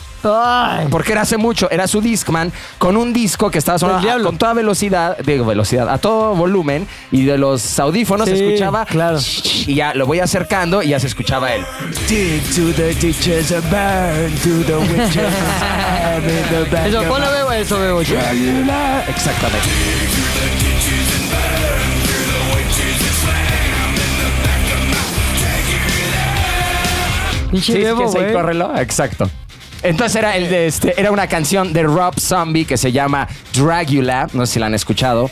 [SPEAKER 12] Porque era hace mucho, era su Discman con un disco que estaba sonando a- con toda velocidad, digo velocidad, a todo volumen y de los audífonos se
[SPEAKER 2] Sí,
[SPEAKER 12] escuchaba
[SPEAKER 2] Claro.
[SPEAKER 12] y ya lo voy acercando y ya se escuchaba él.
[SPEAKER 2] Eso, ponlo, veo, eso, veo. yo.
[SPEAKER 12] Exactamente.
[SPEAKER 2] Pinche
[SPEAKER 12] Sí, sí,
[SPEAKER 2] Bebo,
[SPEAKER 12] que se
[SPEAKER 2] güey.
[SPEAKER 12] córrelo. Exacto. Entonces era el de este, era una canción de Rob Zombie que se llama Dragula. No sé si la han escuchado.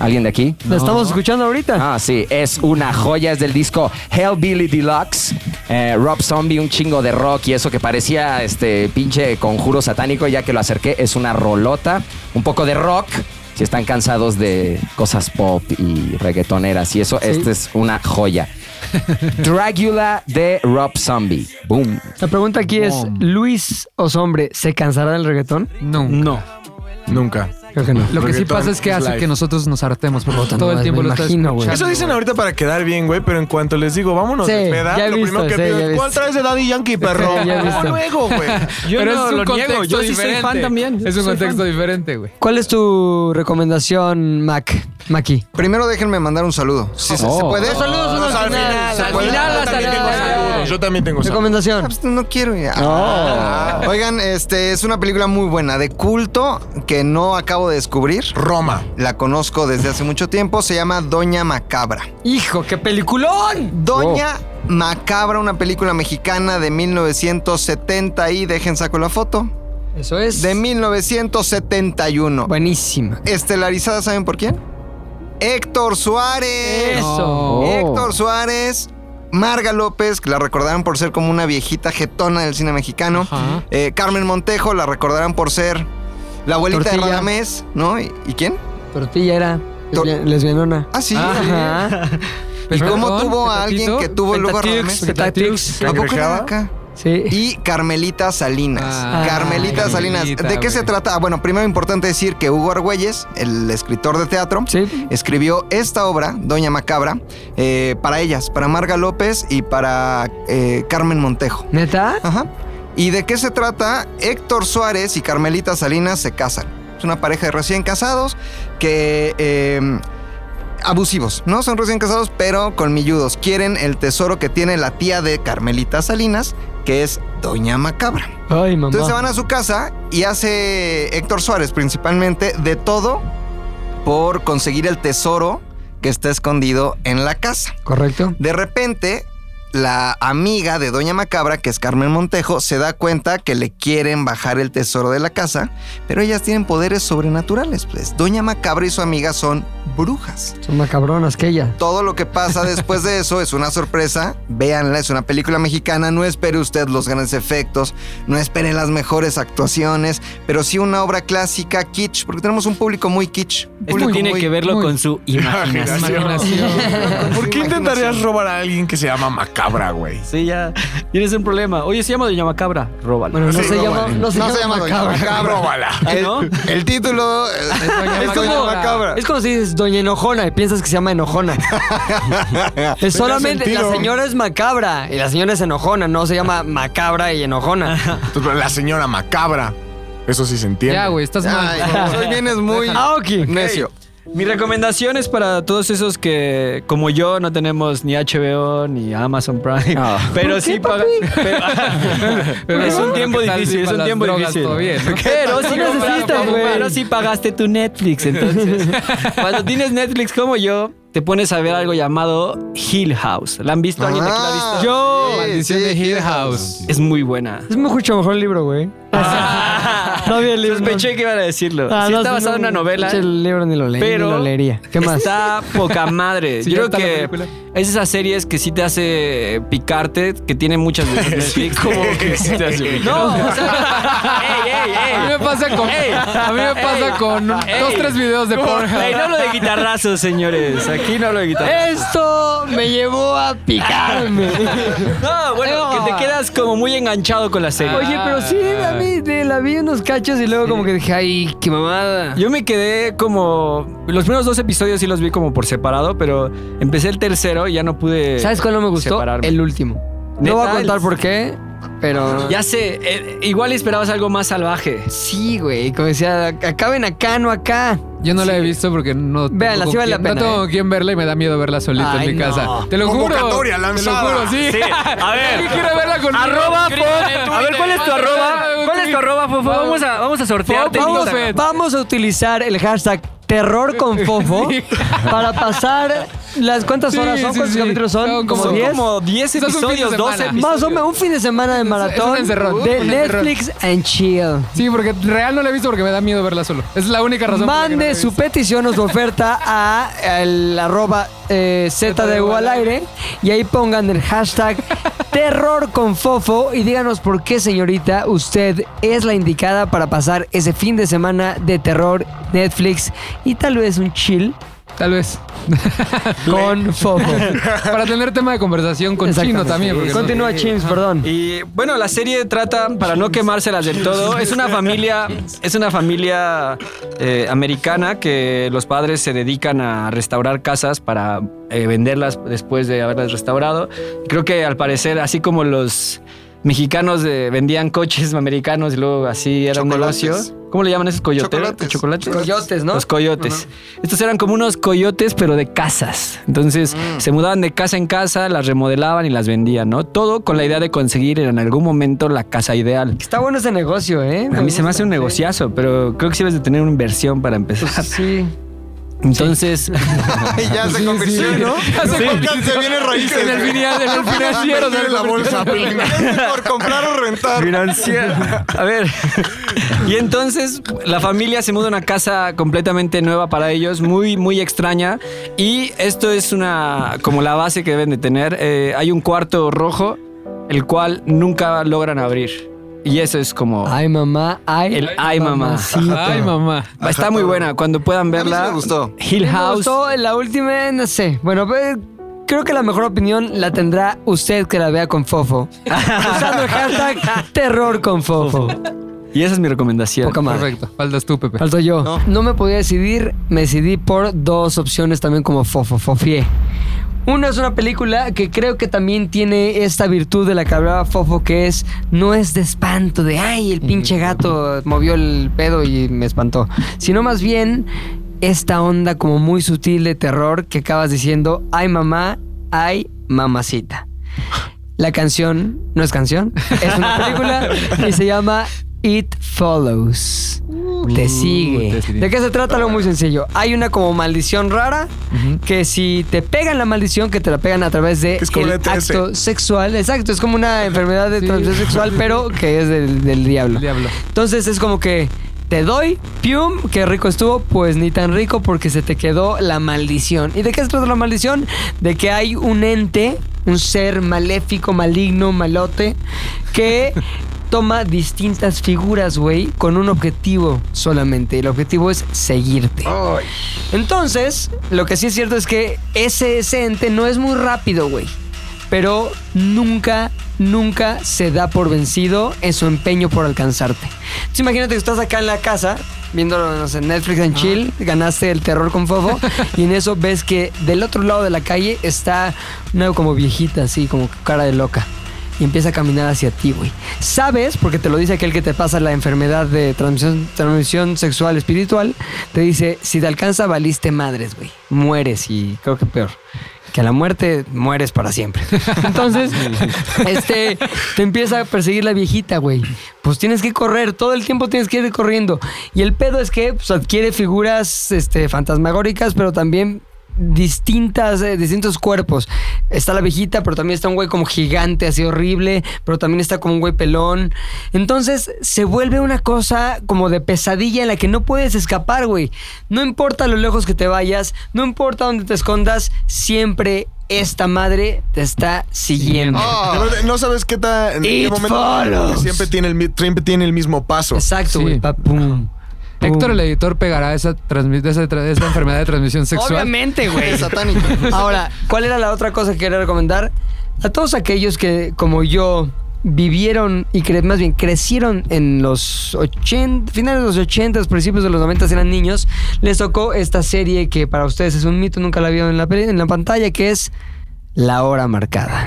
[SPEAKER 12] ¿Alguien de aquí?
[SPEAKER 2] Lo estamos escuchando ahorita.
[SPEAKER 12] Ah, sí, es una joya, es del disco Hellbilly Deluxe. Eh, Rob Zombie, un chingo de rock y eso que parecía este pinche conjuro satánico, ya que lo acerqué, es una rolota, un poco de rock. Si están cansados de cosas pop y reggaetoneras y eso, esta es una joya. Dragula de Rob Zombie. Boom.
[SPEAKER 2] La pregunta aquí es, ¿Luis Osombre se cansará del reggaetón?
[SPEAKER 3] No.
[SPEAKER 12] No.
[SPEAKER 4] Nunca.
[SPEAKER 2] Creo que no.
[SPEAKER 3] Lo que sí
[SPEAKER 4] Reggaetón
[SPEAKER 3] pasa es que
[SPEAKER 4] is
[SPEAKER 3] hace
[SPEAKER 4] life.
[SPEAKER 3] que nosotros nos hartemos, porque
[SPEAKER 2] Puta,
[SPEAKER 3] todo
[SPEAKER 2] no,
[SPEAKER 3] el tiempo
[SPEAKER 2] me
[SPEAKER 3] lo estás
[SPEAKER 2] imagino, güey.
[SPEAKER 3] escuchando.
[SPEAKER 4] Eso dicen ahorita para quedar bien, güey, pero en cuanto les digo, vámonos
[SPEAKER 2] Sí,
[SPEAKER 4] de peda,
[SPEAKER 2] ya he
[SPEAKER 4] lo primero
[SPEAKER 2] visto,
[SPEAKER 4] que
[SPEAKER 2] sí,
[SPEAKER 4] pido
[SPEAKER 2] ya he
[SPEAKER 4] es, ¿cuál
[SPEAKER 2] visto.
[SPEAKER 4] traes de Daddy Yankee, perro?
[SPEAKER 2] Sí, ya he visto.
[SPEAKER 4] Ah, luego, güey.
[SPEAKER 6] Yo
[SPEAKER 3] Pero
[SPEAKER 6] no
[SPEAKER 3] es un
[SPEAKER 6] lo
[SPEAKER 3] contexto
[SPEAKER 6] niego, yo sí soy
[SPEAKER 3] diferente.
[SPEAKER 6] fan también.
[SPEAKER 3] Es un
[SPEAKER 6] Soy
[SPEAKER 3] contexto
[SPEAKER 6] fan.
[SPEAKER 3] diferente, güey.
[SPEAKER 2] ¿Cuál es tu recomendación, Mac? Maki.
[SPEAKER 8] Primero déjenme mandar un saludo. Si se,
[SPEAKER 12] Oh.
[SPEAKER 8] se puede.
[SPEAKER 2] Los saludos son
[SPEAKER 4] Vamos
[SPEAKER 2] al final,
[SPEAKER 4] ¿se
[SPEAKER 2] al
[SPEAKER 4] puede?
[SPEAKER 2] final,
[SPEAKER 4] Yo
[SPEAKER 2] hasta
[SPEAKER 4] también
[SPEAKER 2] la-
[SPEAKER 4] tengo saludos, Yo también tengo saludos.
[SPEAKER 8] Ah,
[SPEAKER 2] Recomendación.
[SPEAKER 8] pues, no quiero. ya. Ah. Oigan, este es una película muy buena de culto que no acabo de descubrir.
[SPEAKER 4] Roma.
[SPEAKER 8] La conozco desde hace mucho tiempo. Se llama Doña Macabra.
[SPEAKER 2] ¡Hijo, qué peliculón!
[SPEAKER 8] Doña Macabra, una película mexicana de 1970 y dejen saco la foto.
[SPEAKER 2] Eso es.
[SPEAKER 8] De 1971.
[SPEAKER 2] Buenísima.
[SPEAKER 8] Estelarizada, ¿saben por quién? Héctor Suárez.
[SPEAKER 2] Eso.
[SPEAKER 3] Oh.
[SPEAKER 8] Héctor Suárez, Marga López, que la recordarán por ser como una viejita jetona del cine mexicano.
[SPEAKER 3] Ajá.
[SPEAKER 8] Eh, Carmen Montejo, la recordarán por ser la abuelita de
[SPEAKER 2] Tortilla.
[SPEAKER 8] Radamés, ¿no? ¿Y, y quién?
[SPEAKER 2] Tortilla era
[SPEAKER 8] Tor-
[SPEAKER 2] lesbi- lesbianona.
[SPEAKER 8] Ah, sí.
[SPEAKER 2] Ajá.
[SPEAKER 8] ¿Y
[SPEAKER 3] Pues Perdón,
[SPEAKER 8] cómo tuvo a alguien
[SPEAKER 3] Petatito,
[SPEAKER 8] que tuvo luego a
[SPEAKER 3] Petatix,
[SPEAKER 8] Radamés?
[SPEAKER 3] Petatix.
[SPEAKER 8] ¿A poco era de
[SPEAKER 4] ¿Cangrejada?
[SPEAKER 8] acá?
[SPEAKER 2] Sí.
[SPEAKER 8] Y Carmelita Salinas.
[SPEAKER 3] Ah,
[SPEAKER 8] Carmelita
[SPEAKER 3] Carmelita,
[SPEAKER 8] Salinas. ¿De qué se
[SPEAKER 3] güey.
[SPEAKER 8] trata? Ah, bueno, primero importante decir que Hugo Argüelles, el escritor de teatro,
[SPEAKER 2] Sí.
[SPEAKER 8] escribió esta obra, Doña Macabra, eh, para ellas, para Marga López y para eh, Carmen Montejo.
[SPEAKER 2] ¿Neta?
[SPEAKER 8] Ajá. ¿Y de qué se trata? Héctor Suárez y Carmelita Salinas se casan. Es una pareja de recién casados que... eh, abusivos, ¿no? Son recién casados, pero con milludos. Quieren el tesoro que tiene la tía de Carmelita Salinas, que es Doña Macabra.
[SPEAKER 2] Ay, mamá.
[SPEAKER 8] Entonces se van a su casa y hace Héctor Suárez principalmente de todo por conseguir el tesoro que está escondido en la casa.
[SPEAKER 2] ¿Correcto?
[SPEAKER 8] De repente, la amiga de Doña Macabra, que es Carmen Montejo, se da cuenta que le quieren bajar el tesoro de la casa, pero ellas tienen poderes sobrenaturales. Pues Doña Macabra y su amiga son brujas.
[SPEAKER 2] Son macabronas que ella.
[SPEAKER 8] Todo lo que pasa después de eso es una sorpresa. Véanla, es una película mexicana. No espere usted los grandes efectos, no espere las mejores actuaciones, pero sí una obra clásica kitsch, porque tenemos un público muy kitsch. un
[SPEAKER 3] Esto
[SPEAKER 8] público
[SPEAKER 3] tiene
[SPEAKER 8] muy-
[SPEAKER 3] que verlo muy- con
[SPEAKER 6] su
[SPEAKER 4] imaginación.
[SPEAKER 3] Imaginación.
[SPEAKER 8] con su
[SPEAKER 4] ¿Por qué
[SPEAKER 8] imaginación.
[SPEAKER 4] intentarías robar a alguien que se llama macabra, güey.
[SPEAKER 10] Sí, ya. Tienes un problema. Oye, se llama Doña Macabra. Róbala.
[SPEAKER 2] Bueno, no Sí, se llama- róbala. no se llama Macabra.
[SPEAKER 4] Róbala.
[SPEAKER 10] ¿Ah, no?
[SPEAKER 8] El, el título eh,
[SPEAKER 2] Es como, es como si dices Doña Enojona y piensas que se llama Enojona.
[SPEAKER 8] Tenía
[SPEAKER 2] es solamente
[SPEAKER 8] sentido.
[SPEAKER 2] la señora es macabra y la señora es enojona, no se llama macabra y enojona.
[SPEAKER 4] Entonces, pero la señora macabra. Eso sí se entiende.
[SPEAKER 2] Ya, güey, estás
[SPEAKER 8] mal. Hoy vienes muy
[SPEAKER 2] Ah, ok.
[SPEAKER 8] necio.
[SPEAKER 10] Mi recomendación es para todos esos que, como yo, no tenemos ni HBO ni Amazon Prime.
[SPEAKER 3] Ah.
[SPEAKER 12] Ah.
[SPEAKER 10] Pero sí pagan.
[SPEAKER 3] Pero
[SPEAKER 10] es un
[SPEAKER 3] bueno,
[SPEAKER 10] tiempo
[SPEAKER 3] ¿qué tal si
[SPEAKER 10] difícil, es
[SPEAKER 3] para
[SPEAKER 10] un
[SPEAKER 3] las
[SPEAKER 10] tiempo
[SPEAKER 3] drogas
[SPEAKER 10] difícil.
[SPEAKER 3] todo bien, no?
[SPEAKER 10] Pero, si
[SPEAKER 3] No
[SPEAKER 10] compras-
[SPEAKER 3] necesitas, güey.
[SPEAKER 10] pero si pagaste tu Netflix, entonces. Cuando tienes Netflix como yo, te pones a ver algo llamado Hill House. ¿La han visto? ¿Alguien aquí la ha
[SPEAKER 3] Ah,
[SPEAKER 10] visto?
[SPEAKER 8] Yo.
[SPEAKER 3] Maldición de Hill House.
[SPEAKER 10] Es muy buena. Ah.
[SPEAKER 2] Es mucho mejor el libro, güey. No vi el libro.
[SPEAKER 10] Sospeché que iban a decirlo.
[SPEAKER 2] Ah,
[SPEAKER 10] sí
[SPEAKER 2] no,
[SPEAKER 10] está
[SPEAKER 2] sí,
[SPEAKER 10] basado
[SPEAKER 2] no,
[SPEAKER 10] en una novela.
[SPEAKER 2] El libro ni lo leí,
[SPEAKER 10] Pero-
[SPEAKER 2] ni lo leería. ¿Qué más?
[SPEAKER 10] Está poca madre.
[SPEAKER 3] Sí,
[SPEAKER 10] Yo
[SPEAKER 3] ya está la
[SPEAKER 10] creo que
[SPEAKER 3] película.
[SPEAKER 10] es esas series que sí te hace picarte, que tiene muchas veces Netflix.
[SPEAKER 14] como que sí te hace
[SPEAKER 10] No, o sea, ey, ey, ey.
[SPEAKER 3] A mí me pasa con,
[SPEAKER 10] Ey.
[SPEAKER 3] a mí me pasa
[SPEAKER 10] Ey.
[SPEAKER 3] con un-
[SPEAKER 10] Ey.
[SPEAKER 3] dos, tres videos de Pornhub.
[SPEAKER 10] Ey, no hablo de guitarrazos, señores. Aquí no hablo de
[SPEAKER 2] Eh,
[SPEAKER 10] guitarrazos.
[SPEAKER 2] Esto me llevó a picarme.
[SPEAKER 10] No, bueno, que te quedas como muy enganchado con la serie.
[SPEAKER 2] eh, Oye, pero sí, a mí de- la vi unos cachos y luego como que dije, ay, qué mamada.
[SPEAKER 10] Yo me quedé como. Los primeros dos episodios sí los vi como por separado, pero empecé el tercero y ya no pude.
[SPEAKER 2] ¿Sabes cuál no me gustó?
[SPEAKER 10] separarme.
[SPEAKER 2] El último.
[SPEAKER 10] ¿Neta?
[SPEAKER 2] No voy a contar por qué, pero...
[SPEAKER 10] Ya sé, eh, igual esperabas algo más salvaje.
[SPEAKER 2] Sí, güey, como decía, acaben acá, no acá.
[SPEAKER 3] Yo no la he visto porque no tengo,
[SPEAKER 2] Véanla,
[SPEAKER 3] con
[SPEAKER 2] sí vale la
[SPEAKER 3] quién- no
[SPEAKER 2] pena, eh.
[SPEAKER 3] tengo con quién verla y me da miedo verla solito
[SPEAKER 2] Ay,
[SPEAKER 3] en mi
[SPEAKER 2] no.
[SPEAKER 3] casa. Te lo juro.
[SPEAKER 4] Convocatoria
[SPEAKER 3] Te lo
[SPEAKER 4] lanzada.
[SPEAKER 3] juro, sí.
[SPEAKER 10] Sí, a ver.
[SPEAKER 3] Yo quiero verla con
[SPEAKER 10] Arroba
[SPEAKER 3] Fo-
[SPEAKER 10] Fofo. A ver, ¿cuál es tu
[SPEAKER 3] Ah,
[SPEAKER 10] arroba? ¿Cuál es tu arroba, Fofo? Vamos a, vamos a sortearte. en
[SPEAKER 2] Vamos,
[SPEAKER 10] Instagram.
[SPEAKER 2] vamos a utilizar el hashtag terror con fofo para pasar las cuántas
[SPEAKER 3] Sí,
[SPEAKER 2] horas son,
[SPEAKER 3] sí,
[SPEAKER 2] cuántos
[SPEAKER 3] sí.
[SPEAKER 2] capítulos
[SPEAKER 3] Son
[SPEAKER 2] son, como
[SPEAKER 3] como-
[SPEAKER 10] Son
[SPEAKER 2] 10.
[SPEAKER 10] como 10
[SPEAKER 3] Eso es un fin de
[SPEAKER 10] episodios,
[SPEAKER 3] semana.
[SPEAKER 10] 12
[SPEAKER 2] Más o menos un fin de semana de
[SPEAKER 3] es un
[SPEAKER 2] maratón
[SPEAKER 3] encerrón,
[SPEAKER 2] de
[SPEAKER 3] un encerrón.
[SPEAKER 2] Netflix and Chill.
[SPEAKER 3] Sí, porque real no la he visto porque me da miedo verla solo. Es la única razón. por la que no la he
[SPEAKER 2] Mande
[SPEAKER 3] visto.
[SPEAKER 2] su petición o su oferta a el arroba eh, ZDU al aire y ahí pongan el hashtag terror con fofo y díganos por qué señorita usted es la indicada para pasar ese fin de semana de terror Netflix y tal vez un chill
[SPEAKER 3] Tal vez.
[SPEAKER 2] con fofo.
[SPEAKER 3] Para tener tema de conversación con Chino
[SPEAKER 2] Exactamente.
[SPEAKER 3] también. porque no-
[SPEAKER 2] Continúa Chims, perdón.
[SPEAKER 10] Y bueno, la serie trata, para no quemárselas del todo, es una familia, es una familia eh, americana que los padres se dedican a restaurar casas para eh, venderlas después de haberlas restaurado. Creo que al parecer, así como los mexicanos eh, vendían coches americanos y luego así era un
[SPEAKER 8] Chocolates.
[SPEAKER 10] negocio. ¿Cómo le llaman esos coyotes?
[SPEAKER 8] Chocolates.
[SPEAKER 2] Coyotes, ¿no?
[SPEAKER 10] Los coyotes. Estos eran como unos coyotes, pero de casas. Entonces
[SPEAKER 2] Mm.
[SPEAKER 10] se mudaban de casa en casa, las remodelaban y las vendían, ¿no? Todo con la idea de conseguir en algún momento la casa ideal.
[SPEAKER 2] Está bueno ese negocio, ¿eh?
[SPEAKER 10] A mí se me hace un
[SPEAKER 2] negocio.
[SPEAKER 10] negociazo, pero creo que sí debes de tener una inversión para empezar.
[SPEAKER 2] Sí.
[SPEAKER 10] Entonces,
[SPEAKER 8] Y ya se convirtió, ¿no?
[SPEAKER 3] Ya se convirtió.
[SPEAKER 8] Se viene raíces.
[SPEAKER 3] En el
[SPEAKER 8] güey.
[SPEAKER 3] final, en el financiero.
[SPEAKER 4] Invertir
[SPEAKER 3] se
[SPEAKER 4] en la bolsa. pero invertir Por comprar o rentar.
[SPEAKER 10] A ver. Y entonces la familia se muda a una casa completamente nueva para ellos, muy, muy extraña. Y esto es una, como la base que deben de tener. Eh, hay un cuarto rojo, el cual nunca logran abrir. Y eso es como
[SPEAKER 2] Ay, mamá, ay.
[SPEAKER 10] el ay mamá.
[SPEAKER 3] Ay, mamá.
[SPEAKER 10] Está muy buena. Cuando puedan
[SPEAKER 8] A mí sí
[SPEAKER 10] verla.
[SPEAKER 8] me gustó.
[SPEAKER 10] Hill
[SPEAKER 2] Me
[SPEAKER 10] House.
[SPEAKER 2] gustó, la última, no sé. Bueno, pues, creo que la mejor opinión la tendrá usted que la vea con Fofo. Usando el hashtag terror con Fofo.
[SPEAKER 10] Y esa es mi recomendación.
[SPEAKER 2] Poca madre.
[SPEAKER 3] Perfecto. Faltas tú, Pepe.
[SPEAKER 2] Falto yo.
[SPEAKER 8] No.
[SPEAKER 2] No. me podía decidir, me decidí por dos opciones también como Fofo, Fofié. Una es una película que creo que también tiene esta virtud de la que hablaba Fofo, que es no es de espanto, de ay, el pinche gato movió el pedo y me espantó, sino más bien esta onda como muy sutil de terror que acabas diciendo, ay mamá, ay mamacita. La canción no es canción, es una película y se llama It Follows. Te sigue.
[SPEAKER 3] te sigue.
[SPEAKER 2] ¿De qué se trata? Algo muy sencillo. Hay una como maldición rara que si te pegan la maldición, que te la pegan a través de
[SPEAKER 4] Es como
[SPEAKER 2] el
[SPEAKER 4] la ETS.
[SPEAKER 2] acto sexual. Exacto, es como una enfermedad de
[SPEAKER 3] Sí.
[SPEAKER 2] transmisión sexual, pero que es del, del diablo.
[SPEAKER 3] El diablo.
[SPEAKER 2] Entonces es como que te doy, pium, qué rico estuvo, pues ni tan rico porque se te quedó la maldición. ¿Y de qué se trata la maldición? De que hay un ente, un ser maléfico, maligno, malote, que toma distintas figuras, güey, con un objetivo solamente. El objetivo es seguirte. Entonces, lo que sí es cierto es que ese, ese ente no es muy rápido, güey. pero nunca, nunca se da por vencido en su empeño por alcanzarte. Entonces, imagínate que estás acá en la casa, viéndolo no sé, en Netflix en chill, ganaste el terror con Fofo, y en eso ves que del otro lado de la calle está una como viejita, así, como cara de loca. Y empieza a caminar hacia ti, güey. Sabes, porque te lo dice aquel que te pasa la enfermedad de transmisión, transmisión sexual espiritual, te dice, si te alcanza, valiste madres, güey. Mueres y creo que peor que a la muerte mueres para siempre. Entonces, este, te empieza a perseguir la viejita, güey. Pues tienes que correr, todo el tiempo tienes que ir corriendo. Y el pedo es que pues, adquiere figuras este, fantasmagóricas, pero también distintas, eh, distintos cuerpos. Está la viejita, pero también está un güey como gigante, así horrible, pero también está como un güey pelón. Entonces se vuelve una cosa como de pesadilla en la que no puedes escapar, güey. No importa lo lejos que te vayas, no importa dónde te escondas, siempre esta madre te está siguiendo.
[SPEAKER 4] De verdad, Ah. No sabes qué ta- en qué
[SPEAKER 2] It follows.
[SPEAKER 4] Siempre tiene, el, mi- siempre tiene el mismo paso.
[SPEAKER 2] Exacto,
[SPEAKER 3] güey,
[SPEAKER 2] pa- pum.
[SPEAKER 3] Héctor, el editor, pegará esa, transmi- esa tra- esa enfermedad de transmisión sexual.
[SPEAKER 2] Obviamente, güey.
[SPEAKER 8] Es satánico.
[SPEAKER 2] Ahora, ¿cuál era la otra cosa que quería recomendar? A todos aquellos que, como yo, vivieron y cre- más bien crecieron en los 80, finales de los 80, principios de los 90, eran niños, les tocó esta serie que para ustedes es un mito, nunca la vieron en la, peli- en la pantalla, que es La Hora Marcada.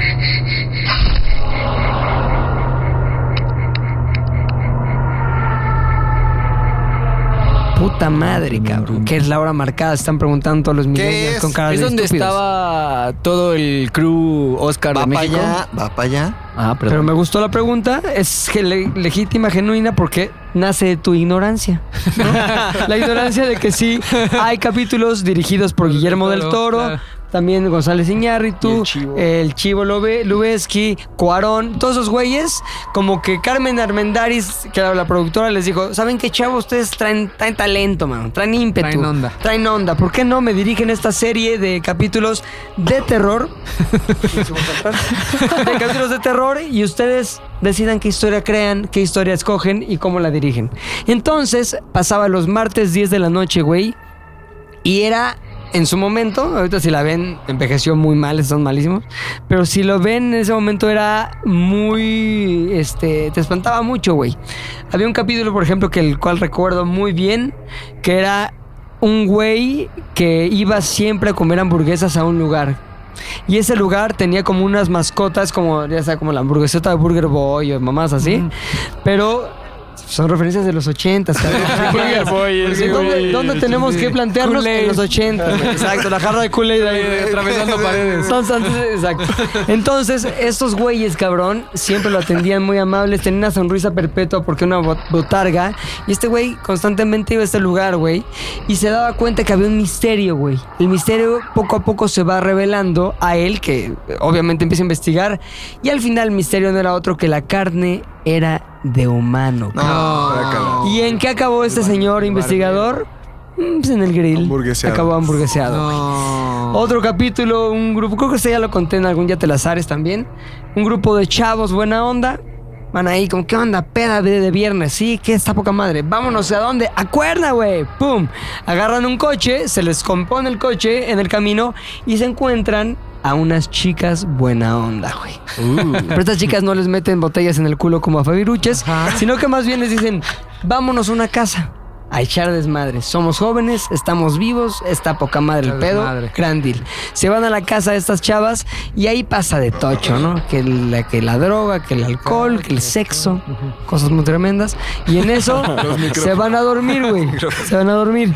[SPEAKER 2] Puta madre, cabrón. ¿Qué es la hora marcada? Están preguntando todos los millennials con cara de
[SPEAKER 6] Es donde
[SPEAKER 2] estúpidos.
[SPEAKER 6] estaba todo el crew Oscar
[SPEAKER 8] Va
[SPEAKER 6] de
[SPEAKER 8] para
[SPEAKER 6] México.
[SPEAKER 8] allá, va para allá.
[SPEAKER 6] Ah,
[SPEAKER 2] Pero
[SPEAKER 6] perdón.
[SPEAKER 2] me gustó la pregunta, es que le- legítima, genuina, porque nace de tu ignorancia. ¿no? la ignorancia de que sí, hay capítulos dirigidos por Guillermo del
[SPEAKER 3] Toro,
[SPEAKER 2] Toro,
[SPEAKER 3] claro.
[SPEAKER 2] también González
[SPEAKER 6] Y
[SPEAKER 2] Iñárritu,
[SPEAKER 6] el
[SPEAKER 2] el
[SPEAKER 6] Chivo.
[SPEAKER 2] Chivo, Lobe- Lubeski, Cuarón, todos esos güeyes, como que Carmen Armendaris, que era la productora, les dijo, ¿saben qué, chavo? Ustedes traen, traen talento, mano, traen ímpetu.
[SPEAKER 3] Traen onda.
[SPEAKER 2] Traen onda. ¿Por qué no me dirigen esta serie de capítulos de terror? de capítulos de terror y ustedes decidan qué historia crean, qué historia escogen y cómo la dirigen. Entonces, pasaba los martes 10 de la noche, güey, y era en su momento, ahorita si la ven, envejeció muy mal, están malísimos, pero si lo ven en ese momento era muy, este, te espantaba mucho, güey. Había un capítulo, por ejemplo, que el cual recuerdo muy bien, que era un güey que iba siempre a comer hamburguesas a un lugar. Y ese lugar tenía como unas mascotas, como ya sea como la hamburguesota de Burger Boy o mamás así. Pero son referencias de los 80.
[SPEAKER 10] Burger Boy, el
[SPEAKER 2] Pues ¿Dónde,
[SPEAKER 10] Kool-Aid.
[SPEAKER 2] dónde tenemos que plantearnos?
[SPEAKER 3] Kool-Aid.
[SPEAKER 2] En los 80. güey. Exacto, la jarra de Kool-Aid ahí. eh,
[SPEAKER 3] Atravesando paredes.
[SPEAKER 2] Entonces, antes- exacto. Entonces, estos güeyes, cabrón, siempre lo atendían muy amables, tenían una sonrisa perpetua porque una bot- botarga. Y este güey constantemente iba a este lugar, güey, y se daba cuenta que había un misterio, güey. El misterio poco a poco se va revelando a él, que eh, obviamente empieza a investigar. Y al final, el misterio no era otro que la carne era de humano.
[SPEAKER 8] No, guácala.
[SPEAKER 2] ¿Y en qué acabó este señor investigador? Mm, Pues en el grill.
[SPEAKER 4] Hamburgueseado.
[SPEAKER 2] Acabó hamburgueseado. güey. Otro capítulo, un grupo, creo que este ya lo conté en algún Ya te las Ares también. Un grupo de chavos, buena onda. Van ahí, como, ¿qué onda? Peda de, de viernes, sí, que está poca madre. Vámonos, ¿a dónde? ¡A cuerda, güey! ¡Pum! Agarran un coche, se les compone el coche en el camino y se encuentran a unas chicas buena onda, güey. Pero estas chicas no les meten botellas en el culo como a Fabiruches, sino que más bien les dicen, vámonos a una casa a echar desmadre. Somos jóvenes, estamos vivos, está poca madre el
[SPEAKER 3] Echar
[SPEAKER 2] pedo,
[SPEAKER 3] desmadre.
[SPEAKER 2] gran deal. Se van a la casa de estas chavas y ahí pasa de tocho, ¿no? Que la, que la droga, que el alcohol, que el sexo, cosas muy tremendas. Y en eso se van a dormir, güey. Se van a dormir.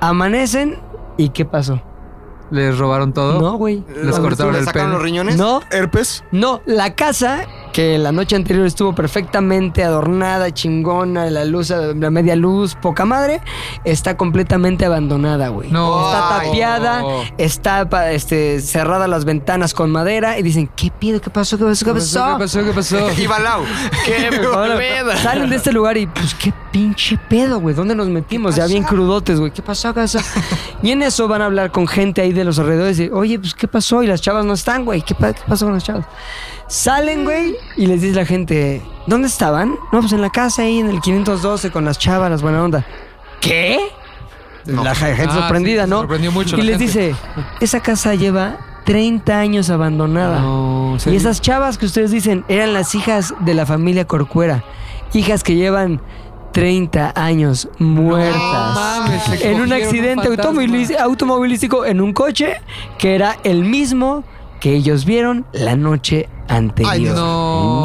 [SPEAKER 2] Amanecen y ¿qué pasó?
[SPEAKER 3] ¿Les robaron todo?
[SPEAKER 2] No, güey.
[SPEAKER 3] Les cortaron
[SPEAKER 8] ¿Le
[SPEAKER 3] el
[SPEAKER 8] sacaron
[SPEAKER 3] pelo.
[SPEAKER 8] los riñones?
[SPEAKER 2] No,
[SPEAKER 4] Herpes.
[SPEAKER 2] no, la casa que la noche anterior estuvo perfectamente adornada, chingona, la luz, la media luz, poca madre, está completamente abandonada, güey.
[SPEAKER 3] No.
[SPEAKER 2] Está
[SPEAKER 8] Ay.
[SPEAKER 2] tapiada, está pa- este, cerrada las ventanas con madera y dicen, ¿qué pido? ¿Qué pasó? ¿Qué pasó? ¿Qué
[SPEAKER 3] ¿Qué pasó?
[SPEAKER 2] pasó?
[SPEAKER 3] ¿Qué pasó? ¿Qué pasó?
[SPEAKER 8] Y Balao. ¿Qué
[SPEAKER 2] Ahora, Salen de este lugar y, pues, qué pinche pedo, güey. ¿Dónde nos metimos? Ya bien crudotes, güey. ¿Qué pasó, qué pasó? Y en eso van a hablar con gente ahí de los alrededores y, oye, pues, ¿qué pasó? Y las chavas no están, güey. ¿Qué, pa- qué pasó con las chavas? Salen, güey, y les dice la gente, ¿dónde estaban? No, pues en la casa ahí, en el 512, con las chavas, las buena onda. ¿Qué? La gente
[SPEAKER 3] Ah,
[SPEAKER 2] sorprendida,
[SPEAKER 3] sí, se
[SPEAKER 2] ¿no?
[SPEAKER 3] sorprendió mucho
[SPEAKER 2] Y
[SPEAKER 3] la
[SPEAKER 2] les
[SPEAKER 3] gente.
[SPEAKER 2] dice, esa casa lleva 30 años abandonada. y esas chavas que ustedes dicen eran las hijas de la familia Corcuera, hijas que llevan 30 años muertas
[SPEAKER 3] mames, se
[SPEAKER 2] en un
[SPEAKER 3] cogieron
[SPEAKER 2] accidente
[SPEAKER 3] un fantasma.
[SPEAKER 2] automobili- automovilístico en un coche que era el mismo que ellos vieron la noche anterior.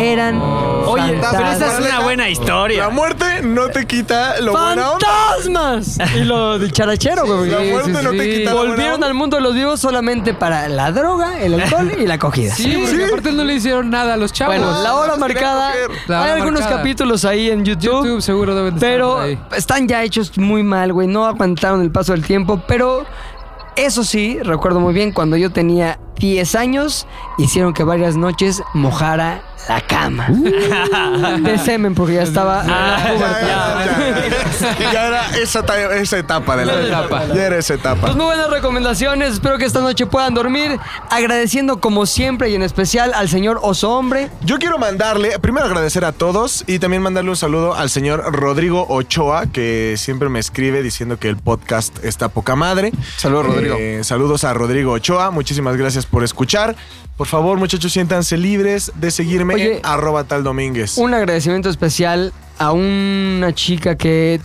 [SPEAKER 2] Eran
[SPEAKER 4] Oye,
[SPEAKER 2] fantasmas.
[SPEAKER 4] historia. La muerte no te quita lo bueno.
[SPEAKER 2] ¡Fantasmas! Y lo de charachero, güey.
[SPEAKER 4] la muerte no te quita la buena
[SPEAKER 2] Volvieron al mundo de los vivos solamente para la droga, el alcohol y la cogida.
[SPEAKER 3] Sí, porque aparte no le hicieron nada a los chavos.
[SPEAKER 2] Bueno, la hora marcada.
[SPEAKER 3] La hora
[SPEAKER 2] hay algunos
[SPEAKER 3] marcada.
[SPEAKER 2] capítulos ahí en YouTube.
[SPEAKER 3] seguro deben de
[SPEAKER 2] Pero
[SPEAKER 3] estar ahí.
[SPEAKER 2] están ya hechos muy mal, güey. No aguantaron el paso del tiempo. Pero eso sí, recuerdo muy bien, cuando yo tenía 10 años, hicieron que varias noches mojara la cama. De semen, porque ya estaba.
[SPEAKER 4] Ya, ya era esa, ta- esa etapa de la
[SPEAKER 2] Esa etapa.
[SPEAKER 4] Ya era esa etapa.
[SPEAKER 2] Pues muy buenas recomendaciones. Espero que esta noche puedan dormir. Agradeciendo como siempre y en especial al señor Oso Hombre.
[SPEAKER 4] Yo quiero mandarle, primero agradecer a todos y también mandarle un saludo al señor Rodrigo Ochoa, que siempre me escribe diciendo que el podcast está poca madre. Eh,
[SPEAKER 8] Saludos, Rodrigo.
[SPEAKER 4] saludos a Rodrigo Ochoa, muchísimas gracias por escuchar. Por favor, muchachos, siéntanse libres de seguirme en arroba tal domínguez.
[SPEAKER 2] Un agradecimiento especial a una chica que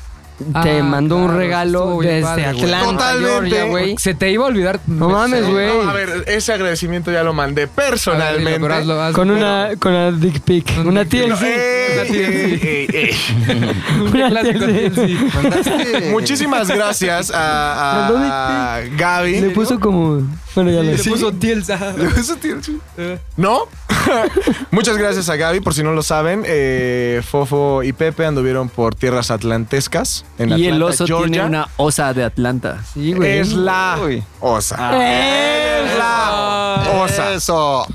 [SPEAKER 2] te
[SPEAKER 3] Ah,
[SPEAKER 2] mandó un
[SPEAKER 3] claro,
[SPEAKER 2] regalo
[SPEAKER 3] estuvo bien
[SPEAKER 2] desde
[SPEAKER 3] padre, güey.
[SPEAKER 2] Atlanta,
[SPEAKER 4] Totalmente.
[SPEAKER 2] Georgia, güey.
[SPEAKER 3] Se te iba a olvidar.
[SPEAKER 2] No mames, güey.
[SPEAKER 4] No, a ver, ese agradecimiento ya lo mandé personalmente.
[SPEAKER 3] pero hazlo, hazlo.
[SPEAKER 2] Con una, con una dick pic. Una TLC.
[SPEAKER 4] Ey, ey, ey, ey.
[SPEAKER 2] Una
[SPEAKER 3] Clásico
[SPEAKER 2] TLC.
[SPEAKER 3] TLC.
[SPEAKER 8] Mandaste-
[SPEAKER 4] Muchísimas gracias a, a- a Gaby.
[SPEAKER 2] Le puso como. Bueno, ya lo
[SPEAKER 3] Le puso TLC.
[SPEAKER 4] Le puso TLC. ¿No? Muchas gracias a Gaby, por si no lo saben. eh, Fofo y Pepe anduvieron por tierras atlantescas en
[SPEAKER 6] Y el
[SPEAKER 4] Atlanta,
[SPEAKER 6] oso
[SPEAKER 4] Georgia.
[SPEAKER 6] tiene una osa de Atlanta.
[SPEAKER 2] Sí, güey. Ah.
[SPEAKER 4] Es la
[SPEAKER 8] Uy.
[SPEAKER 4] osa.
[SPEAKER 2] ¡Es
[SPEAKER 4] la osa.
[SPEAKER 8] Eso.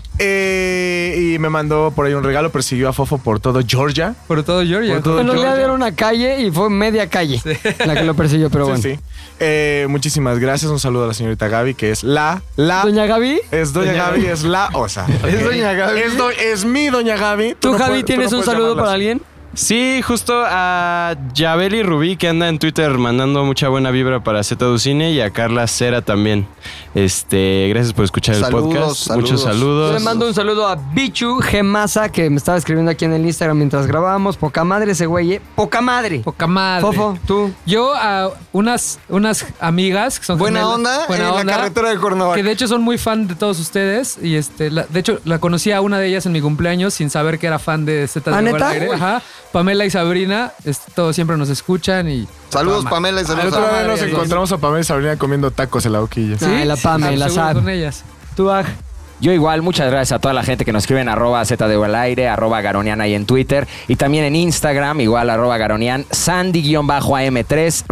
[SPEAKER 4] Eh, y me mandó por ahí un regalo, persiguió a Fofo por todo Georgia.
[SPEAKER 3] Por todo Georgia.
[SPEAKER 4] Por todo
[SPEAKER 2] En realidad
[SPEAKER 4] Georgia.
[SPEAKER 2] era una calle y fue media calle la que lo persiguió, pero bueno.
[SPEAKER 4] Sí, sí. Eh, muchísimas gracias. Un saludo a la señorita Gaby, que es la, la.
[SPEAKER 2] Doña Gaby,
[SPEAKER 4] es Doña, Gaby, es la osa.
[SPEAKER 8] Es Doña Gaby.
[SPEAKER 4] Es, do- es mi Doña Gaby.
[SPEAKER 2] ¿tú,
[SPEAKER 4] no
[SPEAKER 2] Javi,
[SPEAKER 4] puedes- tú
[SPEAKER 2] tienes
[SPEAKER 4] no
[SPEAKER 2] un
[SPEAKER 4] puedes
[SPEAKER 2] saludo
[SPEAKER 4] llamarla
[SPEAKER 2] para
[SPEAKER 4] así.
[SPEAKER 2] alguien?
[SPEAKER 10] Sí, justo a Yabeli Rubí, que anda en Twitter mandando mucha buena vibra para Z Cine y a Carla Cera también. Este, gracias por escuchar
[SPEAKER 8] Saludos,
[SPEAKER 10] el podcast.
[SPEAKER 8] saludos.
[SPEAKER 10] Muchos
[SPEAKER 2] Yo
[SPEAKER 10] saludos.
[SPEAKER 2] le mando un saludo a Bichu Gemasa, que me estaba escribiendo aquí en el Instagram mientras grabábamos. Poca madre ese güey, ¿eh? Poca madre.
[SPEAKER 3] Poca madre.
[SPEAKER 2] Fofo, tú.
[SPEAKER 3] Yo a unas, unas amigas que son
[SPEAKER 8] Buena
[SPEAKER 3] gemelas-
[SPEAKER 8] onda en la carretera de
[SPEAKER 3] que
[SPEAKER 8] Cuernavaca.
[SPEAKER 3] de hecho son muy fan de todos ustedes y este la- de hecho la conocí a una de ellas en mi cumpleaños sin saber que era fan de Z de
[SPEAKER 2] ¿Ah,
[SPEAKER 3] Fuera
[SPEAKER 2] neta?
[SPEAKER 3] del Aire. Ajá. Pamela y Sabrina, este, todos siempre nos escuchan y
[SPEAKER 8] Saludos, Pamela, y
[SPEAKER 4] El
[SPEAKER 8] saludos
[SPEAKER 4] otro
[SPEAKER 8] a-
[SPEAKER 4] día nos encontramos a Pamela y Sabrina comiendo tacos en la boquilla.
[SPEAKER 2] Sí. Ah, la Pame,
[SPEAKER 3] pues,
[SPEAKER 2] la
[SPEAKER 3] seguro
[SPEAKER 2] Sab.
[SPEAKER 3] Con ellas.
[SPEAKER 2] Tú, Aj.
[SPEAKER 12] Yo igual, muchas gracias a toda la gente que nos escribe en arroba ZDU al aire, arroba Garonian ahí en Twitter y también en Instagram, igual arroba Garonian, Sandy-AM3,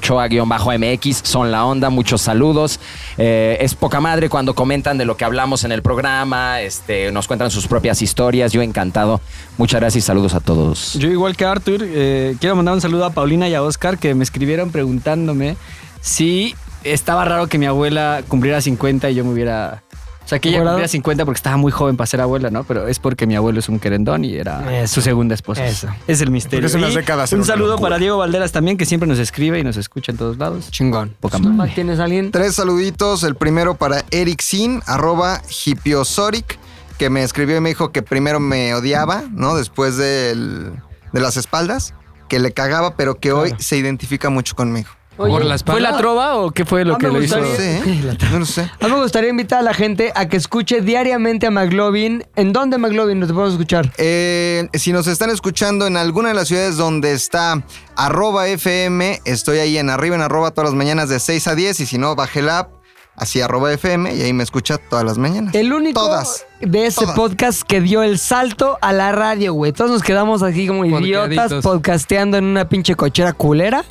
[SPEAKER 12] Rodrigo-Ochoa-MX, son la onda, muchos saludos. Eh, es poca madre cuando comentan de lo que hablamos en el programa, este, nos cuentan sus propias historias, yo encantado. Muchas gracias y saludos a todos.
[SPEAKER 6] Yo igual que Arthur, eh, quiero mandar un saludo a Paulina y a Oscar que me escribieron preguntándome si estaba raro que mi abuela cumpliera 50 y yo me hubiera... O sea, que ella
[SPEAKER 2] ¿Abuelado?
[SPEAKER 6] cumpliera 50 porque estaba muy joven para ser abuela, ¿no? Pero es porque mi abuelo es un querendón y era
[SPEAKER 2] Eso,
[SPEAKER 6] su segunda esposa.
[SPEAKER 2] eso.
[SPEAKER 6] Es el misterio.
[SPEAKER 4] Porque hace unas
[SPEAKER 6] Y
[SPEAKER 4] décadas era
[SPEAKER 6] un
[SPEAKER 4] una
[SPEAKER 6] saludo
[SPEAKER 4] locura.
[SPEAKER 6] para Diego Valderas también, que siempre nos escribe y nos escucha en todos lados.
[SPEAKER 2] Chingón.
[SPEAKER 6] Poca
[SPEAKER 2] ¿Tú,
[SPEAKER 6] madre.
[SPEAKER 2] Aj, ¿Tienes a alguien?
[SPEAKER 8] Tres saluditos. El primero para Eric Sin, arroba hipiosoric, que me escribió y me dijo que primero me odiaba, ¿no? Después del- de las espaldas, que le cagaba, pero que hoy se identifica mucho conmigo.
[SPEAKER 3] Por la
[SPEAKER 6] ¿Fue
[SPEAKER 3] espalda.
[SPEAKER 6] la trova o qué fue lo
[SPEAKER 2] Ah,
[SPEAKER 6] que
[SPEAKER 2] me
[SPEAKER 6] le hizo?
[SPEAKER 8] No lo sé, ¿eh? No lo sé.
[SPEAKER 2] A mí me gustaría invitar a la gente a que escuche diariamente a McLovin. ¿En dónde McLovin nos podemos escuchar?
[SPEAKER 8] Eh, si nos están escuchando en alguna de las ciudades donde está arroba FM, estoy ahí en arriba en arroba todas las mañanas de 6 a 10 y si no, baje la app así arroba FM y ahí me escucha todas las mañanas.
[SPEAKER 2] El único
[SPEAKER 8] Todas.
[SPEAKER 2] de ese
[SPEAKER 8] Todas.
[SPEAKER 2] podcast que dio el salto a la radio, güey. Todos nos quedamos aquí como idiotas
[SPEAKER 3] Porqueaditos.
[SPEAKER 2] podcasteando en una pinche cochera culera.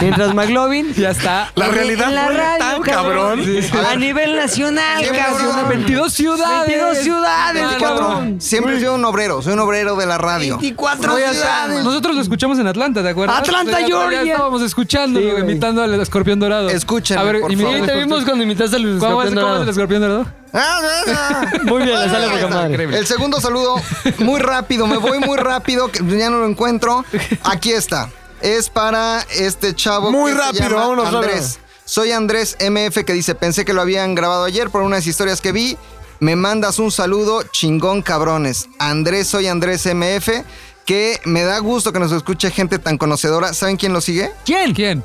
[SPEAKER 2] mientras McLovin.
[SPEAKER 3] Ya está.
[SPEAKER 4] La
[SPEAKER 2] en-
[SPEAKER 4] realidad
[SPEAKER 2] en la
[SPEAKER 4] fue
[SPEAKER 2] radio,
[SPEAKER 4] tan
[SPEAKER 2] cabrón.
[SPEAKER 4] cabrón.
[SPEAKER 2] A nivel nacional,
[SPEAKER 8] Sí,
[SPEAKER 2] cabrón.
[SPEAKER 8] cabrón.
[SPEAKER 2] 22 ciudades. 22 ciudades,
[SPEAKER 3] Mano.
[SPEAKER 2] cabrón.
[SPEAKER 8] Siempre soy un obrero, soy un obrero de la radio.
[SPEAKER 2] 24
[SPEAKER 8] Voy a
[SPEAKER 2] ciudades.
[SPEAKER 3] Nosotros lo escuchamos en Atlanta, ¿te acuerdas?
[SPEAKER 2] Atlanta,
[SPEAKER 3] Ya- ya
[SPEAKER 2] Georgia.
[SPEAKER 3] estábamos escuchando,
[SPEAKER 2] Sí, güey.
[SPEAKER 3] imitando al escorpión dorado.
[SPEAKER 8] Escúchenme,
[SPEAKER 3] A ver,
[SPEAKER 8] por
[SPEAKER 3] imita-
[SPEAKER 8] favor.
[SPEAKER 2] Sí, te vimos cuando imitaste al
[SPEAKER 3] ¿Cómo es,
[SPEAKER 2] escorpión
[SPEAKER 3] ¿Cómo es el
[SPEAKER 2] dorado.
[SPEAKER 3] escorpión dorado?
[SPEAKER 2] Muy bien, le sale
[SPEAKER 8] Ahí
[SPEAKER 2] poca
[SPEAKER 8] está.
[SPEAKER 2] madre.
[SPEAKER 8] El segundo saludo, muy rápido, me voy muy rápido, que ya no lo encuentro. Aquí está. Es para este chavo.
[SPEAKER 4] Muy
[SPEAKER 8] que se
[SPEAKER 4] rápido,
[SPEAKER 8] llama
[SPEAKER 4] vámonos,
[SPEAKER 8] Andrés. Soy Andrés MF que dice, pensé que lo habían grabado ayer por unas historias que vi. Me mandas un saludo, chingón cabrones. Andrés, soy Andrés MF, que me da gusto que nos escuche gente tan conocedora. ¿Saben quién lo sigue?
[SPEAKER 3] ¿Quién? ¿Quién?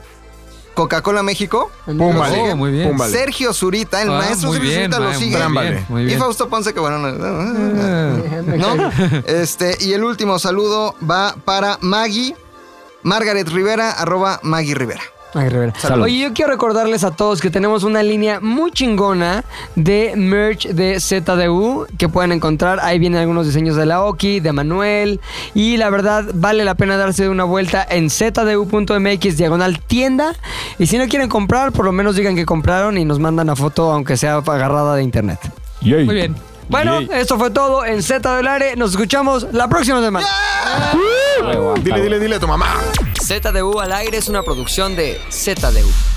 [SPEAKER 8] Coca-Cola México.
[SPEAKER 4] Púmbale.
[SPEAKER 8] Lo sigue.
[SPEAKER 4] Oh, muy bien. Púmbale.
[SPEAKER 8] Sergio Zurita, el
[SPEAKER 4] Ah,
[SPEAKER 8] maestro
[SPEAKER 4] muy
[SPEAKER 8] Sergio
[SPEAKER 4] bien,
[SPEAKER 8] Zurita lo
[SPEAKER 4] ma- muy
[SPEAKER 8] sigue.
[SPEAKER 4] bien, Trámbale. muy bien. Eh.
[SPEAKER 8] Y Fausto Ponce, que bueno,
[SPEAKER 3] Ah,
[SPEAKER 8] no. ¿no? Este, y el último saludo va para Maggie, Margaret Rivera, arroba Maggie Rivera.
[SPEAKER 2] Ay, Rivera.
[SPEAKER 8] Salud.
[SPEAKER 2] Oye, yo quiero recordarles a todos que tenemos una línea muy chingona de merch de ZDU que pueden encontrar. Ahí vienen algunos diseños de la Oki, de Manuel. Y la verdad, vale la pena darse una vuelta en zdu.mx diagonal tienda. Y si no quieren comprar, por lo menos digan que compraron y nos mandan la foto, aunque sea agarrada de internet.
[SPEAKER 3] Muy bien.
[SPEAKER 2] Bueno, esto fue todo en Z del Aire. Nos escuchamos la próxima semana.
[SPEAKER 4] Dile, dile, dile a tu mamá.
[SPEAKER 1] ZDU al aire es una producción de ZDU.